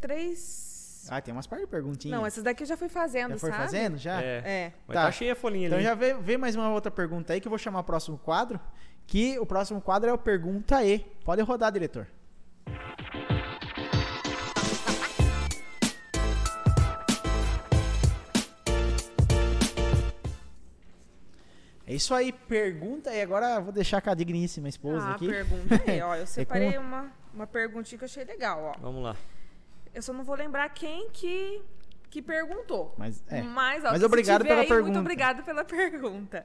S2: três.
S1: Ah, tem umas par de perguntinhas.
S2: Não, essas daqui eu já fui fazendo,
S1: já foi
S2: sabe?
S1: fazendo? Já?
S3: é.
S2: É.
S3: Mas
S1: Tá.
S3: tá. cheia a folhinha
S1: Então
S3: ali.
S1: já vê, vê mais uma outra pergunta aí que eu vou chamar o próximo quadro. Que o próximo quadro é o Pergunta E. Pode rodar, diretor. É isso aí, pergunta e agora eu vou deixar com a digníssima esposa
S2: Ah,
S1: aqui. É
S2: pergunta aí, ó. Eu separei
S1: como-
S2: uma, uma perguntinha que eu achei legal, ó.
S3: Vamos lá.
S2: Eu só não vou lembrar quem que, que perguntou.
S1: Mas, é.
S3: Hum.
S2: Mas, ó,
S1: Mas
S2: se
S1: obrigado
S2: tiver
S1: pela
S2: aí,
S1: pergunta.
S2: Muito obrigado pela pergunta.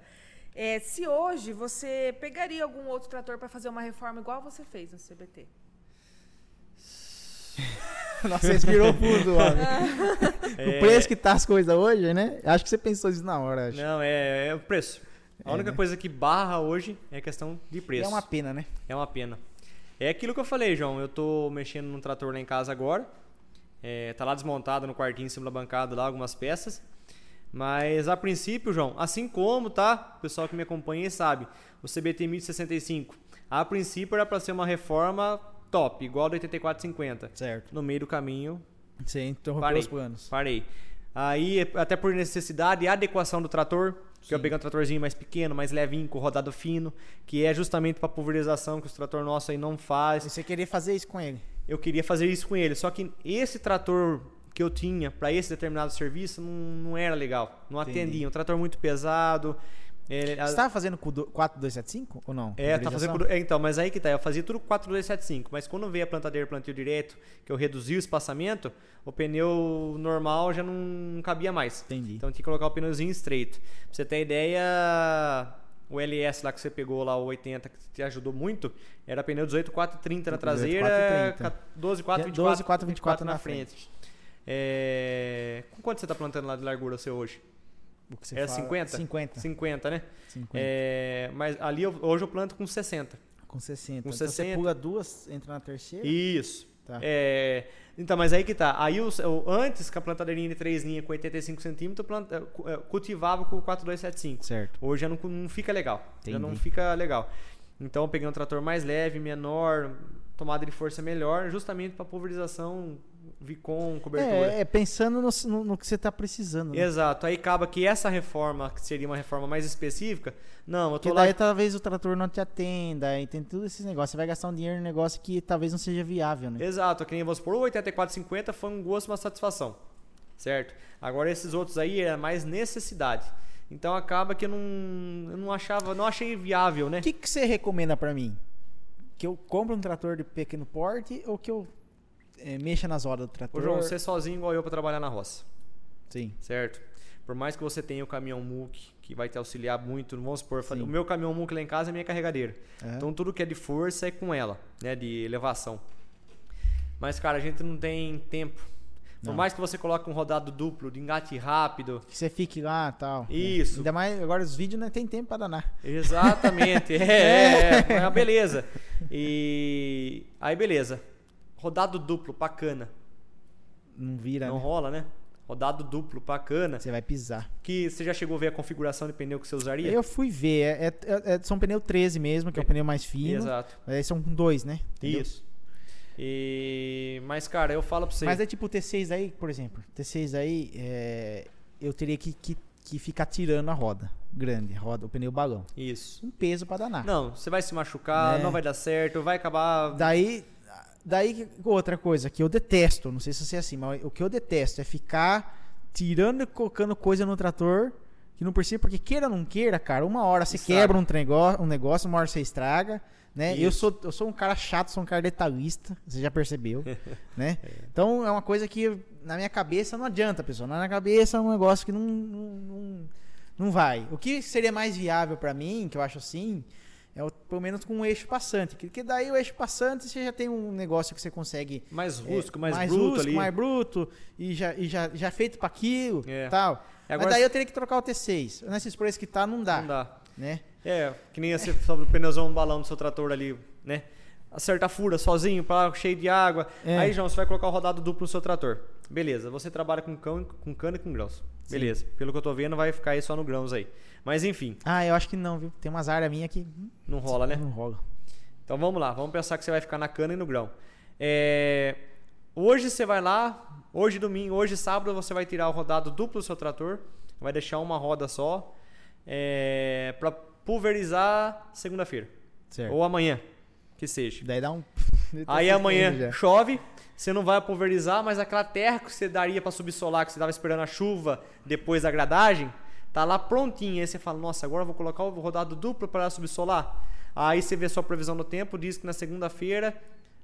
S2: É, se hoje você pegaria algum outro trator para fazer uma reforma igual você fez no CBT?
S1: Nossa, respirou fundo, ó.
S3: É,
S1: O preço que tá as coisas hoje, né? Acho que você pensou isso na hora. Acho.
S3: Não, é, é o preço. A
S1: É,
S3: única
S1: né?
S3: coisa que barra hoje é a questão de
S1: E
S3: preço.
S1: é uma pena, né?
S3: É uma pena. É aquilo que eu falei, João. Eu tô mexendo num trator lá em casa agora. É, tá lá desmontado no quartinho, em cima da bancada lá, algumas peças. Mas a princípio, João, assim como, tá? O pessoal que me acompanha sabe, o CBT 1065, a princípio era pra ser uma reforma top, igual a do 8450.
S1: Certo.
S3: No meio do caminho,
S1: Você interrompeu
S3: Parei.
S1: os planos.
S3: Parei. Aí, até por necessidade e adequação do trator, que eu peguei um tratorzinho mais pequeno, mais levinho, com rodado fino, que é justamente para pulverização que os trator nosso aí não faz.
S1: Você queria fazer isso com ele?
S3: Eu queria fazer isso com ele, só que esse trator que eu tinha para esse determinado serviço não, não era legal, não
S1: Entendi.
S3: atendia. Um trator muito pesado. ele- a-
S1: Você tava fazendo com o do- 4275 ou não?
S3: é, tá fazendo.
S1: Pulverização?
S3: por- é, então, mas aí que tá. Eu fazia tudo 4275, mas quando veio a plantadeira e plantio direto, que eu reduzi o espaçamento, o pneu normal já não cabia mais.
S1: Entendi.
S3: Então tinha que colocar o pneuzinho estreito. Pra você ter ideia, o LS lá que você pegou lá, o 80, que te ajudou muito, era pneu 18430
S1: 18,430.
S3: na traseira, 12424
S1: 12,424
S3: na
S1: na
S3: frente. É... Com quanto você tá plantando lá de largura seu hoje?
S1: O que você
S3: é
S1: fala-
S3: 50?
S1: 50.
S3: 50, né?
S1: 50.
S3: É, mas ali eu- hoje eu planto com 60.
S1: Com 60.
S3: Com
S1: então você
S3: 60.
S1: pula duas, entra na terceira.
S3: Isso.
S1: Tá.
S3: É, então, mas aí que tá. Aí os- o- antes com a plantadeirinha de 3 linhas com 85 centímetros, planta, cu- eh, cultivava com 4275.
S1: Certo.
S3: Hoje já não, cu- não fica legal. Já não
S1: Entendi.
S3: fica legal. Então eu peguei um trator mais leve, menor, tomada de força melhor, justamente para pulverização, Vicom, cobertura.
S1: É, é, pensando no, no- no que você tá precisando. Né?
S3: Exato. Aí acaba que essa reforma, que seria uma reforma mais específica, não, eu tô
S1: Porque
S3: lá
S1: daí talvez o trator não te atenda, aí tem tudo esses negócios. Você vai gastar um dinheiro em negócio que talvez não seja viável, né?
S3: Exato, que nem vamos supor, o 84,50 foi um gosto, uma satisfação, certo? Agora esses outros aí é mais necessidade. Então acaba que eu não, eu não achava, não achei viável, né?
S1: O que, que você recomenda pra mim? Que eu compre um trator de pequeno porte ou que eu eh, mexa nas rodas do trator?
S3: Ô João, você é sozinho igual eu para trabalhar na roça,
S1: Sim.
S3: certo? Por mais que você tenha o caminhão MUC, que vai te auxiliar muito, vamos supor, eu falei,
S1: Sim.
S3: o meu caminhão MUC lá em casa é minha carregadeira.
S1: Aham.
S3: Então tudo que é de força é com ela, né? De elevação. Mas, cara, a gente não tem tempo. Por
S1: Não.
S3: mais que você coloque um rodado duplo, de engate rápido,
S1: Que você fique lá e tal. né?
S3: Isso.
S1: Ainda mais agora os vídeos não tem tempo pra danar.
S3: Exatamente, é, é, é, é uma beleza. E aí, beleza. Rodado duplo, bacana.
S1: não vira,
S3: Não
S1: né?
S3: rola, né? Rodado duplo pra cana.
S1: Você vai pisar.
S3: Que você já chegou a ver a configuração de pneu que você usaria?
S1: Eu fui ver. É, é- é- são pneu 13 mesmo, que é o pneu mais fino.
S3: Exato.
S1: Mas aí são dois, né? Entendeu?
S3: Isso. E... Mas, cara, eu falo pra você.
S1: Mas é tipo o T6 aí, por exemplo. T6 aí, é, eu teria que, que, que ficar tirando a roda grande, a roda, o pneu balão.
S3: Isso.
S1: Um peso pra danar.
S3: Não, você vai se machucar,
S1: É.
S3: não vai dar certo, vai acabar.
S1: Daí, daí que- outra coisa que eu detesto, não sei se você é assim, mas o que eu detesto é ficar tirando e colocando coisa no trator que não precisa, porque queira ou não queira, cara, uma hora você
S3: Estraga.
S1: quebra um, negócio, um negócio, uma hora você estraga, né? Eu
S3: Isso.
S1: sou, eu sou um cara chato, sou um cara detalhista, você já percebeu, né? Então é uma coisa que na minha cabeça não adianta, pessoal. Na minha cabeça é um negócio que não, não, não, não vai. O que seria mais viável pra mim, que eu acho assim, é o- pelo menos com um eixo passante. que- que daí o eixo passante você já tem um negócio que você consegue.
S3: Mais
S1: é,
S3: rústico, mais, bruto
S1: rústico,
S3: ali.
S1: mais bruto, e já, e já, já feito pra aquilo
S3: É.
S1: tal.
S3: Agora-
S1: Mas daí eu teria que trocar o T6. Nesses preços que tá, não dá.
S3: Não dá.
S1: Né?
S3: É, que nem você falou do pneuzão um balão do seu trator ali, né? Acerta a fura sozinho, pra, cheio de água.
S1: É.
S3: Aí, João, você vai colocar o rodado duplo no seu trator. Beleza, você trabalha com, cão, com cana e com grãos. Beleza, pelo que eu tô vendo, vai ficar aí só no grãos aí. Mas enfim,
S1: Ah, eu acho que não, viu? Tem umas áreas minhas que. hum,
S3: não rola, né?
S1: Não rola.
S3: Então vamos lá, vamos pensar que você vai ficar na cana e no grão. É, Hoje você vai lá, hoje domingo, hoje sábado você vai tirar o rodado duplo do seu trator, vai deixar uma roda só é... para pulverizar segunda-feira
S1: Certo.
S3: ou amanhã, que seja.
S1: Daí dá um.
S3: Aí
S1: Já.
S3: amanhã chove, você não vai pulverizar, mas aquela terra que você daria para subsolar, que você estava esperando a chuva depois da gradagem, tá lá prontinha. Aí você fala, nossa, agora eu vou colocar o rodado duplo para subsolar. Aí você vê sua previsão do tempo, diz que na segunda-feira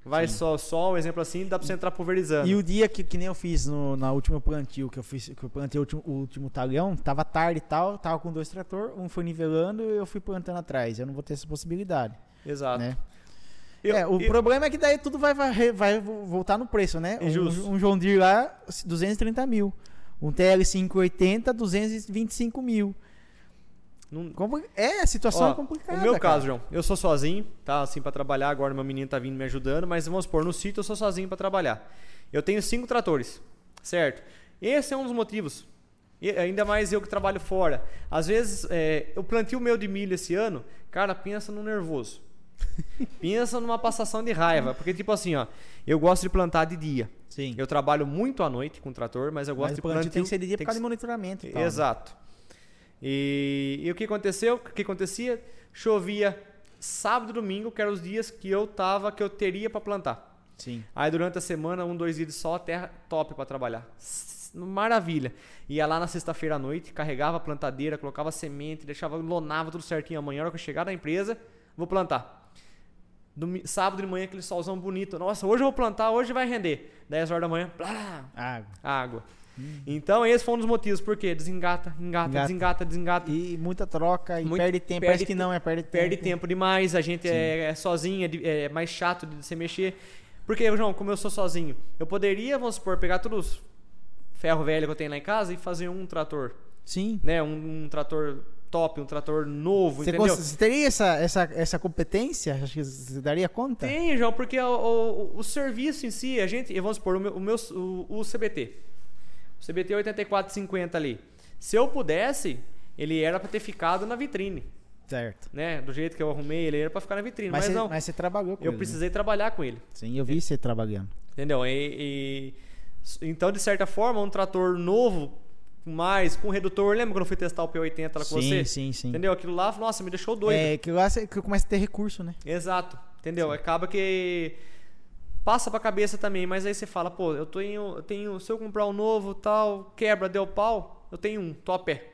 S3: vai só sol, um exemplo assim, dá para você entrar pulverizando.
S1: E o dia que, que nem eu fiz no, na última plantio, que eu fiz, que eu plantei o último, o último talhão, tava tarde e tal, tava com dois trator, um foi nivelando e eu fui plantando atrás. Eu não vou ter essa possibilidade,
S3: Exato.
S1: né?
S3: Eu-
S1: é, o
S3: eu-
S1: problema é que daí tudo vai, varrer- vai vo- voltar no preço, né?
S3: É justo.
S1: Um, um John Deere lá, 230 mil. Um TL580, 225 mil.
S3: não-
S1: Compli- É, a situação
S3: Ó,
S1: é complicada.
S3: O meu
S1: cara.
S3: caso, João, eu sou sozinho, tá? Assim, pra trabalhar. Agora meu menino tá vindo me ajudando, mas vamos supor, no sítio eu sou sozinho pra trabalhar. Eu tenho cinco tratores, certo? Esse é um dos motivos. E ainda mais eu que trabalho fora. Às vezes, é, eu plantio meu de milho esse ano, cara, pensa no nervoso. pensa numa passação de raiva. Porque, tipo assim, ó, eu gosto de plantar de dia.
S1: Sim.
S3: Eu trabalho muito à noite com trator, mas eu gosto
S1: Mas
S3: de
S1: o plantio
S3: plantio.
S1: tem que ser de dia por
S3: tem
S1: causa
S3: que
S1: de monitoramento. e tal, né?
S3: Exato. E, e o que aconteceu? O que acontecia? Chovia sábado e domingo, que eram os dias que eu tava, que eu teria para plantar.
S1: Sim.
S3: Aí durante a semana, um, dois dias de sol, a terra top para trabalhar. S- Maravilha. Ia lá na sexta-feira à noite, carregava a plantadeira, colocava semente, deixava, lonava tudo certinho. Amanhã, a hora que eu chegar na empresa, vou plantar. Domi- sábado de manhã, aquele solzão bonito. Nossa, hoje eu vou plantar, hoje vai render. 10 horas da manhã, blá,
S1: Água.
S3: água. Então, esse foi um dos motivos, porque desengata, engata,
S1: Hum. Engata.
S3: desengata, desengata.
S1: E muita troca, e
S3: Muito-
S1: perde tempo.
S3: perde
S1: Parece que
S3: te-
S1: não, é perde tempo.
S3: Perde tempo demais, a gente é, é sozinha, é di- é mais chato de se mexer. Porque, João, como eu sou sozinho, eu poderia, vamos supor, pegar todos os ferro velho que eu tenho lá em casa e fazer um trator,
S1: Sim.
S3: né? Um, um trator top, um trator novo,
S1: Você,
S3: entendeu?
S1: cons- você teria essa, essa, essa competência? Acho que você daria conta?
S3: Tem, João, porque o, o- o serviço em si, a gente, e vamos supor, o, meu, o, meu- o- o CBT, o CBT 8450 ali, se eu pudesse, ele era pra ter ficado na vitrine,
S1: Certo.
S3: né? Do jeito que eu arrumei, ele era pra ficar na vitrine,
S1: Mas,
S3: mas,
S1: você,
S3: não,
S1: mas né? você trabalhou com
S3: eu
S1: ele,
S3: precisei trabalhar com ele,
S1: né? Sim, eu vi você trabalhando.
S3: entendeu? E, e- s- então, de certa forma, um trator novo, mais, com redutor, lembra quando eu fui testar o P80 lá com
S1: sim,
S3: você?
S1: sim, sim.
S3: Entendeu? Aquilo lá, nossa, me deixou doido.
S1: É que lá você que começa a ter recurso, né?
S3: Exato, entendeu? Acaba que passa pra cabeça também, mas aí você fala, pô, eu tenho, eu tenho, se eu comprar um novo, tal, quebra, deu pau, eu tenho um, tô a pé.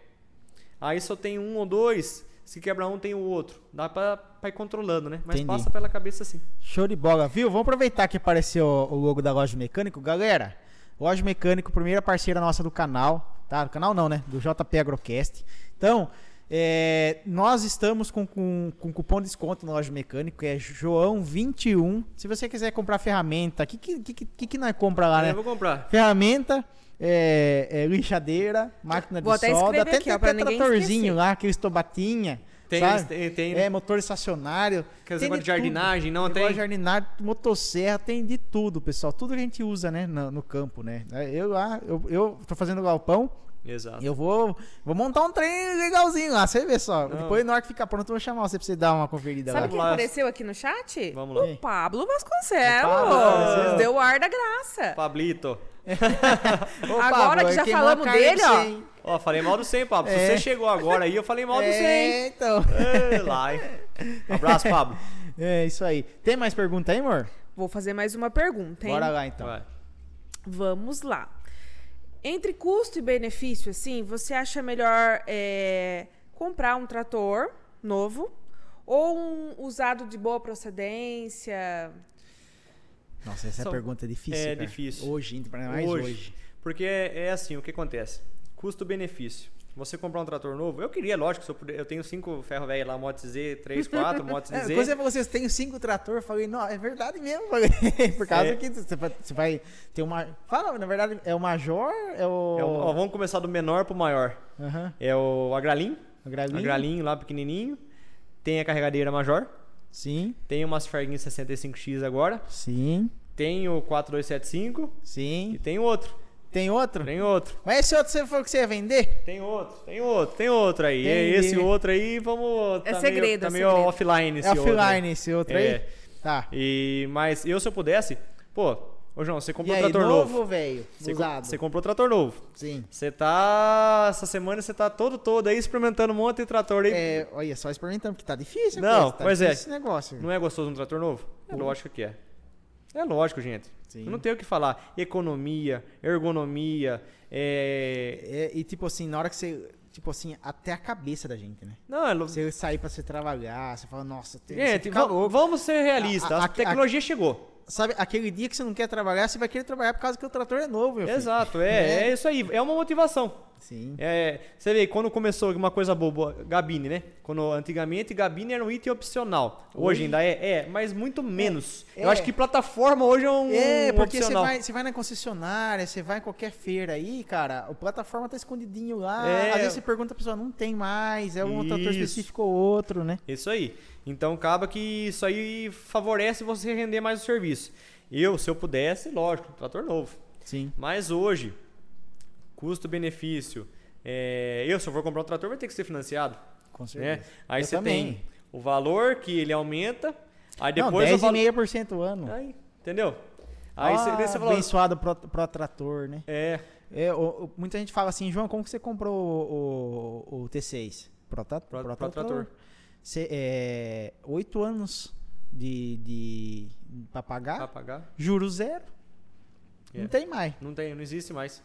S3: Aí se eu tenho um ou dois, se quebra um, tem o outro. Dá pra, pra ir controlando, né? Mas
S1: Entendi.
S3: passa pela cabeça assim.
S1: Show de bola, viu? Vamos aproveitar que apareceu o logo da Loja Mecânico. Galera, Loja Mecânico, primeira parceira nossa do canal, tá? Do canal não, né? Do JP Agrocast. Então, é, nós estamos com, com, com cupom de desconto na Loja Mecânico, que é João21. Se você quiser comprar ferramenta, o que, que, que, que, que nós compra lá,
S3: Aí
S1: né?
S3: eu vou comprar.
S1: Ferramenta, é, é, lixadeira, máquina de
S2: Vou até
S1: solda,
S2: escrever
S1: até
S2: aqui,
S1: tem
S2: ó, pra
S1: até
S2: ninguém
S1: tratorzinho
S2: esquecer.
S1: lá, aqueles tobatinha,
S3: Tem,
S1: sabe?
S3: tem, tem
S2: né?
S1: É, motor estacionário.
S3: aqueles
S1: tem
S3: negócio de
S1: tudo.
S3: jardinagem, não
S1: Negócio
S3: tem?
S1: de jardinagem, motosserra, tem de tudo, pessoal. Tudo que a gente usa, né, no, no campo, né? Eu, ah, eu, eu tô fazendo galpão,
S3: Exato.
S1: eu vou, vou montar um trem legalzinho lá, você vê só.
S3: Não.
S1: Depois, na hora que ficar pronto, eu vou chamar você pra você dar uma conferida
S2: Sabe
S1: lá.
S2: quem
S3: lá.
S2: apareceu aqui no chat?
S3: Vamos lá.
S1: É.
S2: O Pablo Vasconcelos.
S1: O Pablo.
S2: Deu o ar da graça.
S3: Pablito.
S1: Ô,
S2: Agora que
S1: eu
S2: já
S1: queimou a
S2: falamos
S1: carne
S2: dele,
S1: pra
S2: ó.
S1: você, hein?
S3: Ó, falei mal do 100, Pablo.
S1: É.
S3: Se você chegou agora aí, eu falei mal do 100.
S1: É, então.
S3: Ei, lá, hein? Abraço, Pablo.
S1: É isso aí. Tem mais pergunta aí, amor?
S2: Vou fazer mais uma pergunta, hein?
S1: Bora lá, então.
S3: Vai.
S2: Vamos lá. Entre custo e benefício, assim, você acha melhor é, comprar um trator novo ou um usado de boa procedência?
S1: Nossa, essa
S3: São-
S1: pergunta é difícil.
S3: é
S1: cara.
S3: difícil.
S1: Hoje, ainda mais hoje.
S3: Porque é, é assim, o que acontece? Custo-benefício. Você comprar um trator novo, eu queria, lógico, se eu, puder, eu tenho cinco ferro velho lá, Moto Z, 3, 4, Moto
S1: É,
S3: Z.
S1: quando você falou assim, eu tenho cinco trator, eu falei, não, é verdade mesmo. falei, Por causa
S3: É.
S1: que você vai, você vai ter uma. Fala, na verdade, é o Major, é o.
S3: É o- ó, vamos começar do menor pro maior.
S1: Aham,
S3: É o Agralim,
S1: o Gralinho.
S3: Agralinho lá pequenininho. Tem a carregadeira major.
S1: Sim,
S3: Tem uma Farguinha 65X agora.
S1: sim,
S3: Tem o 4275. E
S1: sim.
S3: tem outro.
S1: Tem outro?
S3: Tem outro.
S1: Mas esse outro você falou que você ia vender?
S3: Tem outro. Tem outro. Tem outro aí. É
S1: Entendi.
S3: esse outro aí, vamos.
S2: É
S3: tá Meio,
S2: segredo,
S3: tá
S2: é
S3: meio
S2: segredo.
S3: offline esse
S1: é
S3: outro.
S1: offline esse outro
S3: É.
S1: aí? Tá.
S3: E, mas eu, se eu pudesse, pô, ô João, você
S1: E
S3: comprou um
S1: aí,
S3: trator novo.
S1: novo, velho?
S3: Você, com-
S1: usado.
S3: você comprou um trator novo.
S1: Sim.
S3: Você tá. Essa semana você tá todo todo aí experimentando um monte de trator aí.
S1: É, olha, só experimentando, porque tá difícil. a
S3: Não,
S1: coisa, tá
S3: pois é.
S1: difícil Esse negócio.
S3: Não é gostoso um trator novo? É lógico que é. É lógico, gente.
S1: Sim.
S3: Eu não tenho o que falar. Economia, ergonomia, é.
S1: É, e tipo assim, na hora que você. Tipo assim, até a cabeça da gente, né?
S3: Não, é. lo-
S1: Você sair pra você trabalhar, você fala, nossa, tem você
S3: Gente,
S1: fica
S3: va-
S1: louco.
S3: vamos ser realistas.
S1: A-
S3: A,
S1: a-
S3: tecnologia chegou.
S1: Sabe, aquele dia que você não quer trabalhar, você vai querer trabalhar por causa que o trator é novo, meu filho.
S3: Exato, é, é isso aí. É uma motivação.
S1: Sim.
S3: É, você vê, quando começou uma coisa boba, Gabine, né? Quando antigamente Gabine era um item opcional. Hoje,
S1: Hoje-
S3: ainda é, é, mas muito menos.
S1: É.
S3: Eu acho que plataforma hoje é um,
S1: É, porque você
S3: opcional.
S1: vai, você vai na concessionária, você vai em qualquer feira aí, cara, a plataforma tá escondidinho lá.
S3: É.
S1: Às vezes você pergunta pra pessoa, não tem mais, é um trator
S3: Isso.
S1: específico ou outro, né?
S3: Isso aí. Então acaba que isso aí favorece você render mais o serviço. Eu, se eu pudesse, lógico, trator novo.
S1: Sim.
S3: Mas hoje, custo-benefício. é, eu, se eu for comprar um trator, vai ter que ser financiado.
S1: Com
S3: Né?
S1: certeza.
S3: Aí
S1: Eu
S3: você
S1: também.
S3: tem o valor que ele aumenta. Aí
S1: Não,
S3: depois eu falo.
S1: 10,5% o ano.
S3: Aí, entendeu? Aí você,
S1: Ah,
S3: daí você fala.
S1: abençoado pro, pro trator, né?
S3: É,
S1: É, o- o- muita gente fala assim, João, como que você comprou o, o- o T6? Pro, ta-
S3: Pro-
S1: pro
S3: pro trator.
S1: Você, é, oito anos de, de pra pagar,
S3: pra pagar.
S1: juro zero. Não
S3: É.
S1: tem mais.
S3: Não tem, não existe mais.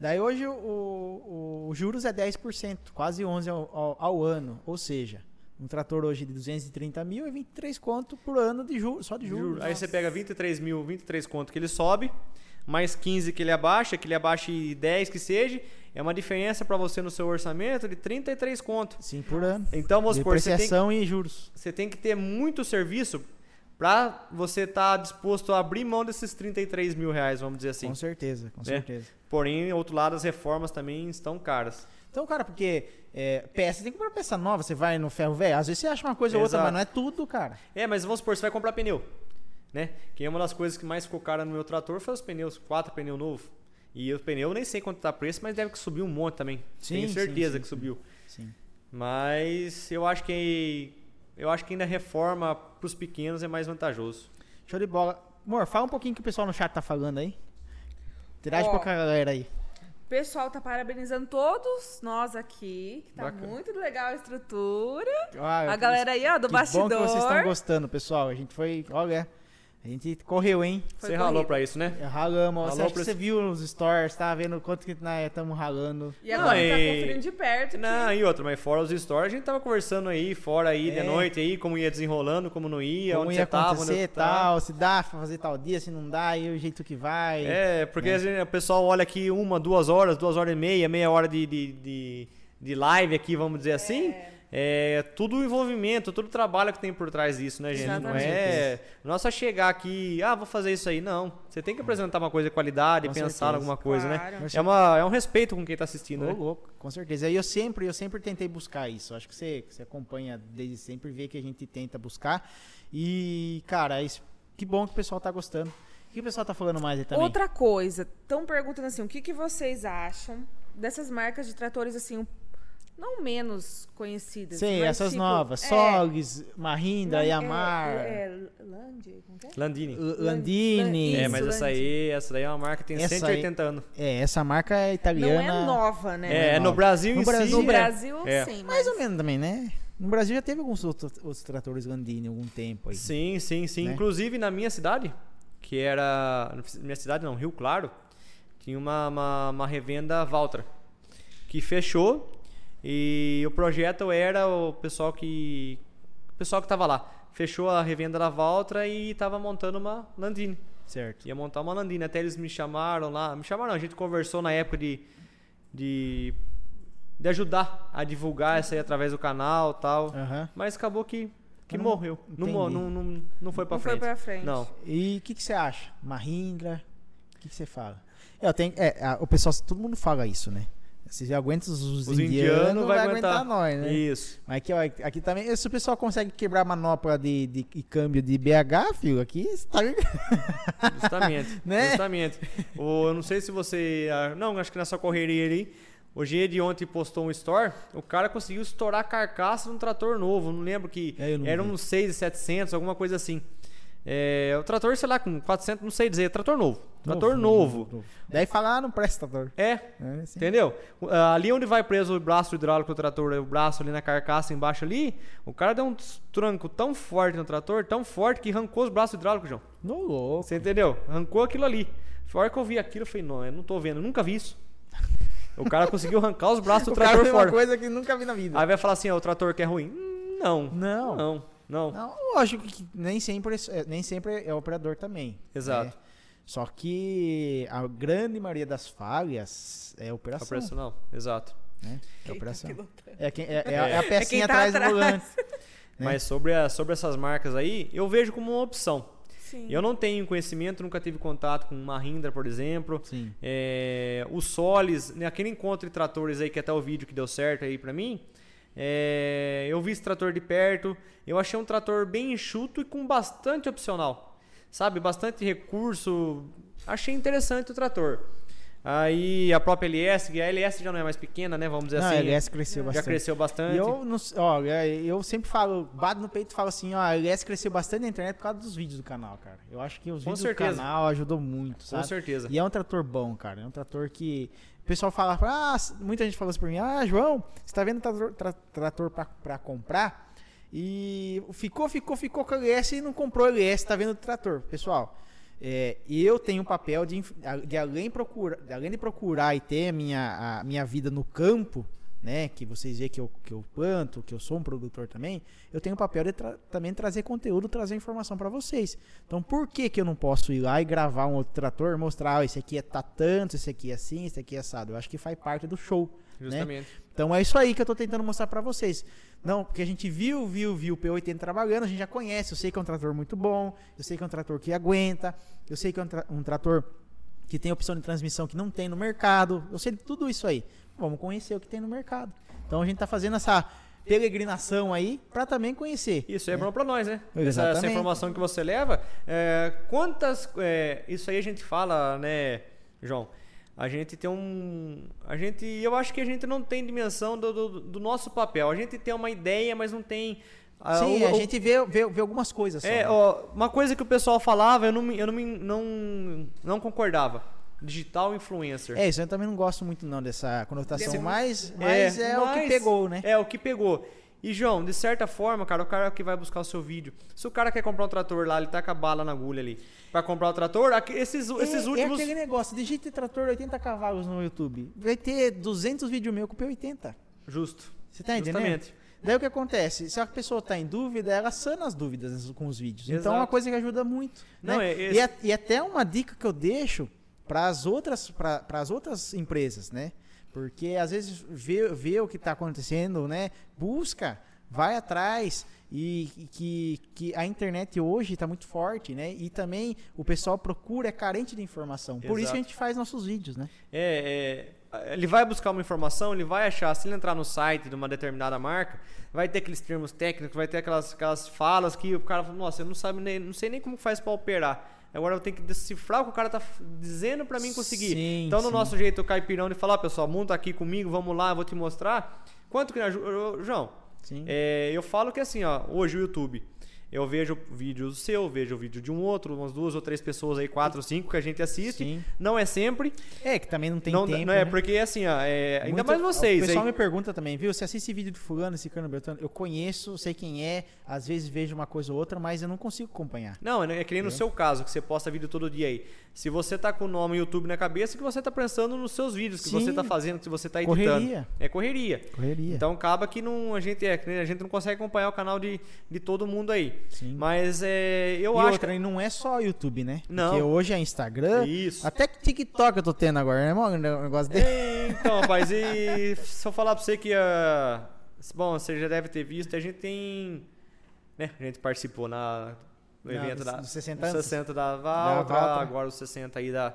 S1: Daí hoje o, o- o juros é 10%, quase 11% ao, ao- ao ano. Ou seja, um trator hoje de 230 mil é 23 conto por ano de juros, só de
S3: Juro.
S1: juros.
S3: Aí você pega 23 mil, 23 conto que ele sobe, mais 15 que ele abaixa, que ele abaixe 10 que seja, é uma diferença pra você no seu orçamento de 33 conto.
S1: Sim, por ano.
S3: Então, vamos supor, você tem,
S1: Depreciação e juros.
S3: você tem que ter muito serviço pra você estar disposto a abrir mão desses 33 mil reais, vamos dizer assim.
S1: Com certeza, com
S3: Né?
S1: certeza.
S3: Porém, outro lado, as reformas também estão caras.
S1: Então, cara, porque é, peça, você tem que comprar peça nova, você vai no ferro velho, às vezes você acha uma coisa ou outra,
S3: Exato.
S1: mas não é tudo, cara.
S3: É, mas vamos supor, você vai comprar pneu, né? Que é uma das coisas que mais ficou cara no meu trator foi os pneus, quatro pneu novo. E o pneu eu nem sei quanto tá preço, mas deve que subiu um monte também.
S1: Sim,
S3: Tenho
S1: sim,
S3: certeza
S1: sim,
S3: que
S1: sim.
S3: subiu.
S1: Sim.
S3: Mas eu acho que eu acho que ainda reforma pros pequenos é mais vantajoso.
S1: Show de bola. Amor, fala um pouquinho o que o pessoal no chat tá falando aí. Interage
S2: Ó.
S1: pra galera aí.
S2: O pessoal tá parabenizando todos nós aqui, que tá
S3: Bacana.
S2: muito legal a estrutura.
S1: Ah,
S2: A galera aí, ó, do
S1: que
S2: bastidor.
S1: bom que vocês estão gostando, pessoal. A gente foi, olha, a gente correu, hein?
S2: Foi
S3: você ralou
S2: corrido.
S3: pra isso, né?
S1: Ralamos. Você,
S3: Ralou
S1: acha que
S3: pra
S1: você
S3: esse-
S1: viu nos stories, tá vendo quanto que nós estamos ralando.
S2: E agora
S3: Não,
S2: tá
S3: e-
S2: conferindo de perto.
S3: Não, e outra, mas fora os stories, a gente tava conversando aí, fora aí,
S1: É.
S3: de noite aí, como ia desenrolando, como não ia,
S1: Como
S3: onde
S1: Um ia
S3: você tava, onde
S1: acontecer
S3: eu
S1: e
S3: tava.
S1: tal, se dá pra fazer tal dia, se não dá, e o jeito que vai.
S3: É, porque
S1: né?
S3: às vezes o pessoal olha aqui uma, duas horas, duas horas e meia, meia hora de, de, de, de live aqui, vamos dizer assim. é, tudo o envolvimento, todo o trabalho que tem por trás disso, né, gente? Não é, não é só chegar aqui, ah, vou fazer isso aí. Não. Você tem que apresentar uma coisa de qualidade,
S1: Com
S3: pensar
S1: certeza.
S3: em alguma coisa,
S2: Claro.
S3: né? É, uma, é um respeito com quem tá assistindo,
S1: Ô,
S3: né?
S1: louco, com certeza. E eu sempre, eu sempre tentei buscar isso. Acho que você, que você acompanha desde sempre, vê que a gente tenta buscar. E, cara, isso- que bom que o pessoal tá gostando. O que o pessoal tá falando mais aí também?
S2: Outra coisa, estão perguntando assim, o que, que vocês acham dessas marcas de tratores assim, não menos conhecidas?
S1: Sim,
S2: mas,
S1: essas
S2: tipo,
S1: novas.
S2: é,
S1: Sogs, Marinda,
S2: Lan-
S1: Yamar,
S2: É, é, Land, como que é?
S3: Landini.
S1: L- Landini.
S2: Lan-
S3: É,
S2: Isso,
S3: mas essa aí, essa daí é uma marca que tem
S1: Essa aí-
S3: 180 anos.
S1: É, essa marca é
S2: Não
S1: italiana.
S2: é nova,
S3: É,
S2: né?
S3: é no
S1: nova.
S3: Brasil
S1: No
S3: em
S1: Brasil-
S3: si.
S2: no
S3: é.
S2: Brasil,
S3: É.
S2: sim. Mas
S1: Mais ou menos também, né? No Brasil já teve alguns outros, outros tratores Landini há algum tempo aí.
S3: Sim, sim, sim.
S1: Né?
S3: Inclusive na minha cidade, que era. Minha cidade não, Rio Claro, tinha uma, uma, uma revenda Valtra, que fechou. E o projeto era o pessoal que. O pessoal que tava lá. Fechou a revenda da Valtra e tava montando uma Landini.
S1: Certo.
S3: Ia montar uma Landini. Até eles me chamaram lá. Me chamaram, não, a gente conversou na época de. de, de ajudar a divulgar isso aí através do canal e tal.
S1: Aham.
S3: Mas acabou que, que
S1: Mas não-
S3: morreu. Não, mo-
S1: entendi.
S3: não, não, não foi pra
S2: Não foi
S3: frente.
S2: pra frente.
S3: Não.
S1: E o que, que você acha? Mahindra? O que, que você fala? Eu tenho, é, a- o pessoal, todo mundo fala isso, né? Se aguenta os, os
S3: Os
S1: indianos,
S3: indianos
S1: vai
S3: vai aguentar.
S1: nós, né?
S3: Isso.
S1: Mas aqui, ó, aqui também, se o pessoal consegue quebrar a manopla de, de- e câmbio de BH, filho, aqui você tá ligado.
S3: Justamente.
S1: Né?
S3: Justamente. O, eu não sei se você. ah, Não, acho que na sua correria ali. O G de ontem postou um store. O cara conseguiu estourar a carcaça de um trator novo. Não lembro que.
S1: É, eu não
S3: era
S1: vi.
S3: um 6,700, alguma coisa assim. É, o trator, sei lá, com 400, não sei dizer. Trator novo. Trator novo.
S1: Daí fala, ah, não presta, trator.
S3: É,
S1: É, assim.
S3: Entendeu? O- ah, Ali onde vai preso o braço hidráulico do trator, o braço ali na carcaça embaixo ali, o cara deu um tranco tão forte no trator, tão forte que arrancou os braços hidráulicos, João.
S1: No louco.
S3: Você entendeu? Arrancou aquilo ali. Foi a hora que eu vi aquilo, eu falei, não, eu não tô vendo, eu nunca vi isso. O cara conseguiu arrancar os braços do
S1: o cara
S3: trator
S1: fez uma
S3: fora.
S1: coisa que nunca vi na vida.
S3: Aí vai falar assim, ó, o trator que é ruim. Hum, Não.
S1: Não.
S3: Não. Não.
S1: Não, lógico que nem sempre, é- nem sempre é operador também.
S3: Exato.
S1: né? Só que a grande maioria das falhas é operação.
S3: Operacional. Exato.
S1: né? É
S2: Quem tá
S1: operação.
S2: pilotando?
S1: É, quem, é, é a- é a
S2: quem
S1: pecinha
S2: tá
S1: atrás do
S2: atrás.
S1: volante. Né?
S3: Mas sobre, a- sobre essas marcas aí, eu vejo como uma opção.
S2: Sim.
S3: Eu não tenho conhecimento, nunca tive contato com uma Mahindra, por exemplo.
S1: Sim.
S3: É, o Solis, naquele encontro de tratores aí, que até o vídeo que deu certo aí pra mim, é, eu vi esse trator de perto, eu achei um trator bem enxuto e com bastante opcional, sabe? Bastante recurso, achei interessante o trator. Aí a própria LS, que a LS já não é mais pequena, né? Vamos dizer
S1: Não,
S3: assim.
S1: a LS cresceu
S3: já
S1: bastante.
S3: cresceu bastante.
S1: E eu, não, s- ó, é, eu sempre falo, bato no peito e falo assim, ó, a LS cresceu bastante na internet por causa dos vídeos do canal, cara. Eu acho que os
S3: Com
S1: vídeos
S3: certeza.
S1: do canal ajudou muito,
S3: com
S1: sabe?
S3: certeza.
S1: E é um trator bom, cara. É um trator que. O pessoal fala, ah, s- muita gente falou isso pra mim, ah, João, você tá vendo trator, tra- trator pra, pra comprar? E ficou, ficou, ficou com a LS e não comprou a LS, tá vendo o trator. Pessoal, é, eu tenho um papel de, inf- a- de além, procura, de além de procurar e ter a minha, a minha vida no campo, né? Que vocês veem que eu, que eu planto, que eu sou um produtor também, eu tenho o papel de tra- também trazer conteúdo, trazer informação pra vocês. Então por que que eu não posso ir lá e gravar um outro trator, mostrar, ó, esse aqui é tá tanto, esse aqui é assim, esse aqui é assado. Eu acho que faz parte do show, né?
S3: Justamente.
S1: Então é isso aí que eu tô tentando mostrar pra vocês. Não, porque a gente viu, viu, viu o P80 trabalhando, a gente já conhece, eu sei que é um trator muito bom, eu sei que é um trator que aguenta, eu sei que é um, tra- um trator que tem opção de transmissão que não tem no mercado, eu sei de tudo isso aí. Vamos conhecer o que tem no mercado. Então a gente tá fazendo essa peregrinação aí pra também conhecer.
S3: Isso é bom pra nós, né? Essa- Essa,
S1: Exatamente.
S3: informação que você leva, é, quantas. é, isso aí a gente fala, né, João? A gente tem um. A gente. Eu acho que a gente não tem dimensão do, do- do nosso papel. A gente tem uma ideia, mas não tem. ah,
S1: Sim,
S3: o-
S1: a
S3: o-
S1: gente vê, vê, vê algumas coisas só.
S3: É,
S1: né?
S3: ó, uma coisa que o pessoal falava, eu não, me- eu não, me- não, não concordava. Digital influencer.
S1: É, isso eu também não gosto muito não dessa
S3: Desse-
S1: conotação, mas, mas é, o que
S3: mas
S1: pegou, né?
S3: É o que pegou. E, João, de certa forma, cara, o cara que vai buscar o seu vídeo. Se o cara quer comprar um trator lá, ele tá com a bala na agulha ali. Pra comprar o trator, aqui- esses, esses
S1: é,
S3: últimos.
S1: É aquele negócio, digite trator 80 cavalos no YouTube. Vai ter 200 vídeos meu com P80.
S3: Justo.
S1: Você tá entendendo?
S3: Justamente.
S1: Daí o que acontece? Se a pessoa tá em dúvida, ela sana as dúvidas com os vídeos. Então é uma
S3: Exato.
S1: coisa que ajuda muito.
S3: Não,
S1: né?
S3: é-
S1: e, a- e até uma dica que eu deixo para as outras, para as outras empresas, né? Porque às vezes vê, vê o que está acontecendo, né? Busca, vai atrás. E, e que, que a internet hoje está muito forte, né? E também o pessoal procura, é carente de informação. Por isso
S3: Exato.
S1: que a gente faz nossos vídeos, né?
S3: É, é, ele vai buscar uma informação, ele vai achar, se ele entrar no site de uma determinada marca, vai ter aqueles termos técnicos, vai ter aquelas, aquelas falas que o cara fala, nossa, eu não, sabe nem, não sei nem como faz pra operar. Agora eu tenho que decifrar o que o cara tá f- dizendo pra mim conseguir.
S1: Sim,
S3: então, no
S1: sim.
S3: nosso jeito caipirão de falar, "Ó, pessoal, monta aqui comigo, vamos lá, eu vou te mostrar. Quanto que ajuda? João,
S1: Sim.
S3: é, eu falo que assim, ó, hoje o YouTube. Eu vejo vídeo seu, vejo vídeo de um outro, umas duas ou três pessoas aí, quatro, cinco que a gente assiste.
S1: Sim.
S3: Não é sempre,
S1: É, que também não tem
S3: não,
S1: tempo.
S3: não
S1: né?
S3: é, porque assim, ó, é, ainda
S1: Muito-
S3: mais vocês.
S1: O pessoal
S3: aí,
S1: me pergunta também, viu? Você assiste vídeo de fulano, ciclano, beltrano? Eu conheço, sei quem é, às vezes vejo uma coisa ou outra, mas eu não consigo acompanhar.
S3: Não, é que nem no seu caso, que você posta vídeo todo dia aí. Se você tá com o nome YouTube na cabeça, que você tá pensando nos seus vídeos, que
S1: Sim.
S3: você tá fazendo, que você tá editando.
S1: Correria.
S3: É correria.
S1: Correria.
S3: Então acaba que não, a gente é, que nem a gente não consegue acompanhar o canal de, de todo mundo aí.
S1: Sim.
S3: Mas é, eu
S1: e
S3: acho
S1: outra, e não é só YouTube, né?
S3: Não.
S1: Porque hoje é Instagram,
S3: Isso.
S1: até que TikTok eu tô tendo agora, né? mano? Um negócio dele.
S3: É, Então, rapaz, e se eu falar pra você que ah, Bom, você já deve ter visto, a gente tem. Né, a gente participou na, no
S1: Na-
S3: evento
S1: dos-
S3: da.
S1: dos 60
S3: dos
S1: anos?
S3: 60 da Valtra,
S1: Valtra.
S3: agora os 60 aí da,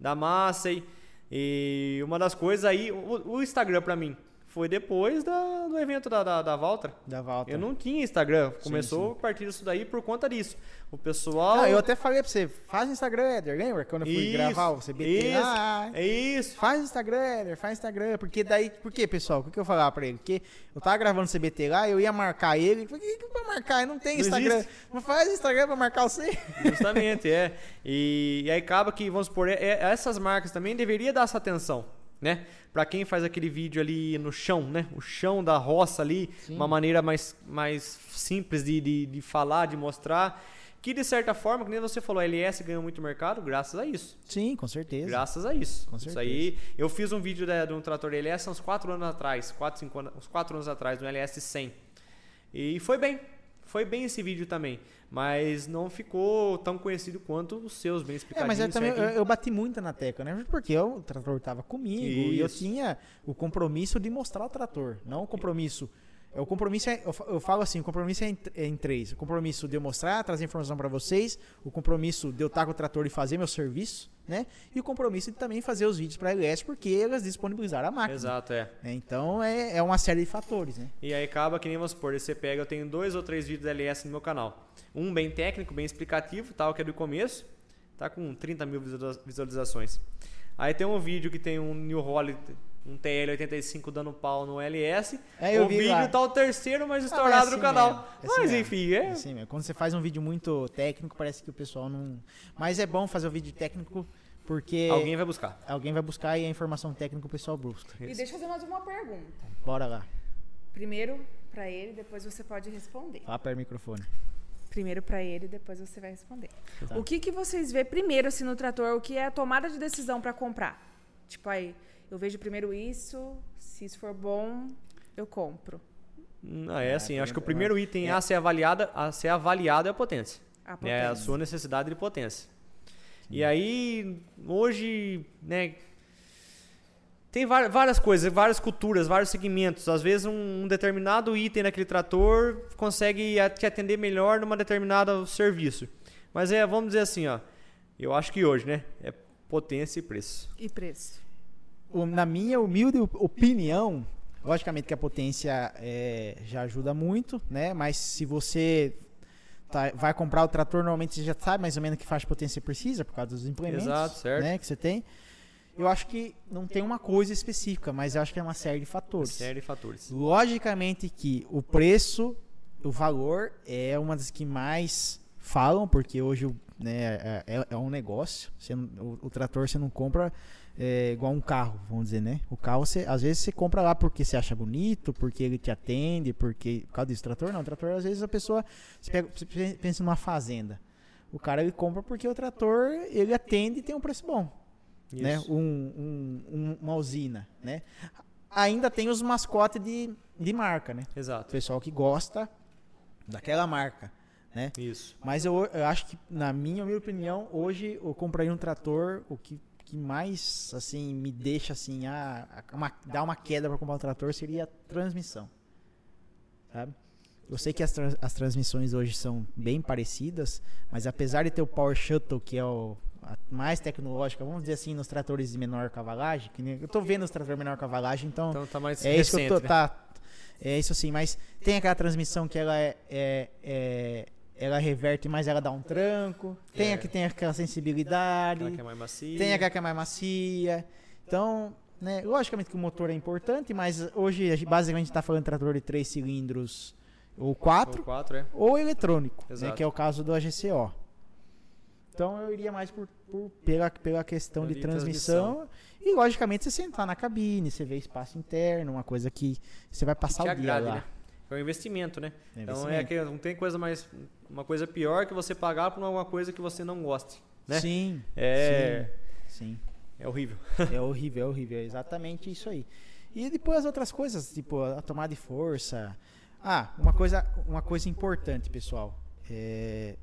S3: da Massa. E, e uma das coisas aí. O, o Instagram pra mim foi depois da- do evento da, da, da Valtra.
S1: Da Valta.
S3: Eu não tinha Instagram, começou a partir disso daí por conta disso. O pessoal.
S1: Ah, eu até falei pra você, faz Instagram, Éder, lembra? Quando eu fui
S3: Isso,
S1: gravar o CBT
S3: isso,
S1: lá.
S3: É isso.
S1: Faz Instagram, Éder, faz Instagram. Porque daí, por que, pessoal? O que que eu falava pra ele? Porque eu tava gravando CBT lá, eu ia marcar ele. Por que, que pra marcar? Eu não tenho
S3: Não
S1: Instagram.
S3: existe.
S1: Não faz Instagram pra marcar você.
S3: Justamente, é. E, e aí acaba que, vamos supor, é- é- essas marcas também deveria dar essa atenção, né? Pra quem faz aquele vídeo ali no chão, né? O chão da roça ali, uma maneira mais, mais simples de, de, de falar, de mostrar. Que de certa forma, que nem você falou, a LS ganhou muito mercado graças a isso.
S1: Sim, com certeza.
S3: Graças a isso.
S1: Com
S3: isso aí, eu fiz um vídeo da- de um trator LS há uns 4 anos atrás, 4, 5 anos, uns 4 anos atrás, um LS 100. E foi bem. Foi bem esse vídeo também, mas não ficou tão conhecido quanto os seus, bem
S1: É,
S3: explicadinhos.
S1: mas eu também eu,
S3: certinho.
S1: eu bati muito na tecla, né? Porque eu- o trator tava comigo e eu
S3: Isso.
S1: tinha o compromisso de mostrar o trator, não o compromisso. é, O compromisso é, eu fa- eu falo assim, o compromisso é em, tr- é em três. O compromisso de eu mostrar, trazer informação para vocês, o compromisso de eu estar com o trator e fazer meu serviço, né? E o compromisso de também fazer os vídeos para a LS, porque elas disponibilizaram a máquina.
S3: Exato, é.
S1: né? Então é, é uma série de fatores, né?
S3: E aí acaba que nem vamos supor, você pega, eu tenho dois ou três vídeos da LS no meu canal. Um bem técnico, bem explicativo, tal, que é do começo, tá com 30 mil visualiza- visualizações. Aí tem um vídeo que tem um New Holland, um TL85 dando pau no LS.
S1: É, eu
S3: o
S1: vi
S3: vídeo
S1: lá.
S3: tá o terceiro mais
S1: Ah,
S3: estourado
S1: é
S3: do
S1: assim
S3: canal.
S1: mesmo, é assim
S3: Mas
S1: mesmo,
S3: enfim, é.
S1: é assim mesmo. Quando você faz um vídeo muito técnico, parece que o pessoal não. Mas é bom fazer o vídeo técnico porque
S3: Alguém vai buscar.
S1: Alguém vai buscar e a informação técnica o pessoal busca.
S2: E deixa eu fazer mais uma pergunta.
S1: Bora lá.
S2: Primeiro pra ele, depois você pode responder.
S1: Fala perto o microfone.
S2: Primeiro pra ele, depois você vai responder.
S1: Tá.
S2: O que, que vocês vê primeiro assim no trator? O que é a tomada de decisão pra comprar? Tipo aí, eu vejo primeiro isso, se isso for bom, eu compro.
S3: Não, é assim, acho que o
S1: pergunta-
S3: primeiro item
S1: É.
S3: a ser avaliada, a ser avaliado é a potência.
S2: A
S3: É a
S2: potência.
S3: sua necessidade de potência. E aí, hoje, né, tem va- várias coisas, várias culturas, vários segmentos. Às vezes um, um determinado item naquele trator consegue a- te atender melhor numa determinada serviço. Mas é, vamos dizer assim, ó, eu acho que hoje, né, é potência e preço.
S2: E preço.
S1: O- na minha humilde opinião, logicamente que a potência é, já ajuda muito, né? Mas se você tá- vai comprar o trator, normalmente você já sabe mais ou menos que faixa de potência você precisa, por causa dos implementos
S3: Exato, certo.
S1: Né, que você tem. Eu acho que não tem uma coisa específica, mas eu acho que é uma série de fatores.
S3: Série de fatores.
S1: Logicamente que o preço, o valor é uma das que mais falam, porque hoje o- né, é, é- é um negócio. Você não- o, o trator você não compra é, igual um carro, vamos dizer, né? O carro você, às vezes você compra lá porque você acha bonito, porque ele te atende, porque por causa disso. Trator não, o trator às vezes a pessoa você, pega- você pe- pensa numa fazenda. O cara ele compra porque o trator ele atende e tem um preço bom né?
S3: Isso.
S1: Um, um- um- uma usina, né? Ainda tem os mascotes de, de marca, né? O
S3: Exato.
S1: pessoal que gosta daquela marca, né?
S3: Isso.
S1: Mas eu, eu acho que, na minha, humilde opinião, hoje eu compraria um trator, o que, que que mais, assim, me deixa, assim, a, a- uma- dar uma queda para comprar um trator seria a transmissão. Sabe? Eu sei que as, trans- as transmissões hoje são bem parecidas, mas apesar de ter o Power Shuttle, que é o a mais tecnológica, vamos dizer assim, nos tratores de menor cavalagem, que nem, eu tô vendo os tratores de menor cavalagem, então
S3: Então tá mais
S1: é isso que eu tô,
S3: recente, né?
S1: tá, É isso sim, mas tem aquela transmissão que ela é, é- é- ela reverte, mas ela dá um tranco. Tem a que tem aquela sensibilidade.
S3: É. Aquela que é mais macia.
S1: Tem aquela que é mais macia. Então, né, logicamente que o motor é importante, mas hoje a gente, basicamente está falando de trator de três cilindros ou
S3: Ou
S1: quatro,
S3: quatro, é.
S1: ou eletrônico, né,
S3: Exato.
S1: que é o caso do AGCO. Então eu iria mais por, por- pela, pela questão de
S3: Ali,
S1: transmissão, E logicamente você sentar na cabine, você vê espaço interno, uma coisa que você vai
S3: Que
S1: passar
S3: te
S1: o dia
S3: agrade,
S1: lá.
S3: né? É um investimento, né?
S1: né,
S3: Então é
S1: investimento.
S3: que não tem coisa mais uma coisa pior que você pagar por alguma coisa que você não goste, né?
S1: Sim,
S3: É,
S1: sim.
S3: é horrível.
S1: É horrível, é horrível. É exatamente isso aí. E depois as outras coisas, tipo a tomada de força. Ah, uma coisa, uma coisa importante, pessoal. É,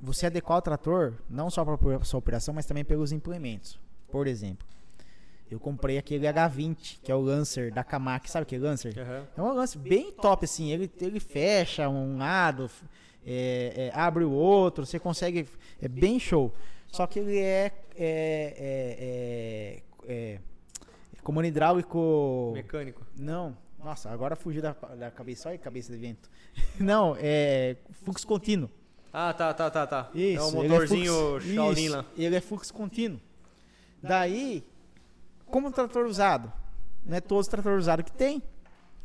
S1: você adequar o trator não só para a sua operação, mas também pelos implementos. Por exemplo, eu comprei aquele H20, que é o Lancer da Kamak. Sabe que Lancer?
S3: Aham.
S1: É um lance bem top, assim. Ele, ele fecha um lado, f- é, é, abre o outro, você consegue. É bem show. Só que ele é. é, é, é, é como um hidráulico.
S3: Mecânico.
S1: Não. Nossa, agora fugiu da, da cabeça. Olha a cabeça de vento. Não, é. Fluxo contínuo.
S3: Ah, tá, tá, tá, tá.
S1: Isso.
S3: é um
S1: ele
S3: motorzinho
S1: fluxo-
S3: Shaolin
S1: isso,
S3: lá.
S1: Ele é fluxo contínuo. Daí, como um trator usado, não é todos os tratores usados que tem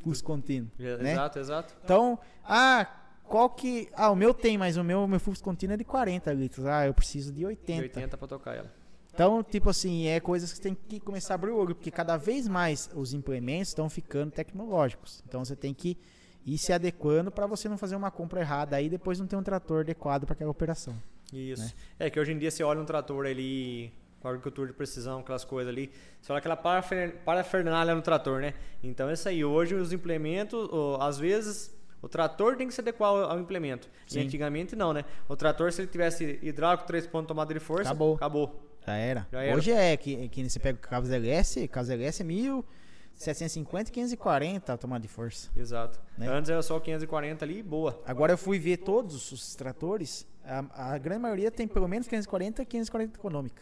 S1: fluxo contínuo. né?
S3: É, Exato, exato.
S1: Então, ah, qual que. Ah, o meu tem, mas o meu, meu fluxo contínuo é de 40 litros. Ah, eu preciso de 80.
S3: De 80 pra tocar ela.
S1: Então, tipo assim, é coisas que você tem que começar a abrir o olho, porque cada vez mais os implementos estão ficando tecnológicos. Então você tem que ir se adequando para você não fazer uma compra errada aí e depois não ter um trator adequado para aquela operação.
S3: Isso. É que hoje em dia você olha um trator ali com agricultura de precisão, aquelas coisas ali, você olha aquela parafer- parafernália no trator, né? Então é isso aí. Hoje os implementos, ô, às vezes o trator tem que se adequar ao ao implemento. E
S1: Sim.
S3: antigamente não, né? O trator, se ele tivesse hidráulico, três pontos, tomada de força,
S1: Acabou.
S3: acabou.
S1: Já era.
S3: Já era.
S1: Hoje é que, que você pega o Cavos LS, Cavos LS é 1750 e 540 a tomada de força.
S3: Exato.
S1: Né?
S3: Antes era só o 540 ali e boa.
S1: Agora eu fui ver todos os tratores, a, a grande maioria tem pelo menos 540 e 540 econômica.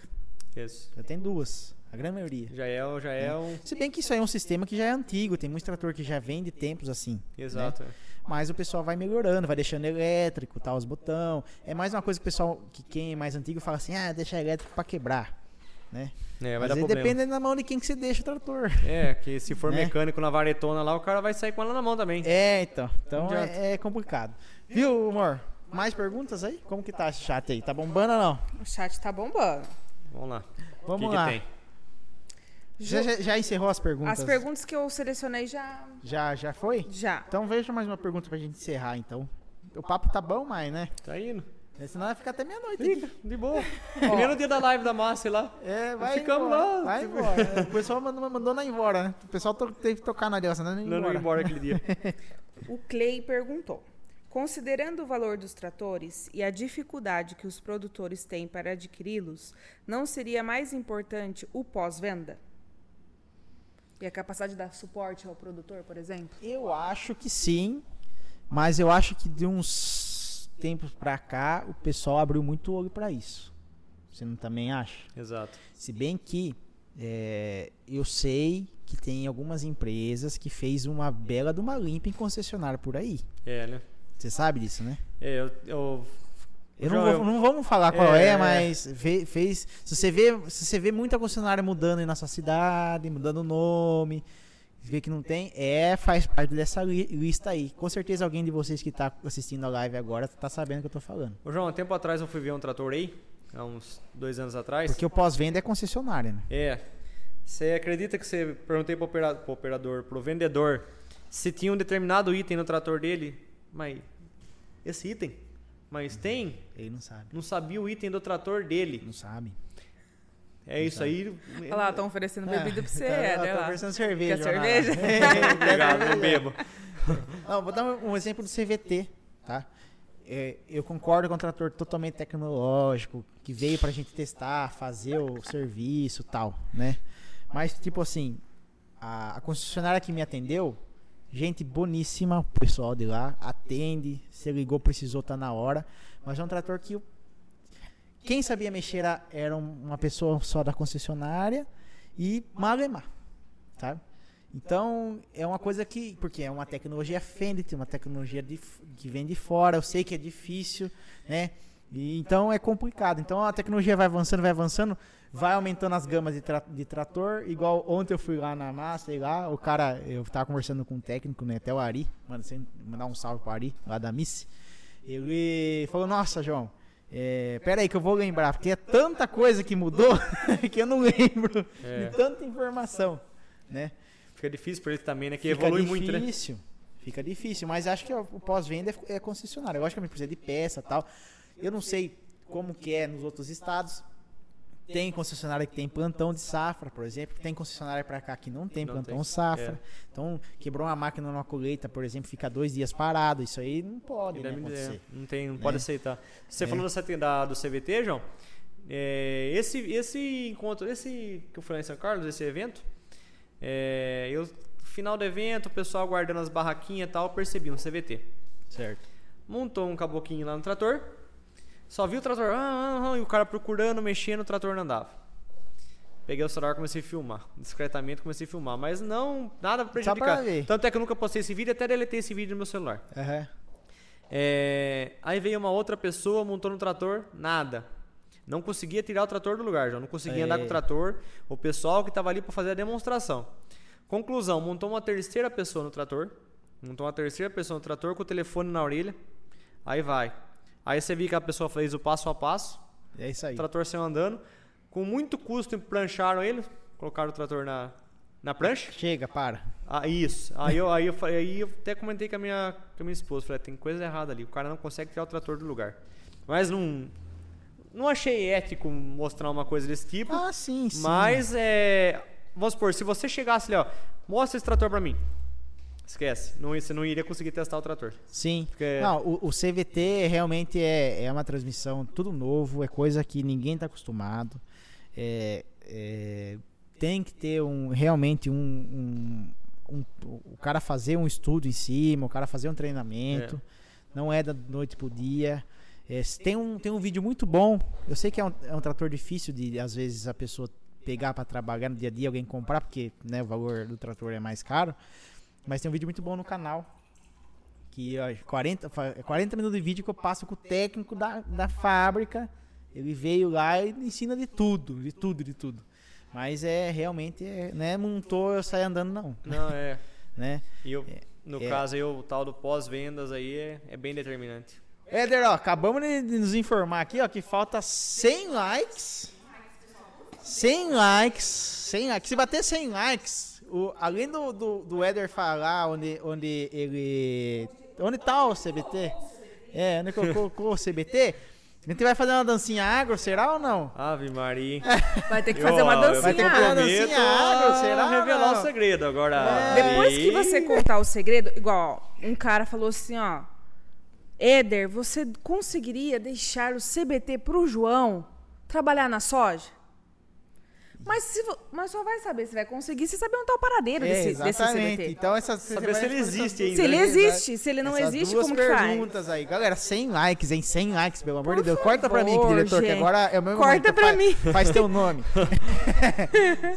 S3: Isso.
S1: Já tem duas, a grande maioria.
S3: Já é, o- já é um.
S1: Se bem que isso aí é um sistema que já é antigo, tem muito trator que já vem de tempos assim.
S3: Exato.
S1: Mas o pessoal vai melhorando, vai deixando elétrico, tal, os botão. É mais uma coisa que o pessoal, que quem é mais antigo fala assim, ah, deixa elétrico pra quebrar, né?
S3: É, vai
S1: Mas
S3: dar
S1: aí
S3: problema.
S1: depende na mão de quem que você deixa o trator.
S3: É, que se for
S1: Né?
S3: mecânico na varetona lá, o cara vai sair com ela na mão também.
S1: É, então. Então
S3: Não adianta.
S1: é, é complicado. Viu, amor? Mais perguntas aí? Como que tá esse chat aí? Tá bombando ou não?
S2: O chat tá bombando.
S3: Vamos lá.
S1: Vamos
S3: o que
S1: lá.
S3: Que tem?
S1: Já, já- já encerrou as perguntas?
S2: As perguntas que eu selecionei já.
S1: Já, já foi?
S2: Já.
S1: Então veja mais uma pergunta pra gente encerrar, então. O papo tá bom, mas, né?
S3: Tá indo.
S1: Senão vai ficar até meia-noite.
S3: Fica,
S1: aqui.
S3: de boa. Primeiro dia da live da Márcia lá.
S1: É, vai
S3: Ficamos
S1: embora,
S3: lá,
S1: Vai
S3: tipo-
S1: embora. É, O pessoal mandou, mandou na embora, né? O pessoal to- teve que tocar na dessa, né? Não,
S3: Não, não ia embora aquele dia.
S2: O Clay perguntou: Considerando o valor dos tratores e a dificuldade que os produtores têm para adquiri-los, não seria mais importante o pós-venda? E a capacidade de dar suporte ao produtor, por exemplo?
S1: Eu acho que sim, mas eu acho que de uns tempos pra cá o pessoal abriu muito olho pra isso. Você não também acha?
S3: Exato.
S1: Se bem que é, eu sei que tem algumas empresas que fez uma bela de uma limpa em concessionária por aí.
S3: É, né?
S1: Você sabe disso, né?
S3: É, eu. eu-
S1: Eu
S3: João,
S1: não, vou- não vamos falar qual
S3: É.
S1: é, mas fe- fez. Se você vê, se você vê muita concessionária mudando aí na sua cidade, mudando o nome, vê que não tem, é faz parte dessa li- lista aí. Com certeza alguém de vocês que está assistindo a live agora tá sabendo o que eu tô falando.
S3: Ô, João, há tempo atrás eu fui ver um trator aí, há uns dois anos atrás.
S1: Porque o pós-venda é concessionária, né?
S3: É. Você acredita que você perguntei pro, opera, pro operador, pro vendedor, se tinha um determinado item no trator dele? Mas. Esse item? Mas tem?
S1: Ele não sabe.
S3: Não sabia o item do trator dele.
S1: Não sabe.
S3: É isso aí.
S2: Olha lá, tá. estão oferecendo bebida pra você.
S1: Tá-
S2: é, olha
S1: tá
S2: lá.
S1: oferecendo cerveja.
S2: Quer
S1: olha lá.
S2: cerveja?
S3: É, Obrigado, eu bebo.
S1: Não, vou dar um um exemplo do CVT, tá? É, eu concordo com o trator totalmente tecnológico, que veio pra gente testar, fazer o serviço e tal, né? Mas, tipo assim, a, a concessionária que me atendeu, gente boníssima, o pessoal de lá, atende, se ligou, precisou, tá na hora. Mas é um trator que o- quem sabia mexer era, era um- uma pessoa só da concessionária e Malemar, sabe? Então, é uma coisa que, porque é uma tecnologia Fendt, uma tecnologia de f- que vem de fora, eu sei que é difícil, né? E, então é complicado. Então a tecnologia vai avançando, vai avançando, vai aumentando as gamas de, tra- de trator. Igual ontem eu fui lá na massa, e lá o cara, eu tava conversando com um técnico, né? Até o Ari, mano, sem mandar um salve pro Ari, lá da Miss. Ele falou: Nossa, João, é, pera aí que eu vou lembrar, porque é tanta coisa que mudou que eu não lembro
S3: É.
S1: de tanta informação, né?
S3: Fica difícil pra ele também, né? Que
S1: Fica
S3: evolui
S1: difícil,
S3: muito, né?
S1: Fica difícil, mas acho que o pós-venda é- é concessionário. Logicamente precisa de peça tal. Eu não sei como que é nos outros estados. Tem concessionária que tem plantão de safra, por exemplo. Tem concessionária para cá que não tem
S3: Não
S1: plantão
S3: tem.
S1: safra. Então, quebrou uma máquina numa colheita, por exemplo, fica dois dias parado. Isso aí não pode né,
S3: Ainda me- é,
S1: acontecer.
S3: não tem, não pode
S1: Né?
S3: aceitar. Você
S1: É.
S3: falou da, CT da- do CVT, João. É, esse, esse encontro, esse que eu fui lá em São Carlos, esse evento, é, eu final do evento, o pessoal guardando as barraquinhas e tal, eu percebi um CVT.
S1: Certo.
S3: Montou um caboquinho lá no trator, só vi o trator, ah, ah, ah, e o cara procurando, mexendo, o trator não andava. Peguei o celular e comecei a filmar. Discretamente comecei a filmar, mas não, nada pra
S1: Só pra
S3: prejudicar.
S1: ver.
S3: Tanto é que eu nunca postei esse vídeo, até deletei esse vídeo no meu celular.
S1: Aham.
S3: É, aí veio uma outra pessoa, montou no trator, nada. Não conseguia tirar o trator do lugar, já não conseguia
S1: É.
S3: andar com o trator. O pessoal que estava ali para fazer a demonstração. Conclusão, montou uma terceira pessoa no trator. Montou uma terceira pessoa no trator com o telefone na orelha. Aí vai. Aí você viu que a pessoa fez o passo a passo,
S1: É isso
S3: o
S1: aí.
S3: trator saiu andando. Com muito custo plancharam ele, colocaram o trator na, na prancha.
S1: Chega, para.
S3: Ah, isso. Aí eu, aí, eu, falei- aí eu até comentei com a minha, com a minha esposa. Falei, "Ah, tem coisa errada ali. O cara não consegue tirar o trator do lugar. Mas não, não achei ético mostrar uma coisa desse tipo.
S1: Ah, sim, sim.
S3: mas, é, vamos supor, se você chegasse ali, ó, mostra esse trator pra mim. Esquece. Não, ia- você não iria conseguir testar o trator.
S1: Sim.
S3: Porque-
S1: Não, o, o CVT realmente é, é uma transmissão tudo novo, é coisa que ninguém está acostumado. É- é, tem que ter um realmente um, um- um- o cara fazer um estudo em cima, o cara fazer um treinamento. Não é da noite pro dia. É, se tem, um, tem um vídeo muito bom. Eu sei que é um, é um trator difícil de às vezes a pessoa pegar para trabalhar no dia a dia, alguém comprar porque né, o valor do trator é mais caro. Mas tem um vídeo muito bom no canal. Que ó, 40, fa- 40 minutos de vídeo que eu passo com o técnico da, da fábrica. Ele veio lá e ensina de tudo, de tudo, de tudo. Mas é realmente, é, né? Montou, eu saí andando, não.
S3: Não, é.
S1: Né?
S3: E eu, no
S1: é.
S3: caso aí, o tal do pós-vendas aí é, é bem determinante.
S1: Éder, ó, acabamos de de nos informar aqui, ó, que falta 100 likes. 100 likes, 100 likes. Se bater 100 likes, o- além do, do, do Éder falar onde, onde ele. Onde tá o CBT? É, onde co- colocou o CBT? A gente vai fazer uma dancinha agro, será ou não?
S3: Ave Maria.
S2: Vai ter que
S3: Eu,
S2: fazer uma
S3: ó, eu
S1: Vai ter que
S2: dancinha. né?
S1: fazer uma
S3: prometo
S1: dancinha agro,
S3: a
S1: será ou
S3: revelar
S1: não?
S3: o segredo agora.
S1: É.
S2: Depois que você contar o segredo, igual, ó, um cara falou assim, ó. Éder, você conseguiria deixar o CBT pro João trabalhar na soja? Mas, se vo- mas só vai saber se vai conseguir se saber um tal paradeiro
S1: É,
S2: desse, desse CBT.
S1: Então essa você
S3: Saber
S1: vai
S3: se ele
S1: responder
S3: existe
S1: essas-
S2: Se ele existe, se ele não
S1: essas
S2: existe,
S1: duas
S2: como que faz?
S1: perguntas aí. Galera, 100 likes, hein? 100 likes, pelo amor de
S2: Por
S1: Deus. Corta pra mim,
S2: favor,
S1: diretor, que
S2: gente.
S1: agora é o meu
S2: Corta
S1: momento.
S2: pra
S1: Fa-
S2: mim.
S1: Faz teu nome.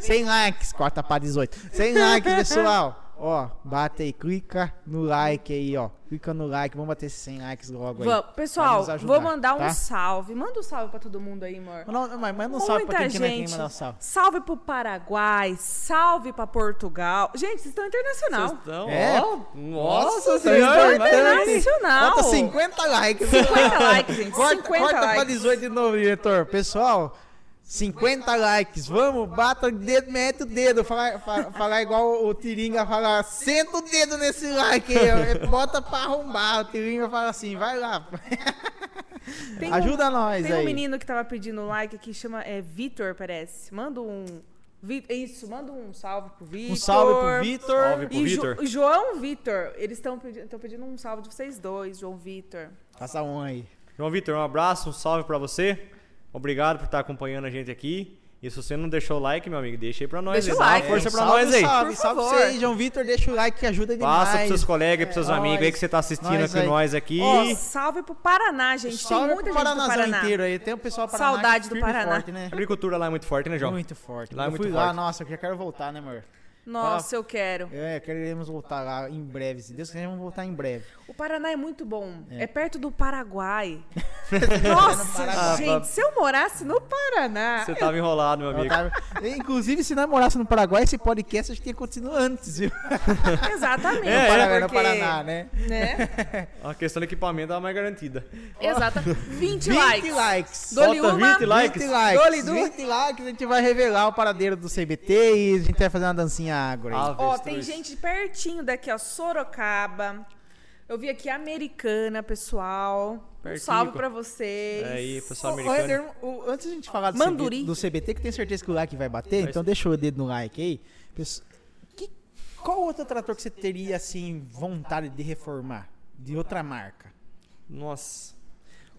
S1: 100 likes, corta pra 18. 100 likes, pessoal. Ó, bate aí, clica no like aí, ó. Clica no like, vamos bater esses 100 likes logo aí.
S2: Vamos. Pessoal,
S1: nos ajudar,
S2: vou mandar um
S1: tá?
S2: salve. Manda um salve pra todo mundo aí, amor.
S1: Não, não, mas manda um
S2: Muita
S1: salve pra quem que não é quem
S2: gente.
S1: manda um salve.
S2: Salve pro Paraguai, salve pra Portugal. Gente, vocês estão internacional.
S3: Vocês estão,
S1: É.
S3: ó, nossa
S1: vocês
S3: senhora,
S1: dois
S3: mas- é
S1: tão-
S2: é internacional.
S1: Bota 50 likes.
S2: 50 likes, gente.
S1: Corta,
S2: 50
S1: corta pra
S2: likes.
S1: 18 de novo, diretor. Pessoal, 50 likes. Vamos, bata o dedo, mete o dedo. Falar fa- falar igual o Tiringa falar, senta o dedo nesse like. aí, ó. Bota pra arrombar. O Tiringa fala assim, vai lá.
S2: Tem um-
S1: Ajuda nós
S2: Tem
S1: aí.
S2: um menino que tava pedindo like que chama é, Vitor, parece. Manda um. Vi- Isso, manda um salve pro Vitor.
S1: Um salve pro Vitor.
S3: Salve pro
S2: E Jo-
S3: Vitor.
S2: João Vitor. Eles estão pedindo, tão pedindo um salve de vocês dois, João Vitor.
S1: Passa um aí.
S3: João Vitor, um abraço, um salve pra você. Obrigado por estar acompanhando a gente aqui. E se você não deixou o like, meu amigo, deixa aí pra nós.
S2: Deixa
S3: aí,
S2: o
S3: dá uma
S2: like.
S3: força
S1: É,
S3: pra nós aí.
S1: Salve,
S2: Por
S1: salve
S2: favor.
S1: pra vocês, João Vitor. Deixa o like que ajuda demais.
S3: Passa pros seus colegas, pros seus
S1: É,
S3: amigos aí que
S1: nós-
S3: você tá assistindo
S1: nós
S3: aqui
S1: aí.
S3: nós aqui.
S2: Ó, salve pro Paraná, gente.
S1: Salve
S2: Tem muita
S1: pro
S2: gente do
S1: Paranazão
S2: Paraná.
S1: inteiro aí. Tem o pessoal do Paraná.
S2: Saudade
S1: que
S2: do
S1: firme e
S2: Paraná.
S1: Forte, né?
S3: A agricultura lá é muito forte, né, João?
S1: Muito forte.
S3: Lá é
S1: eu
S3: muito
S1: fui lá,
S3: forte.
S1: nossa, eu já quero voltar, né, amor?
S2: Nossa, eu quero.
S1: É, queremos voltar lá em breve. Se Deus quiser, vamos voltar em breve.
S2: O Paraná é muito bom. É,
S1: É.
S2: perto do Paraguai. Nossa,
S1: Paraguai.
S2: gente, se eu morasse no Paraná.
S3: Você tava enrolado, meu
S1: Eu
S3: amigo.
S1: tava- Inclusive, se nós morasse no Paraguai, esse podcast acho que tinha acontecido antes, viu?
S2: Exatamente.
S3: É,
S1: no Paraguai, no
S2: porque-
S1: Paraná, né?
S2: né?
S3: A questão do equipamento tava mais garantida.
S2: Exata. 20,
S1: 20
S2: likes.
S1: likes.
S2: Dou-lhe
S3: Bota
S2: uma.
S3: 20 likes.
S1: 20
S2: Dole
S1: likes.
S2: du-
S1: 20 likes, a gente vai revelar o paradeiro do CBT e a gente vai fazer uma dancinha agro aí.
S2: Ó,
S3: Avestruz.
S2: tem gente pertinho daqui, ó. Sorocaba. Eu vi aqui Americana, pessoal. Um
S3: Pertinho.
S2: salve pra vocês.
S3: É Aí, pessoal
S1: Ô, ô,
S3: americano.
S1: Éder, o- antes da gente falar do,
S2: Manduri.
S1: CB do CBT, que tem certeza que o like vai bater, então deixa o dedo no like aí. Pesso- que- qual outro trator que você teria, assim, vontade de reformar? De outra marca?
S3: Nossa.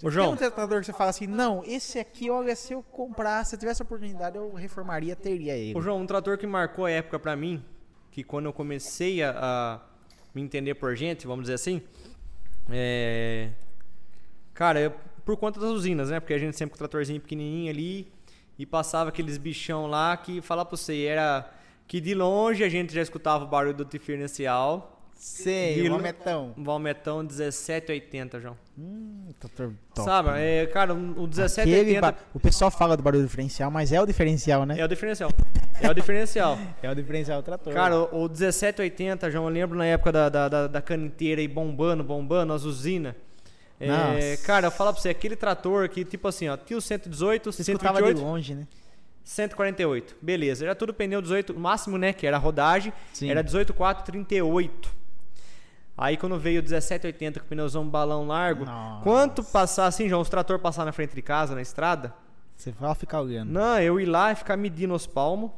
S3: Ô,
S1: Tem
S3: João,
S1: um tratador que você fala assim, não, esse aqui, olha, se eu comprar, se eu tivesse a oportunidade, eu reformaria, teria ele.
S3: Ô, João, um trator que marcou a época pra mim, que quando eu comecei a, a me entender por gente, vamos dizer assim, é... Cara, eu- por conta das usinas, né? Porque a gente sempre com o tratorzinho pequenininho ali e passava aqueles bichão lá que, falar pra você, era... Que de longe a gente já escutava o barulho do diferencial.
S1: Sei,
S3: Guilo.
S1: o Metão.
S3: Um Valmetão 1780, João.
S1: Hum, trator top. né?
S3: Sabe? É, cara, um- o
S1: Aquele
S3: 1780
S1: ba- O pessoal fala do barulho diferencial, mas é o diferencial, né?
S3: é o diferencial. É o diferencial.
S1: É o diferencial do trator.
S3: Cara, o, o 1780, João, eu lembro na época da, da, da, da caniteira aí bombando, bombando, as usinas. É,
S1: Nossa.
S3: cara, eu falo pra você, aquele trator que, tipo assim, ó, tinha o 118,
S1: você escutava de
S3: 128,
S1: longe, né?
S3: 148. Beleza, era tudo pneu 18, máximo, né, que era a rodagem,
S1: Sim.
S3: era 18,4, 38. Aí quando veio o 1780 com o pneuzão um balão largo,
S1: Nossa.
S3: quanto passar, assim, João, os trator passar na frente de casa, na estrada,
S1: Você fala ficar olhando.
S3: não, eu ir lá e ficar medindo os palmos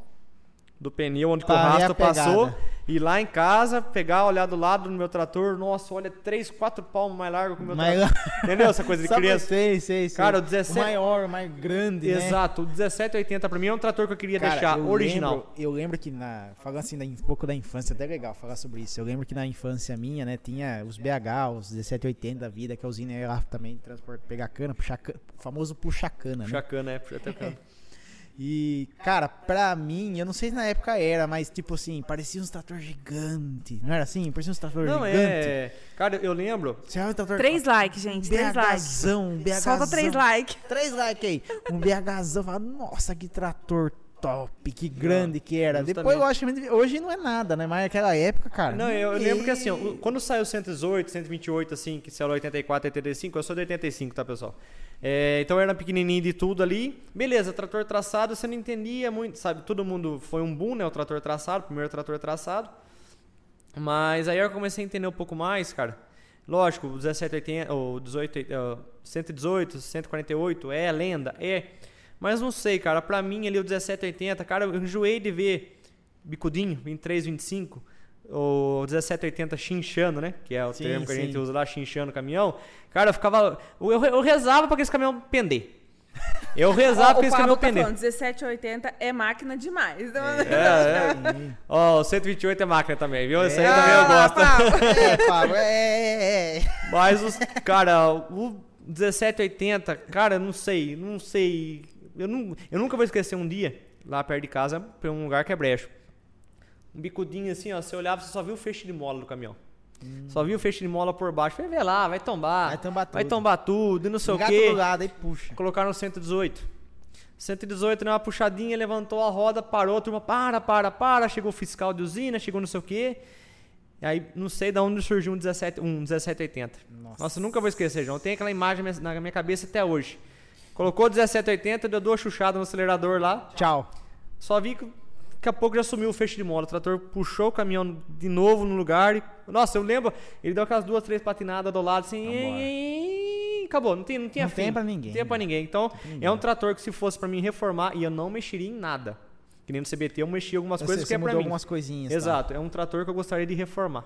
S3: do pneu onde que o
S1: Pra ver Ah, é a
S3: rastro
S1: pegada.
S3: passou. Ir lá em casa, pegar, olhar do lado no meu trator. Nossa, olha, três, quatro palmos mais largo que o meu
S1: Mas-
S3: trator. Entendeu essa coisa de
S1: Só pra-
S3: criança?
S1: Sei, sei, sei.
S3: Cara, o 17
S1: O maior, o mais grande, né?
S3: Exato, o 1780 pra mim é um trator que eu queria
S1: Cara,
S3: deixar
S1: eu
S3: original.
S1: lembro- eu lembro que, na, falando assim, da, um pouco da infância, até é legal falar sobre isso. Eu lembro que na infância minha, né, tinha os BH, os 1780 da vida, que a usina ia lá também transportar, pegar cana, puxar cana, o famoso puxar cana, né?
S3: Chacana, é, puxa até o cano.
S1: E, cara, pra mim, eu não sei se na época era, mas tipo assim, parecia uns trator gigante. Não era assim? Parecia uns trator
S3: Não,
S1: gigante.
S3: é. Cara, eu lembro.
S1: Você olha o trator.
S2: Três likes, gente. Três likes.
S1: BHzão, BHzão.
S2: Solta três likes.
S1: Três likes aí. Um BHzão. Fala, nossa, que trator top, que grande que era.
S3: Justamente.
S1: Depois, logicamente, hoje não é nada, né? Mas naquela época, cara.
S3: Não, eu, eu
S1: ninguém-
S3: lembro que assim, ó, o- quando saiu 118, 128, assim, que saiu 84, 85, eu sou de 85, tá, pessoal? É, então eu era pequenininho de tudo ali. Beleza, trator traçado, você não entendia muito, sabe? Todo mundo foi um boom, né? O trator traçado, o primeiro trator traçado. Mas aí eu comecei a entender um pouco mais, cara. Lógico, o 1780, ou 18, ó, 118, 148 é lenda, é. Mas não sei, cara, pra mim ali o 1780, cara, eu enjoei de ver bicudinho 23, 25, o 1780 chinchando, né? Que é o
S1: Sim,
S3: termo que a gente
S1: sim.
S3: usa lá, chinchando o caminhão. Cara, eu ficava eu, eu rezava pra que esse caminhão pender. Eu rezava pra que
S2: o
S3: esse é
S2: Pablo
S3: caminhão
S2: tá
S3: pender.
S2: falando, 1780 é máquina demais.
S3: É, é. Ó, o 128 é máquina também, viu? Esse aí
S1: É.
S2: Ah,
S3: também eu gosto.
S1: É, Pablo, é, é, é.
S3: Mas os cara, o 1780, cara, eu não sei, não sei. Eu, não, eu nunca vou esquecer um dia lá perto de casa, pra um lugar que é brecho. Um bicudinho assim, ó, você olhava, você só viu o feixe de mola do caminhão. Só viu o feixe de mola por baixo. Falei, vê lá, vai tombar.
S1: Hum. Vai tombar
S3: Vai
S1: tudo."
S3: tombar tudo, e não sei
S1: Gato
S3: o quê.
S1: do lado, aí puxa.
S3: Colocaram 118. 118 deu né, uma puxadinha, levantou a roda, parou, a turma, para, para, para, chegou o fiscal de usina, chegou não sei o quê. E aí, não sei de onde surgiu um, 17, um 1780. Nossa.
S1: Nossa.
S3: eu nunca vou esquecer, João. Tem aquela imagem na minha- na minha cabeça até hoje. Colocou 1780, deu duas chuchadas no acelerador lá.
S1: Tchau.
S3: Só vi que daqui a pouco já sumiu o feixe de mola. O trator puxou o caminhão de novo no lugar. e- Nossa, eu lembro, ele deu aquelas duas, três patinadas do lado assim. e- e- Acabou, não, tinha não tinha
S1: Não
S3: fim.
S1: tem pra ninguém,
S3: Não tinha pra
S1: né?
S3: ninguém. Então, é um trator que se fosse pra mim reformar, e eu não mexeria em nada. Que nem no CBT, eu mexi em algumas
S1: Você-
S3: coisas
S1: você
S3: que é pra
S1: mudou
S3: mim.
S1: algumas coisinhas. tá?
S3: Exato, é um trator que eu gostaria de reformar.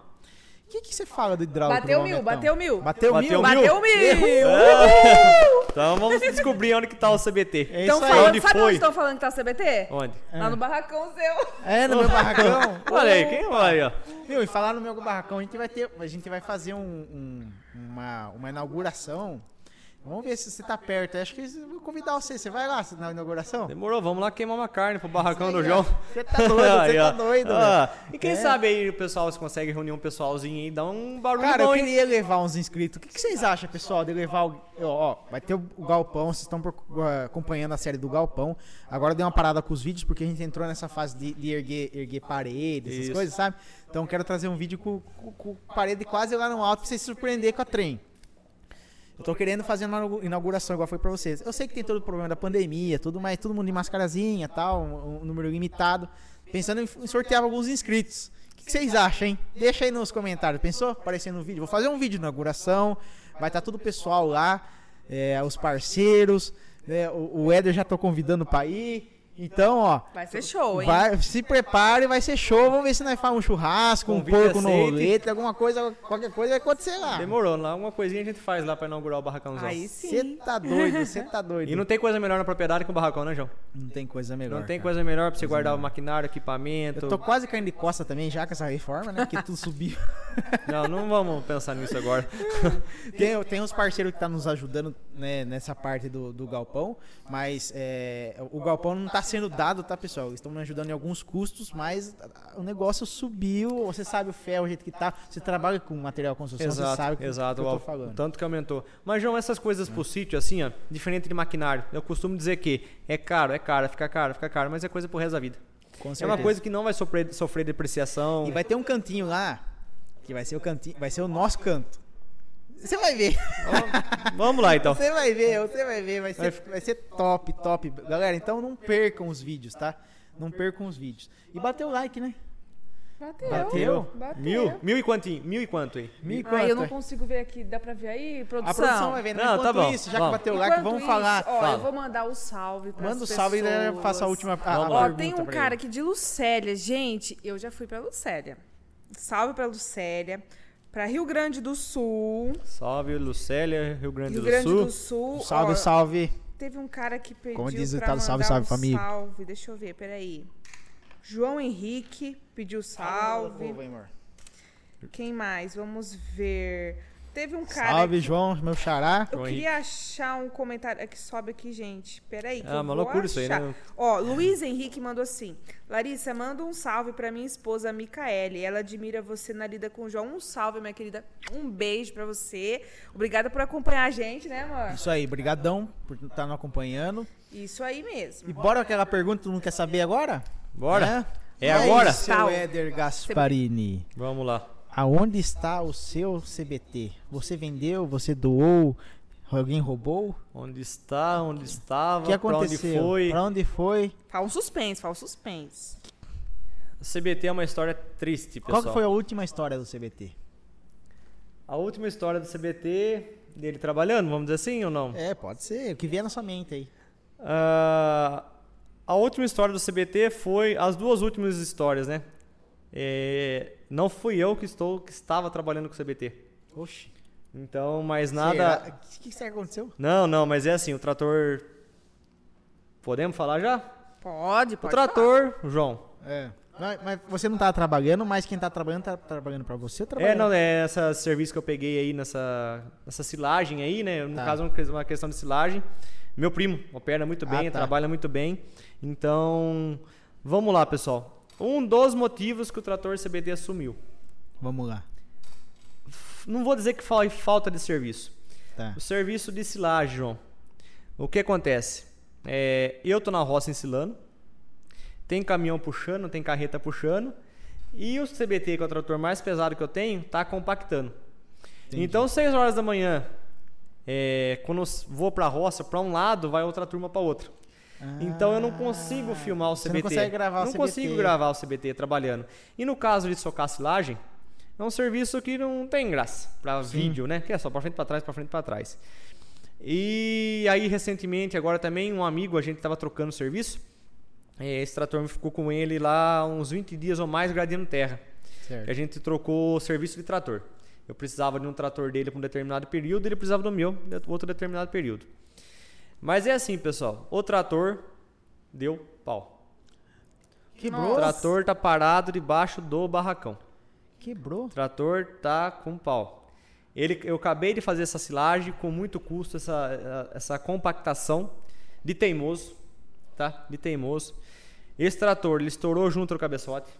S1: O que, que você fala do hidráulico?
S2: Bateu
S1: no
S2: mil,
S1: Valmetão?
S2: bateu mil.
S1: Bateu,
S3: Bateu
S1: mil?
S3: mil?
S2: Bateu mil!
S3: Então vamos descobrir onde que tá o CBT.
S1: É
S2: Então
S1: isso aí.
S2: falando,
S3: Onde
S2: sabe
S3: foi? É.
S2: onde estão falando que tá o CBT?
S3: Onde?
S2: Lá Tá no barracão seu.
S1: É, no meu barracão.
S3: Olha aí, quem olha aí, ó.
S1: Meu, e falar no meu barracão, a gente vai ter. A gente vai fazer um- um- uma, uma inauguração. Vamos ver se você tá perto. Acho que eu vou convidar você. Você vai lá na inauguração?
S3: Demorou, vamos lá queimar uma carne pro barracão do João.
S1: Você tá doido, você
S3: Aí, ó.
S1: tá doido,
S3: Ah,
S1: velho.
S3: E quem
S1: É.
S3: sabe aí o pessoal se consegue reunir um pessoalzinho aí e dar um barulho
S1: Cara, eu
S3: bom, hein?
S1: queria levar uns inscritos. O que, que vocês acham, pessoal, de levar o. Ó, ó, vai ter o Galpão, vocês estão procu- ah, acompanhando a série do Galpão. Agora deu uma parada com os vídeos, porque a gente entrou nessa fase de, de erguer, erguer parede, essas
S3: Isso.
S1: coisas, sabe? Então quero trazer um vídeo com, com- com parede quase lá no alto pra vocês se surpreender com a trem. Eu tô querendo fazer uma inaugu- inauguração igual foi pra vocês. Eu sei que tem todo o problema da pandemia, tudo mais, todo mundo de mascarazinha e tal, um, um número limitado. Pensando em, f- em sortear alguns inscritos. O que, que vocês acham, hein? Deixa aí nos comentários. Pensou? Aparecendo no vídeo. Vou fazer um vídeo de inauguração. Vai estar todo o pessoal lá, é, os parceiros. né? O, o Éder já tô convidando pra ir. Então, ó.
S2: Vai ser show, hein?
S1: Vai, se prepare, vai ser show. Vamos ver se nós fazemos um churrasco, um
S3: Convite
S1: porco no
S3: aceito.
S1: rolete, alguma coisa, qualquer coisa vai acontecer lá.
S3: Demorou, lá uma coisinha a gente faz lá pra inaugurar o barracãozão.
S2: Aí
S1: Você
S2: sim.
S1: tá doido, você tá doido.
S3: E não tem coisa melhor na propriedade que o barracão, né, João?
S1: Não tem coisa melhor.
S3: Não tem
S1: cara.
S3: coisa melhor pra você guardar o maquinário, equipamento.
S1: Eu tô quase caindo de costa também já com essa reforma, né? Porque tudo subiu.
S3: Não, não vamos pensar nisso agora.
S1: tem, tem uns parceiros que tá nos ajudando né, nessa parte do, do galpão, mas é, o galpão não tá sendo dado, tá, pessoal? Eles estão me ajudando em alguns custos, mas o negócio subiu. Você sabe o ferro, o jeito que tá. Você trabalha com material de construção, você sabe o
S3: Exato,
S1: que,
S3: exato.
S1: que eu
S3: ó,
S1: tô
S3: o então,
S1: falando.
S3: Tanto que aumentou. Mas, João, essas coisas pro sítio, assim, ó, diferente de maquinário, eu costumo dizer que é caro, é caro, fica caro, fica caro, mas é coisa pro resto da vida.
S1: Com
S3: É uma
S1: certeza.
S3: coisa que não vai sofrer, sofrer depreciação.
S1: E vai ter um cantinho lá, que vai ser o cantinho, vai ser o nosso canto. Você vai ver.
S3: Vamos- Vamos lá, então.
S1: Você vai ver, você vai ver, vai ser, vai ser top, top. Galera, então não percam os vídeos, tá? Não percam os vídeos. E bateu o like, né?
S2: Bateu.
S1: Bateu?
S2: Bateu.
S3: Mil? Mil e quantinho? Mil e quanto aí?
S1: Me conta.
S2: Ai, eu não consigo ver aqui. Dá pra ver aí,
S1: é.
S2: produção?
S1: A produção vai ver. Não,
S3: Não,
S1: Enquanto
S3: tá bom,
S1: isso, já
S3: vamos.
S1: que bateu o like,
S2: Enquanto
S1: vamos
S2: isso,
S1: falar.
S2: Ó,
S3: Fala.
S2: eu vou mandar o salve pra
S1: Manda o salve e daí eu faço a última a, a
S3: Vamos lá.
S2: Ó,
S1: pergunta
S2: tem um
S1: pra ele.
S2: cara aqui de Lucélia. Gente, eu já fui pra Lucélia. Salve pra Lucélia. Pra Rio Grande do Sul.
S3: Salve, Lucélia, Rio Grande,
S2: Rio
S3: do,
S2: Grande
S3: Sul.
S2: do Sul.
S1: Um Salve,
S2: Ó,
S1: salve.
S2: Teve um cara que pediu
S1: Como diz o ditado,
S2: pra mandar
S1: salve, salve,
S2: um
S1: família.
S2: salve. Deixa eu ver, peraí. João Henrique pediu salve. Quem mais? Vamos ver. Teve um cara.
S1: Salve,
S2: que-
S1: João, meu xará.
S2: Eu
S3: João
S2: queria achar um comentário. É que sobe aqui, gente. Peraí. Que
S3: Ah,
S2: eu
S3: uma
S2: vou
S3: loucura isso aí,
S2: achar.
S3: né?
S2: Ó, Luiz Henrique mandou assim: Larissa, manda um salve pra minha esposa, a Micaele. Ela admira você na lida com o João. Um salve, minha querida. Um beijo pra você. Obrigada por acompanhar a gente, né, amor?
S1: Isso aí, brigadão por estar nos acompanhando.
S2: Isso aí mesmo.
S1: E bora aquela pergunta que todo mundo quer saber agora?
S3: Bora?
S1: É,
S3: É agora?
S1: Seu
S2: Tal.
S1: Éder Gasparini.
S3: Vamos lá.
S1: Aonde está o seu CBT? Você vendeu? Você doou? Alguém roubou?
S3: Onde está, onde
S1: O
S3: estava,
S1: que
S3: pra onde
S1: aconteceu?
S3: foi.
S1: Pra onde foi?
S2: Fala um suspense, fala um suspense.
S3: CBT é uma história triste,
S1: Qual
S3: pessoal.
S1: que foi a última história do CBT?
S3: a última história do CBT, dele trabalhando, vamos dizer assim ou não?
S1: É, pode ser. O que vier na sua mente aí.
S3: Ah, a última história do CBT foi as duas últimas histórias, né? É, não fui eu que estou que estava trabalhando com o CBT.
S1: Oxi.
S3: Então, mas nada.
S1: Será? O que, que será que aconteceu?
S3: Não, não, mas é assim, o trator. Podemos falar já?
S2: Pode,
S3: O
S2: pode. falar.
S3: trator, João.
S1: É. Mas, mas você não tá trabalhando, mas quem tá trabalhando tá trabalhando pra você ou
S3: É,
S1: trabalhando?
S3: não, é essa serviço que eu peguei aí nessa, nessa silagem aí, né? No
S1: Tá.
S3: caso, uma que- uma questão de silagem. Meu primo opera muito
S1: Ah,
S3: bem,
S1: tá.
S3: trabalha muito bem. Então, vamos lá, pessoal. Um dos motivos que o trator CBT assumiu.
S1: Vamos lá.
S3: Não vou dizer que foi falta de serviço.
S1: Tá.
S3: O serviço de silagem, João. O que acontece? É, eu tô na roça ensilando. Tem caminhão puxando, tem carreta puxando. E o CBT, que é o trator mais pesado que eu tenho, tá compactando.
S1: Entendi.
S3: Então, 6 horas da manhã, é, quando eu s- vou pra roça, pra um lado, vai outra turma pra outra. Então eu não consigo filmar o
S1: Ah, você
S3: CBT.
S1: não consegue gravar o
S3: Não
S1: CBT.
S3: consigo gravar o CBT trabalhando. E no caso de socar silagem, é um serviço que não tem graça para vídeo, né? Que é só para frente, para trás, para frente, para trás. E aí recentemente, agora também um amigo, a gente tava trocando É, serviço. eh, Esse trator ficou com ele lá uns 20 dias ou mais gradando terra.
S1: Certo.
S3: E a gente trocou serviço de trator. Eu precisava de um trator dele para um determinado período, ele precisava do meu de outro determinado período. Mas é assim, pessoal. O trator deu pau.
S1: Quebrou?
S3: O trator tá parado debaixo do barracão.
S1: Quebrou?
S3: O trator tá com pau. Ele, eu acabei de fazer essa silagem com muito custo, essa, essa compactação de teimoso, tá? De teimoso. Esse trator, ele estourou junto ao cabeçote.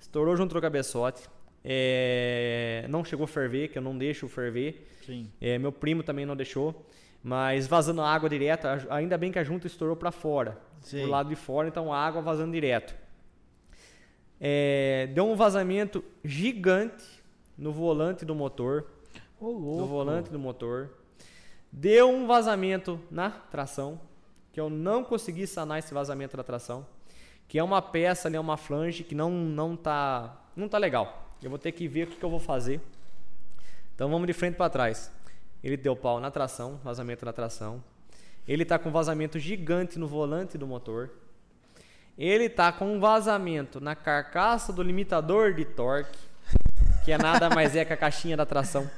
S3: Estourou junto ao cabeçote. É, não chegou a ferver, que eu não deixo ferver.
S1: Sim.
S3: É, meu primo também não deixou. Mas vazando água direto, a- ainda bem que a junta estourou para fora.
S1: Sei.
S3: Pro lado de fora, então a água vazando direto. É, deu um vazamento gigante no volante do motor.
S1: Ô, louco.
S3: No volante do motor. Deu um vazamento na tração. Que eu não consegui sanar esse vazamento da tração. Que é uma peça ali, é uma flange que não, não, tá, não tá legal. Eu vou ter que ver o que, que eu vou fazer. Então vamos de frente para trás. Ele deu pau na tração, vazamento na tração. Ele tá com vazamento gigante no volante do motor. Ele tá com um vazamento na carcaça do limitador de torque, que é nada mais é que a caixinha da tração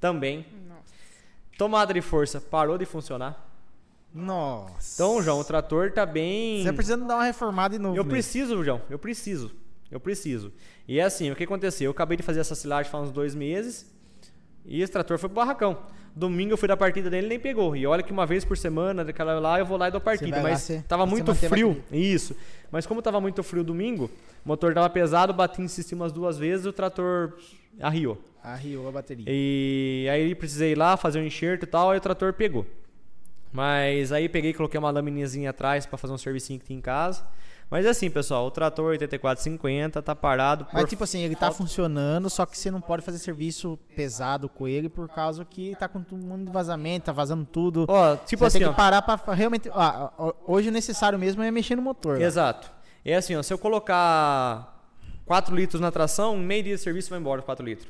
S3: também.
S2: Nossa.
S3: Tomada de força parou de funcionar.
S1: Nossa.
S3: Então, João, o trator tá bem.
S1: Você tá precisando dar uma reformada de novo.
S3: Eu
S1: né?
S3: preciso, João. Eu preciso. Eu preciso. E é assim, o que aconteceu? Eu acabei de fazer essa silagem faz uns dois meses. E esse trator foi pro barracão. Domingo eu fui da partida dele e nem pegou. E olha que uma vez por semana, daquela lá, eu vou lá e dou partida.
S1: vai lá,
S3: Mas
S1: você-
S3: tava
S1: você
S3: muito
S1: mantém a
S3: frio. Isso. Mas como tava muito frio domingo, o motor tava pesado, bati em cima umas duas vezes, o trator arriou.
S1: Arriou a bateria.
S3: E aí precisei ir lá fazer um enxerto e tal, aí o trator pegou. Mas aí peguei e coloquei uma laminazinha atrás pra fazer um servicinho que tinha em casa. Mas é assim, pessoal, o trator 8450 tá parado por
S1: Mas tipo assim, ele tá funcionando, só que você não pode fazer serviço pesado com ele por causa que tá com um monte de vazamento, tá vazando tudo.
S3: Ó, tipo
S1: você
S3: assim,
S1: tem
S3: ó.
S1: que parar pra fa- realmente. ó, ó, hoje o necessário mesmo é mexer no motor. lá.
S3: Exato. É assim, ó, se eu colocar 4 litros na tração, em meio dia de serviço vai embora os 4 litros.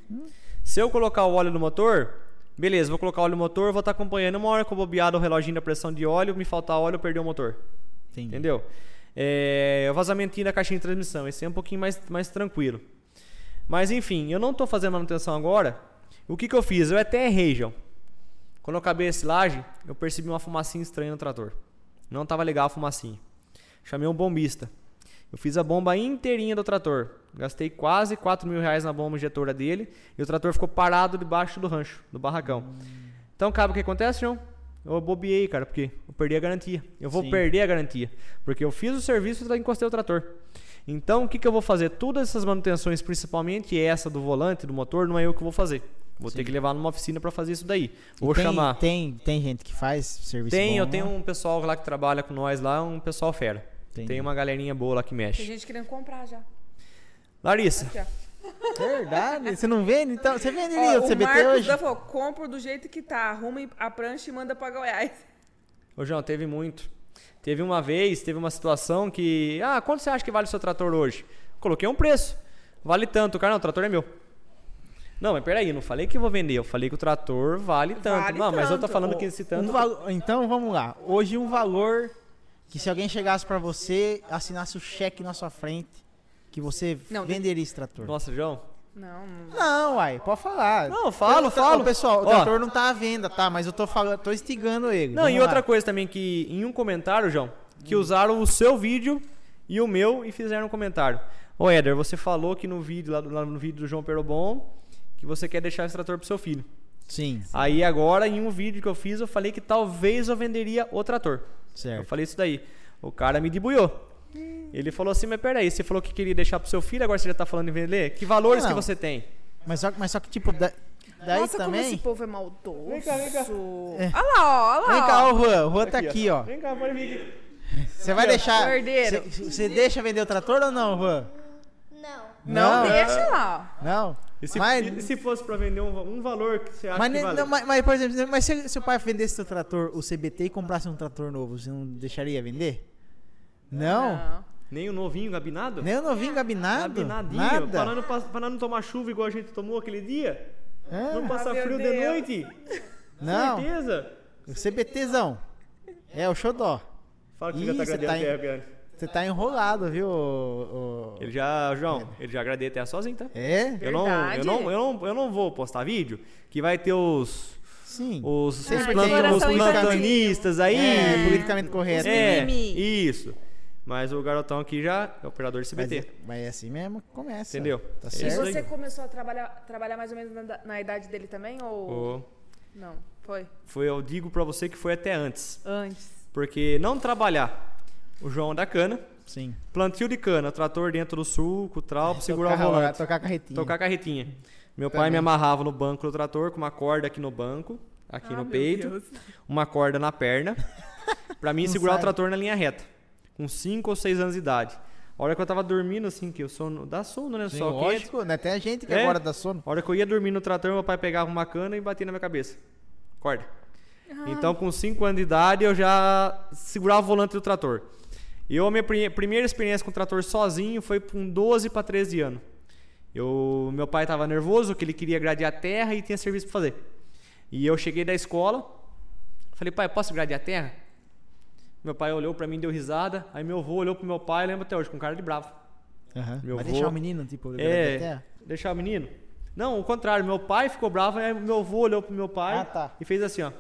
S3: Se eu colocar o óleo no motor, beleza, vou colocar o óleo no motor, vou estar acompanhando uma hora que eu bobear o reloginho da pressão de óleo, me faltar óleo, eu perder o motor.
S1: Entendi.
S3: Entendeu? É, o vazamentinho da caixinha de transmissão. Esse é um pouquinho mais, mais tranquilo. Mas enfim, eu não tô fazendo manutenção agora. O que que eu fiz? Eu até errei, João. Quando eu acabei a silagem, eu percebi uma fumacinha estranha no trator. Não tava legal a fumacinha. Chamei um bombista. Eu fiz a bomba inteirinha do trator. Gastei quase 4 mil reais na bomba injetora dele. E o trator ficou parado debaixo do rancho, do barracão. Então, cara, o que acontece, João? Eu bobiei, cara, porque eu perdi a garantia. Eu vou
S1: Sim.
S3: perder a garantia. Porque eu fiz o serviço e encostei o trator. Então, o que, que eu vou fazer? Todas essas manutenções, principalmente essa do volante, do motor, não é eu que vou fazer. Vou ter que levar numa oficina para fazer isso daí.
S1: E
S3: Vou
S1: tem,
S3: chamar.
S1: Tem, tem gente que faz serviço
S3: Tem,
S1: bom né?
S3: eu
S1: lá?
S3: tenho um pessoal lá que trabalha com nós lá, um pessoal fera.
S1: Entendi.
S3: Tem uma galerinha boa lá que
S2: Tem
S3: mexe.
S2: gente querendo comprar já.
S3: Larissa,
S2: Aqui, ó.
S1: Verdade? Você não vende? Então, você vende ali,
S2: Ó,
S1: o
S2: o
S1: CBT
S2: Marcos
S1: hoje? Um
S2: Dan falou, compro do jeito que tá, arruma a prancha e manda pra Goiás.
S3: ô João, teve muito. Teve uma vez, teve uma situação que. Ah, quanto você acha que vale o seu trator hoje? Coloquei um preço. Vale tanto, cara. Não, o trator é meu. Não, mas peraí, não falei que eu vou vender. Eu falei que o trator vale tanto.
S2: Vale
S3: não, mas eu tô
S2: tanto.
S3: falando que esse tanto.
S1: Um valo- Então vamos lá. Hoje um valor que se alguém chegasse pra você, assinasse o cheque na sua frente, que você
S2: Não,
S1: venderia esse trator.
S3: Nossa, João.
S2: Não, não.
S1: Não, uai, pode falar.
S3: Não, eu falo,
S1: Eu não tô-
S3: falo.
S1: Ô, pessoal, o
S3: Ó.
S1: trator não tá à venda, tá? Mas eu tô falando, tô instigando ele.
S3: Não,
S1: Vamos
S3: e
S1: lá.
S3: outra coisa também que em um comentário, João, que usaram o seu vídeo e o meu e fizeram um comentário. Ô Éder, você falou que no vídeo, lá, do- lá no vídeo do João Perobon, que você quer deixar esse trator pro seu filho.
S1: Sim,
S3: Aí agora, em um vídeo que eu fiz, eu falei que talvez eu venderia o trator. Ah, Eu
S1: certo.
S3: falei isso daí. O cara me debuiou. Ele falou assim, mas peraí, você falou que queria deixar pro seu filho, agora você já tá falando em vender? Que valores
S1: Não.
S3: que você tem?
S1: Mas só, mas só que, tipo, da- daí
S2: Nossa, como
S1: também. É.
S2: esse povo é maldoso.
S3: Vem cá, vem cá.
S2: Olha lá, ó, olha lá.
S1: Vem cá,
S2: ó.
S1: ô Juan, o Juan tá aqui, ó.
S3: Vem cá, pode vir aqui.
S1: Você vai deixar.
S2: Herdeiro.
S1: Você você deixa vender o trator ou não, Juan?
S4: Não.
S2: Não,
S1: Não,
S2: deixa lá, ó.
S1: Não.
S3: E se,
S1: Mas-
S3: e se fosse pra vender um, va- um valor que você acha
S1: Mas,
S3: que
S1: ne-
S3: vale?
S1: não, mas, mas, por exemplo, mas se seu pai vendesse seu trator, o CBT, e comprasse um trator novo, você não deixaria vender? Não?
S3: Nem o novinho, um gabinado?
S1: Nem o novinho gabinado?
S3: Gabinadinho, Pra, nós
S1: Nada?
S3: não, pas- pra nós não tomar chuva igual a gente tomou aquele dia. Não
S1: Ah,
S3: passar
S2: meu
S3: frio de
S2: Deus.
S3: noite.
S1: não,
S3: Certeza.
S1: o CBTzão. É, o xodó.
S3: Fala que
S1: Ih,
S3: você já tá
S1: você
S3: agradecendo
S1: tá em-
S3: a terra, cara.
S1: Você tá enrolado, viu? ô- ô-
S3: Ele já, João, ele já agradei até sozinho, tá?
S1: É?
S3: Eu não, eu,
S2: Verdade.
S3: não, eu, não, eu não vou postar vídeo que vai ter os.
S1: Sim.
S3: Os,
S1: Ah,
S3: os
S1: de
S3: plan-
S1: exploração
S3: os plantanistas aí.
S1: É, politicamente correto.
S3: É,
S2: mimimi.
S3: isso. Mas o garotão aqui já é operador de
S1: Mas,
S3: CBT.
S1: mas é assim mesmo que começa.
S3: Entendeu?
S1: Tá
S3: É
S2: E
S3: isso
S1: certo?
S3: aí.
S2: você começou a trabalhar, trabalhar mais ou menos na, na idade dele também? Ou.
S3: O-
S2: Não, foi.
S3: foi, eu digo pra você que foi até antes.
S2: Antes.
S3: Porque não trabalhar o João da cana,
S1: Sim.
S3: plantio de cana, trator dentro do suco, tralpo, segurar o
S1: É, Tocar-
S3: volante.
S1: Tocar a assim. carretinha.
S3: Tocar carretinha. Meu pai
S1: Também.
S3: me amarrava no banco do trator com uma corda aqui no banco, aqui
S2: Ah,
S3: no
S2: meu
S3: peito,
S2: Deus.
S3: uma corda na perna, pra mim
S1: Não
S3: segurar
S1: sai.
S3: o trator na linha reta, com 5 ou 6 anos de idade. A hora que eu tava dormindo assim, que eu sono, dá sono, né?
S1: Sim,
S3: Só que
S1: lógico, né? Tem a gente que
S3: É.
S1: agora dá sono.
S3: a hora que eu ia dormir no trator, meu pai pegava uma cana e batia na minha cabeça. Corda. Então, com 5 anos de idade, eu já segurava o volante do trator. E eu, a minha prime- primeira experiência com o trator sozinho foi com 12 para 13 anos. Eu, meu pai estava nervoso, que ele queria gradear a terra e tinha serviço para fazer. E eu cheguei da escola, falei, pai, posso gradear a terra? Meu pai olhou para mim, deu risada. Aí meu avô olhou pro meu pai, lembra até hoje, com cara de bravo.
S1: Aham.
S3: Meu
S1: Vai
S3: vô-
S1: deixar o menino, tipo,
S3: É,
S1: até-
S3: deixar o menino? Não, o contrário, meu pai ficou bravo, aí meu avô olhou pro meu pai
S1: Ah, tá.
S3: e fez assim, ó,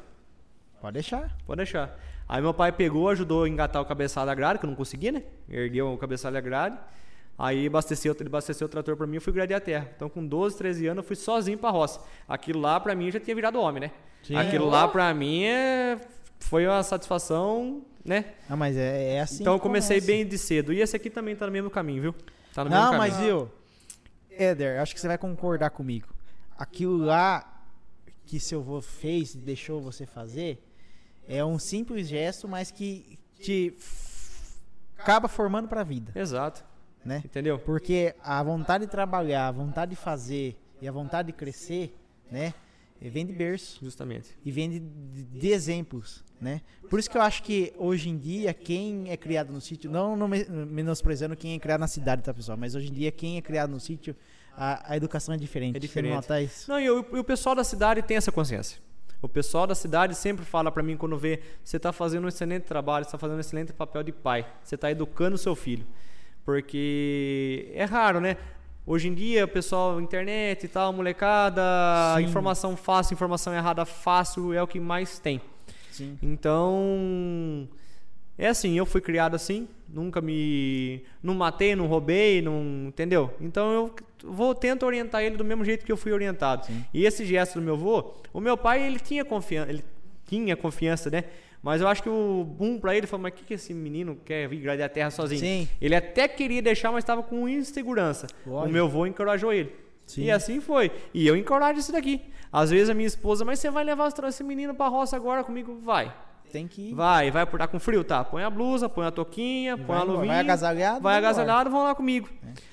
S1: Pode deixar.
S3: pode deixar. Aí meu pai pegou, ajudou a engatar o cabeçalho da grade, que eu não consegui, né? Ergueu o cabeçalho da grade. Aí abasteceu, ele abasteceu o trator pra mim e fui gradear a terra. Então com 12, 13 anos eu fui sozinho pra roça. Aquilo lá pra mim já tinha virado homem, né?
S1: Sim. Uhum.
S3: Aquilo lá pra mim é- foi uma satisfação, né?
S1: Ah, mas é, é assim.
S3: então eu
S1: que
S3: comecei
S1: começa.
S3: bem de cedo. E esse aqui também tá no mesmo caminho, viu? Tá no mesmo
S1: Não,
S3: caminho.
S1: mas viu? Éder, acho que você vai concordar comigo. Aquilo lá que seu avô fez e deixou você fazer é um simples gesto, mas que te f- acaba formando pra vida,
S3: Exato,
S1: né?
S3: entendeu?
S1: Porque a vontade de trabalhar, a vontade de fazer e a vontade de crescer, né? Vem de berço.
S3: Justamente.
S1: e vem de, de- de exemplos, né? Por isso que eu acho que hoje em dia quem é criado no sítio, não, não me- menosprezando quem é criado na cidade, tá pessoal? Mas hoje em dia quem é criado no sítio, a, a educação é diferente.
S3: É
S1: Você
S3: diferente.
S1: não nota isso?
S3: Não, e o, e o pessoal da cidade tem essa consciência. O pessoal da cidade sempre fala pra mim quando vê, você tá fazendo um excelente trabalho, você tá fazendo um excelente papel de pai, você tá educando o seu filho. Porque é raro, né? Hoje em dia, o pessoal, internet e tal, molecada,
S1: Sim.
S3: informação fácil, informação errada fácil é o que mais tem.
S1: Sim.
S3: Então, é assim, eu fui criado assim, nunca me não matei, não roubei, não, entendeu? Então eu vou tento orientar ele do mesmo jeito que eu fui orientado. E esse gesto do meu avô, o meu pai, ele tinha confiança, ele tinha confiança, né? Mas eu acho que o boom pra ele foi, mas o que, que esse menino quer vir gradear a terra sozinho?
S1: Sim.
S3: Ele até queria deixar, mas estava com insegurança.
S1: Lógico.
S3: O meu avô encorajou ele.
S1: Sim.
S3: E assim foi. E eu encorajo isso daqui. Às vezes a minha esposa, mas você vai levar os tra- esse menino pra roça agora comigo? Vai.
S1: Tem que ir.
S3: Vai, vai por tá com frio, tá? Põe a blusa, põe a toquinha, põe a
S1: embora.
S3: luvinha.
S1: Vai agasalhado, É.
S3: Vai
S1: vai embora.
S3: agasalhado, vão lá comigo.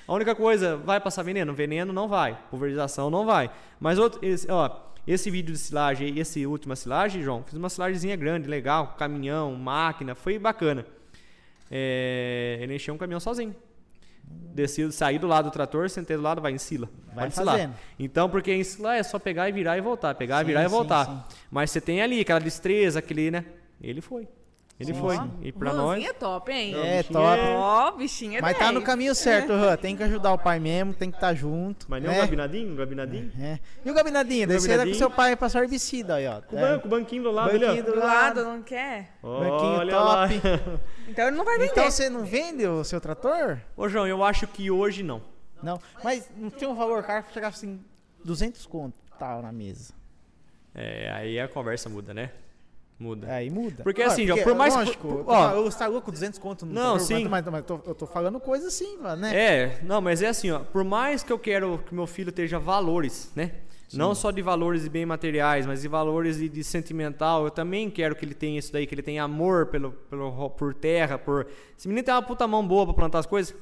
S3: A única coisa, vai passar veneno? Veneno não vai. Pulverização não vai. Mas outro, esse, ó, esse vídeo de silagem, aí, esse última silagem, João, fiz uma silagemzinha grande, legal, caminhão, máquina, foi bacana. É, ele encheu um caminhão sozinho. Desci, saí do lado do trator, sentei do lado, vai em sila.
S1: Vai
S3: Pode silar.
S1: fazendo.
S3: Então, porque em sila é só pegar e virar e voltar, pegar
S1: Sim,
S3: e virar e
S1: sim,
S3: voltar.
S1: sim.
S3: Mas você tem ali aquela destreza, aquele, né? Ele foi. Ele
S1: Sim,
S3: foi.
S1: sim.
S3: E pra
S2: Ruanzinho
S3: nós.
S2: é top, hein?
S1: É,
S3: bichinho
S1: top.
S3: é-
S2: Ó, bichinha
S1: Mas tá no
S2: 10.
S1: caminho certo, Rô. Tem que ajudar o pai mesmo, tem que estar junto.
S3: Mas não o
S1: né?
S3: gabinadinho, o gabinadinho.
S1: É. E o Gabinadinho? Daí você era com
S3: Gabinadinho.
S1: seu pai pra herbicida aí, ó.
S3: Com o
S1: É.
S3: banco, o banquinho do lado,
S1: Banquinho
S3: olha.
S1: do
S2: Do lado, não quer?
S1: Banquinho
S3: Olha lá.
S1: top.
S2: Então ele não vai vender.
S1: Então você não vende o seu trator?
S3: Ô, João, eu acho que hoje não.
S1: Não, mas não tem um valor caro que chegar assim, 200 conto tal na mesa.
S3: É, aí a conversa muda, né? Muda.
S1: Aí muda.
S3: Porque assim, João, por mais-
S1: é Lógico,
S3: por-
S1: eu tô
S3: ó.
S1: fal- eu está louco 200 conto no
S3: Não,
S1: valor,
S3: sim.
S1: Mas, mas- mas eu tô- eu tô falando coisa assim, mano, né?
S3: É, não, mas é assim, ó, por mais que eu quero que meu filho esteja valores, né? Não só de valores de bem materiais, mas de valores de, de sentimental. Eu também quero que ele tenha isso daí, que ele tenha amor pelo, pelo, ro- por terra, por. Esse menino tem uma puta mão boa pra plantar as coisas.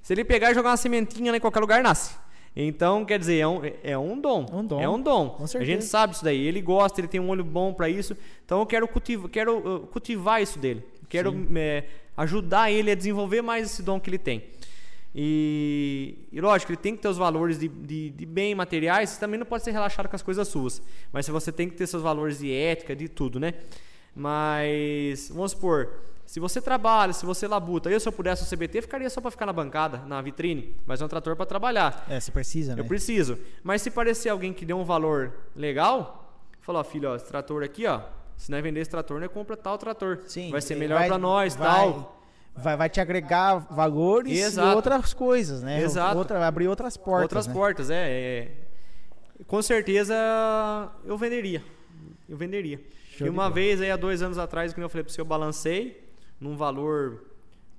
S3: Se ele pegar e jogar uma sementinha lá em qualquer lugar, nasce. Então, quer dizer, é um, é um dom.
S1: Um dom.
S3: É um dom.
S1: Com
S3: a
S1: certeza.
S3: gente sabe isso daí. Ele gosta, ele tem um olho bom pra isso. Então eu quero cultivar, quero uh, cultivar isso dele. Quero eh, ajudar ele a desenvolver mais esse dom que ele tem. E, e lógico, ele tem que ter os valores de, de, de bem materiais. Você também não pode ser relaxado com as coisas suas. Mas você tem que ter seus valores de ética, de tudo, né? Mas, vamos supor, Se você trabalha, se você labuta, eu se eu pudesse o CBT, ficaria só pra ficar na bancada, na vitrine, mas é um trator pra trabalhar.
S1: É, você precisa, né?
S3: Eu preciso. Mas se parecer alguém que deu um valor legal, falou, ó, filho, ó, esse trator aqui, ó. Se não é vender esse trator, não é compra tal trator. vai ser melhor pra nós, tal.
S1: Vai, vai te agregar valores e
S3: Exato.
S1: outras coisas, né?
S3: Exato.
S1: Outra, vai abrir outras portas.
S3: Outras
S1: né?
S3: portas, é, é. Com certeza eu venderia. Eu venderia.
S1: Show de
S3: e uma
S1: bola.
S3: vez aí há dois anos atrás, como eu falei pra você, eu balancei num valor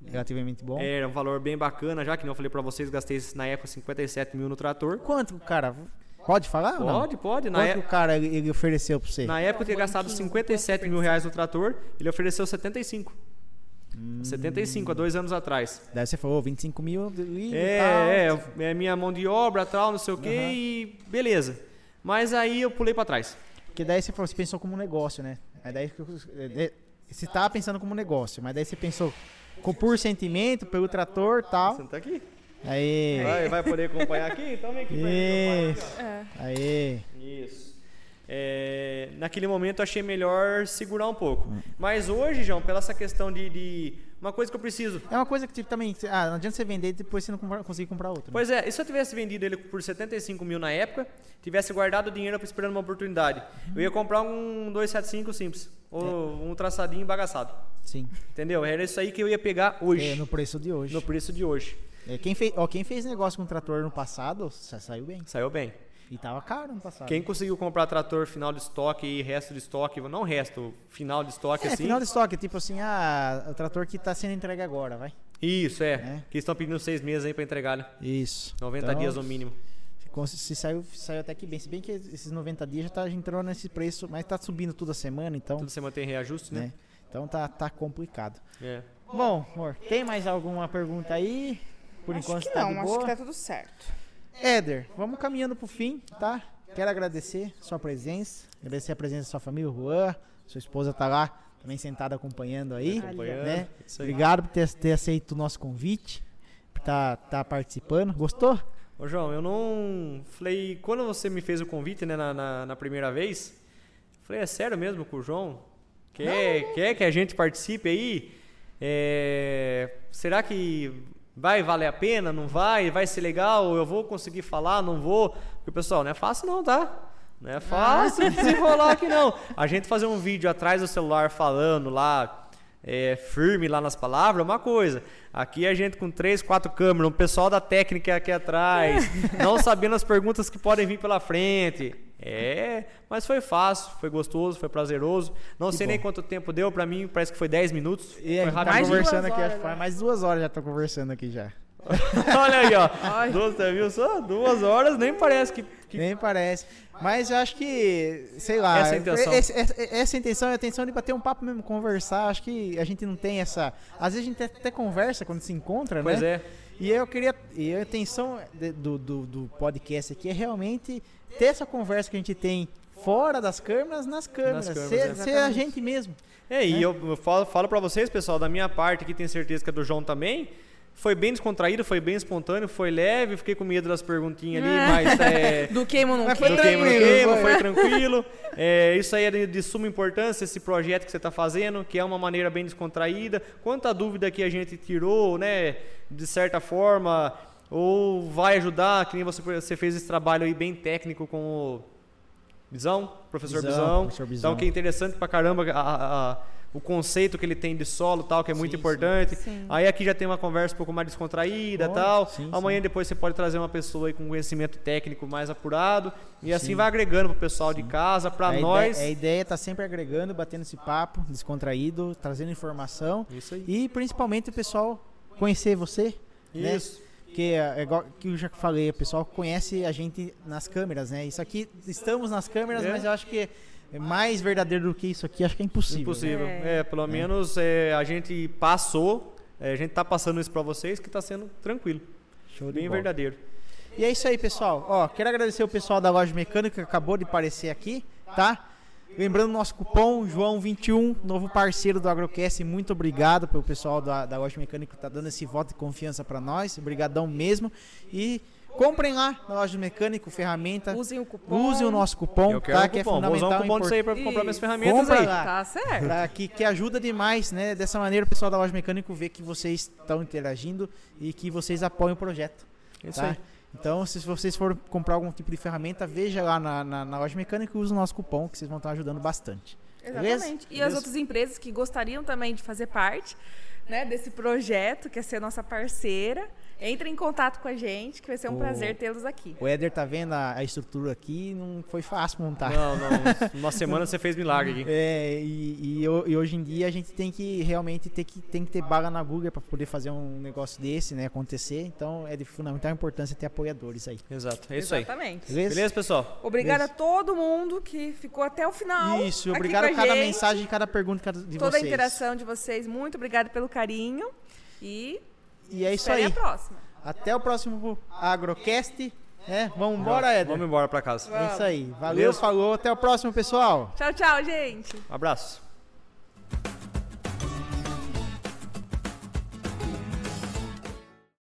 S1: Relativamente é bom.
S3: Era um valor bem bacana, já que não falei pra vocês, gastei na época 57 mil no trator.
S1: Quanto o cara. Pode falar? ou não?
S3: Pode, pode. Na,
S1: Quanto
S3: é-
S1: o cara ele ele ofereceu pra você?
S3: na época eu tinha
S2: Não, foi
S3: gastado
S2: 15,
S3: 57 mil reais no trator, ele ofereceu 75. Hum. 75, há dois anos atrás.
S1: Daí você falou, 25 mil e
S3: É, é, é minha mão de obra, tal, não sei o quê, e beleza. Mas aí eu pulei pra trás.
S1: Porque daí você falou, você pensou como um negócio, né? Aí daí que eu- eh, você tava pensando como um negócio, mas daí você pensou com por sentimento, pelo trator e tal.
S3: tá aqui?
S1: Aí.
S3: Vai, vai poder acompanhar aqui? Então vem aqui pra mim
S1: Isso. Aí.
S3: Isso. É, naquele momento eu achei melhor segurar um pouco. Mas hoje, João, pela essa questão de, de- Uma coisa que eu preciso.
S1: É uma coisa que tipo, também. Ah, não adianta você vender e depois você não comprar- conseguir comprar outra. né?
S3: Pois é, e se eu tivesse vendido ele por 75 mil na época, tivesse guardado o dinheiro esperando uma oportunidade, eu ia comprar um 275 simples. Ou
S1: É.
S3: um traçadinho embagaçado.
S1: Sim.
S3: Entendeu? Era isso aí que eu ia pegar hoje.
S1: É, no preço de hoje.
S3: no preço de hoje.
S1: É, quem, fez, ó, quem fez negócio com trator no passado, sa- saiu bem.
S3: Saiu bem.
S1: E tava caro no passado.
S3: Quem conseguiu comprar trator final de estoque e resto de estoque, não resto, final de estoque
S1: É,
S3: assim.
S1: final de estoque, tipo assim, ah, o trator que tá sendo entregue agora, vai.
S3: Isso, é.
S1: É. Então,
S3: Que estão pedindo seis meses aí pra entregar, né?
S1: Isso.
S3: 90 dias no mínimo.
S1: Ficou- Se saiu, saiu até que bem. Se bem que esses 90 dias já tá entrando nesse preço, mas tá subindo toda semana, então.
S3: Tudo semana tem reajuste, né?
S1: né? Então tá, tá complicado.
S3: É.
S1: Bom, amor, tem mais alguma pergunta aí? Por
S2: acho
S1: enquanto
S2: que
S1: tá
S2: não,
S1: de
S2: acho
S1: boa.
S2: que tá tudo certo.
S1: Éder, vamos caminhando pro fim, tá? Quero agradecer sua presença, agradecer a presença da sua família, o Juan, sua esposa tá lá também sentada acompanhando aí,
S3: Tá Acompanhando,
S1: né?
S3: isso aí.
S1: Obrigado por ter, ter aceito o nosso convite, por tá, tá participando. Gostou?
S3: Ô, João, eu não. Falei, quando você me fez o convite, né, na, na, na primeira vez, falei, é sério mesmo com o João? Quer, quer que a gente participe aí? É, será que vai valer a pena? Não vai? Vai ser legal? Eu vou conseguir falar? Não vou? Porque, pessoal, não é fácil não, tá? Não é fácil desenrolar aqui não. A gente fazer um vídeo atrás do celular falando lá, é, firme lá nas palavras, é uma coisa. Aqui a gente com três, quatro câmeras, um pessoal da técnica aqui atrás, não sabendo as perguntas que podem vir pela frente. É, mas foi fácil, foi gostoso, foi prazeroso. Não sei nem quanto tempo deu pra mim, parece que foi 10 minutos.
S1: E
S3: foi
S1: a gente tá
S3: rapidinho.
S2: Mais de duas
S1: conversando aqui,
S2: horas,
S1: acho que
S2: né?
S1: faz mais duas horas já tô conversando aqui já.
S3: Olha aí, ó. Duas, tá, viu? Só duas horas, nem parece que. que-
S1: Nem parece. Mas eu acho que, sei lá,
S3: Essa é a intenção.
S1: esse- essa, essa é a intenção é a intenção de bater um papo mesmo, conversar. Acho que a gente não tem essa. Às vezes a gente até conversa quando se encontra,
S3: Pois
S1: né?
S3: é.
S1: E eu queria. E a intenção de- do, do, do podcast aqui é realmente ter essa conversa que a gente tem fora das câmeras, nas câmeras.
S3: câmeras,
S1: ser,
S3: é.
S1: ser a gente mesmo.
S3: É, e eu eu falo, falo para vocês, pessoal, da minha parte, que tenho certeza que é do João também. Foi bem descontraído, foi bem espontâneo, foi leve, fiquei com medo das perguntinhas ali, mas é.
S2: Do queimo não
S1: Mas
S2: queimo.
S1: foi
S3: do queima, no
S1: tranquilo,
S3: queima,
S1: foi.
S3: foi tranquilo. É, isso aí é de, de suma importância, esse projeto que você está fazendo, que é uma maneira bem descontraída. Quanta dúvida que a gente tirou, né? De certa forma, ou vai ajudar, que nem você, você fez esse trabalho aí bem técnico com o Bizão, professor
S1: Bizão,
S3: Bizão.
S1: professor Bizão.
S3: Então, que é interessante pra caramba a- a- a- o conceito que ele tem de solo tal, que é muito
S1: Sim, sim.
S3: importante.
S2: Sim.
S3: Aí aqui já tem uma conversa um pouco mais descontraída
S1: Bom,
S3: tal.
S1: sim,
S3: Amanhã
S1: sim.
S3: depois você pode trazer uma pessoa aí com conhecimento técnico mais apurado. E assim
S1: Sim.
S3: vai agregando pro pessoal de casa, pra
S1: a ide-
S3: nós.
S1: a ideia tá sempre agregando, batendo esse papo, descontraído, trazendo informação.
S3: Isso aí.
S1: E principalmente o pessoal conhecer você. né?
S3: Isso.
S1: Porque é igual que eu já falei, o pessoal conhece a gente nas câmeras, né? Isso aqui, estamos nas câmeras,
S3: É.
S1: mas eu acho que é mais verdadeiro do que isso aqui, acho que é impossível.
S3: Impossível.
S2: É.
S3: É, pelo menos é, a gente passou, é, a gente tá passando isso pra vocês que tá sendo tranquilo.
S1: Show de
S3: Bem
S1: bola.
S3: verdadeiro.
S1: E é isso aí, pessoal. Ó, quero agradecer o pessoal da loja mecânica que acabou de aparecer aqui, tá? Lembrando nosso cupom João21, novo parceiro do Agrocast. Muito obrigado pelo pessoal da, da Watch Mecânica que tá dando esse voto de confiança para nós. Obrigadão mesmo. E comprem lá na loja do mecânico, ferramenta.
S2: Usem o cupom.
S1: Usem o nosso cupom,
S3: Eu quero
S1: tá?
S3: um
S1: que é
S3: cupom. Vou usar
S1: fundamental.
S3: um cupom disso aí pra
S2: importante.
S3: comprar minhas
S2: Isso.
S3: ferramentas
S1: Compra
S3: aí.
S1: lá.
S2: Tá certo.
S1: pra que, que ajuda demais, né? Dessa maneira o pessoal da loja mecânico vê que vocês estão interagindo e que vocês apoiam o projeto.
S3: Isso
S1: tá?
S3: aí.
S1: Então, se vocês forem comprar algum tipo de ferramenta, veja lá na, na, na loja mecânica e use o nosso cupom, que vocês vão estar ajudando bastante.
S2: Exatamente. E as
S1: Beleza?
S2: outras empresas que gostariam também de fazer parte né, desse projeto, que é ser nossa parceira, entrem em contato com a gente, que vai ser um
S1: O-
S2: prazer tê-los aqui.
S1: O Éder tá vendo a, a estrutura aqui, não foi fácil montar.
S3: Não, não. Uma semana você fez milagre aqui.
S1: É, e, e ho- e hoje em dia a gente tem que realmente ter que, tem que ter bala na agulha para poder fazer um negócio desse né, acontecer. Então é de fundamental importância ter apoiadores aí.
S3: Exato, é isso aí.
S2: Exatamente.
S1: Beleza?
S3: Beleza, pessoal?
S2: Obrigada
S1: Beleza.
S2: a todo mundo que ficou até o final.
S1: Isso,
S2: aqui
S1: obrigado
S2: com
S1: a
S2: a
S1: cada
S2: gente.
S1: mensagem, cada pergunta cada- de
S2: Toda
S1: vocês.
S2: a interação de vocês. Muito obrigada pelo carinho. E
S1: E é isso
S2: esperem
S1: aí.
S2: a próxima.
S1: Até o próximo Agrocast. Né? Vamos embora, Éder?
S3: Vamos embora pra casa.
S1: É isso aí. Valeu,
S3: Beleza?
S1: falou. Até o próximo, pessoal.
S2: Tchau, tchau, gente.
S3: Abraço.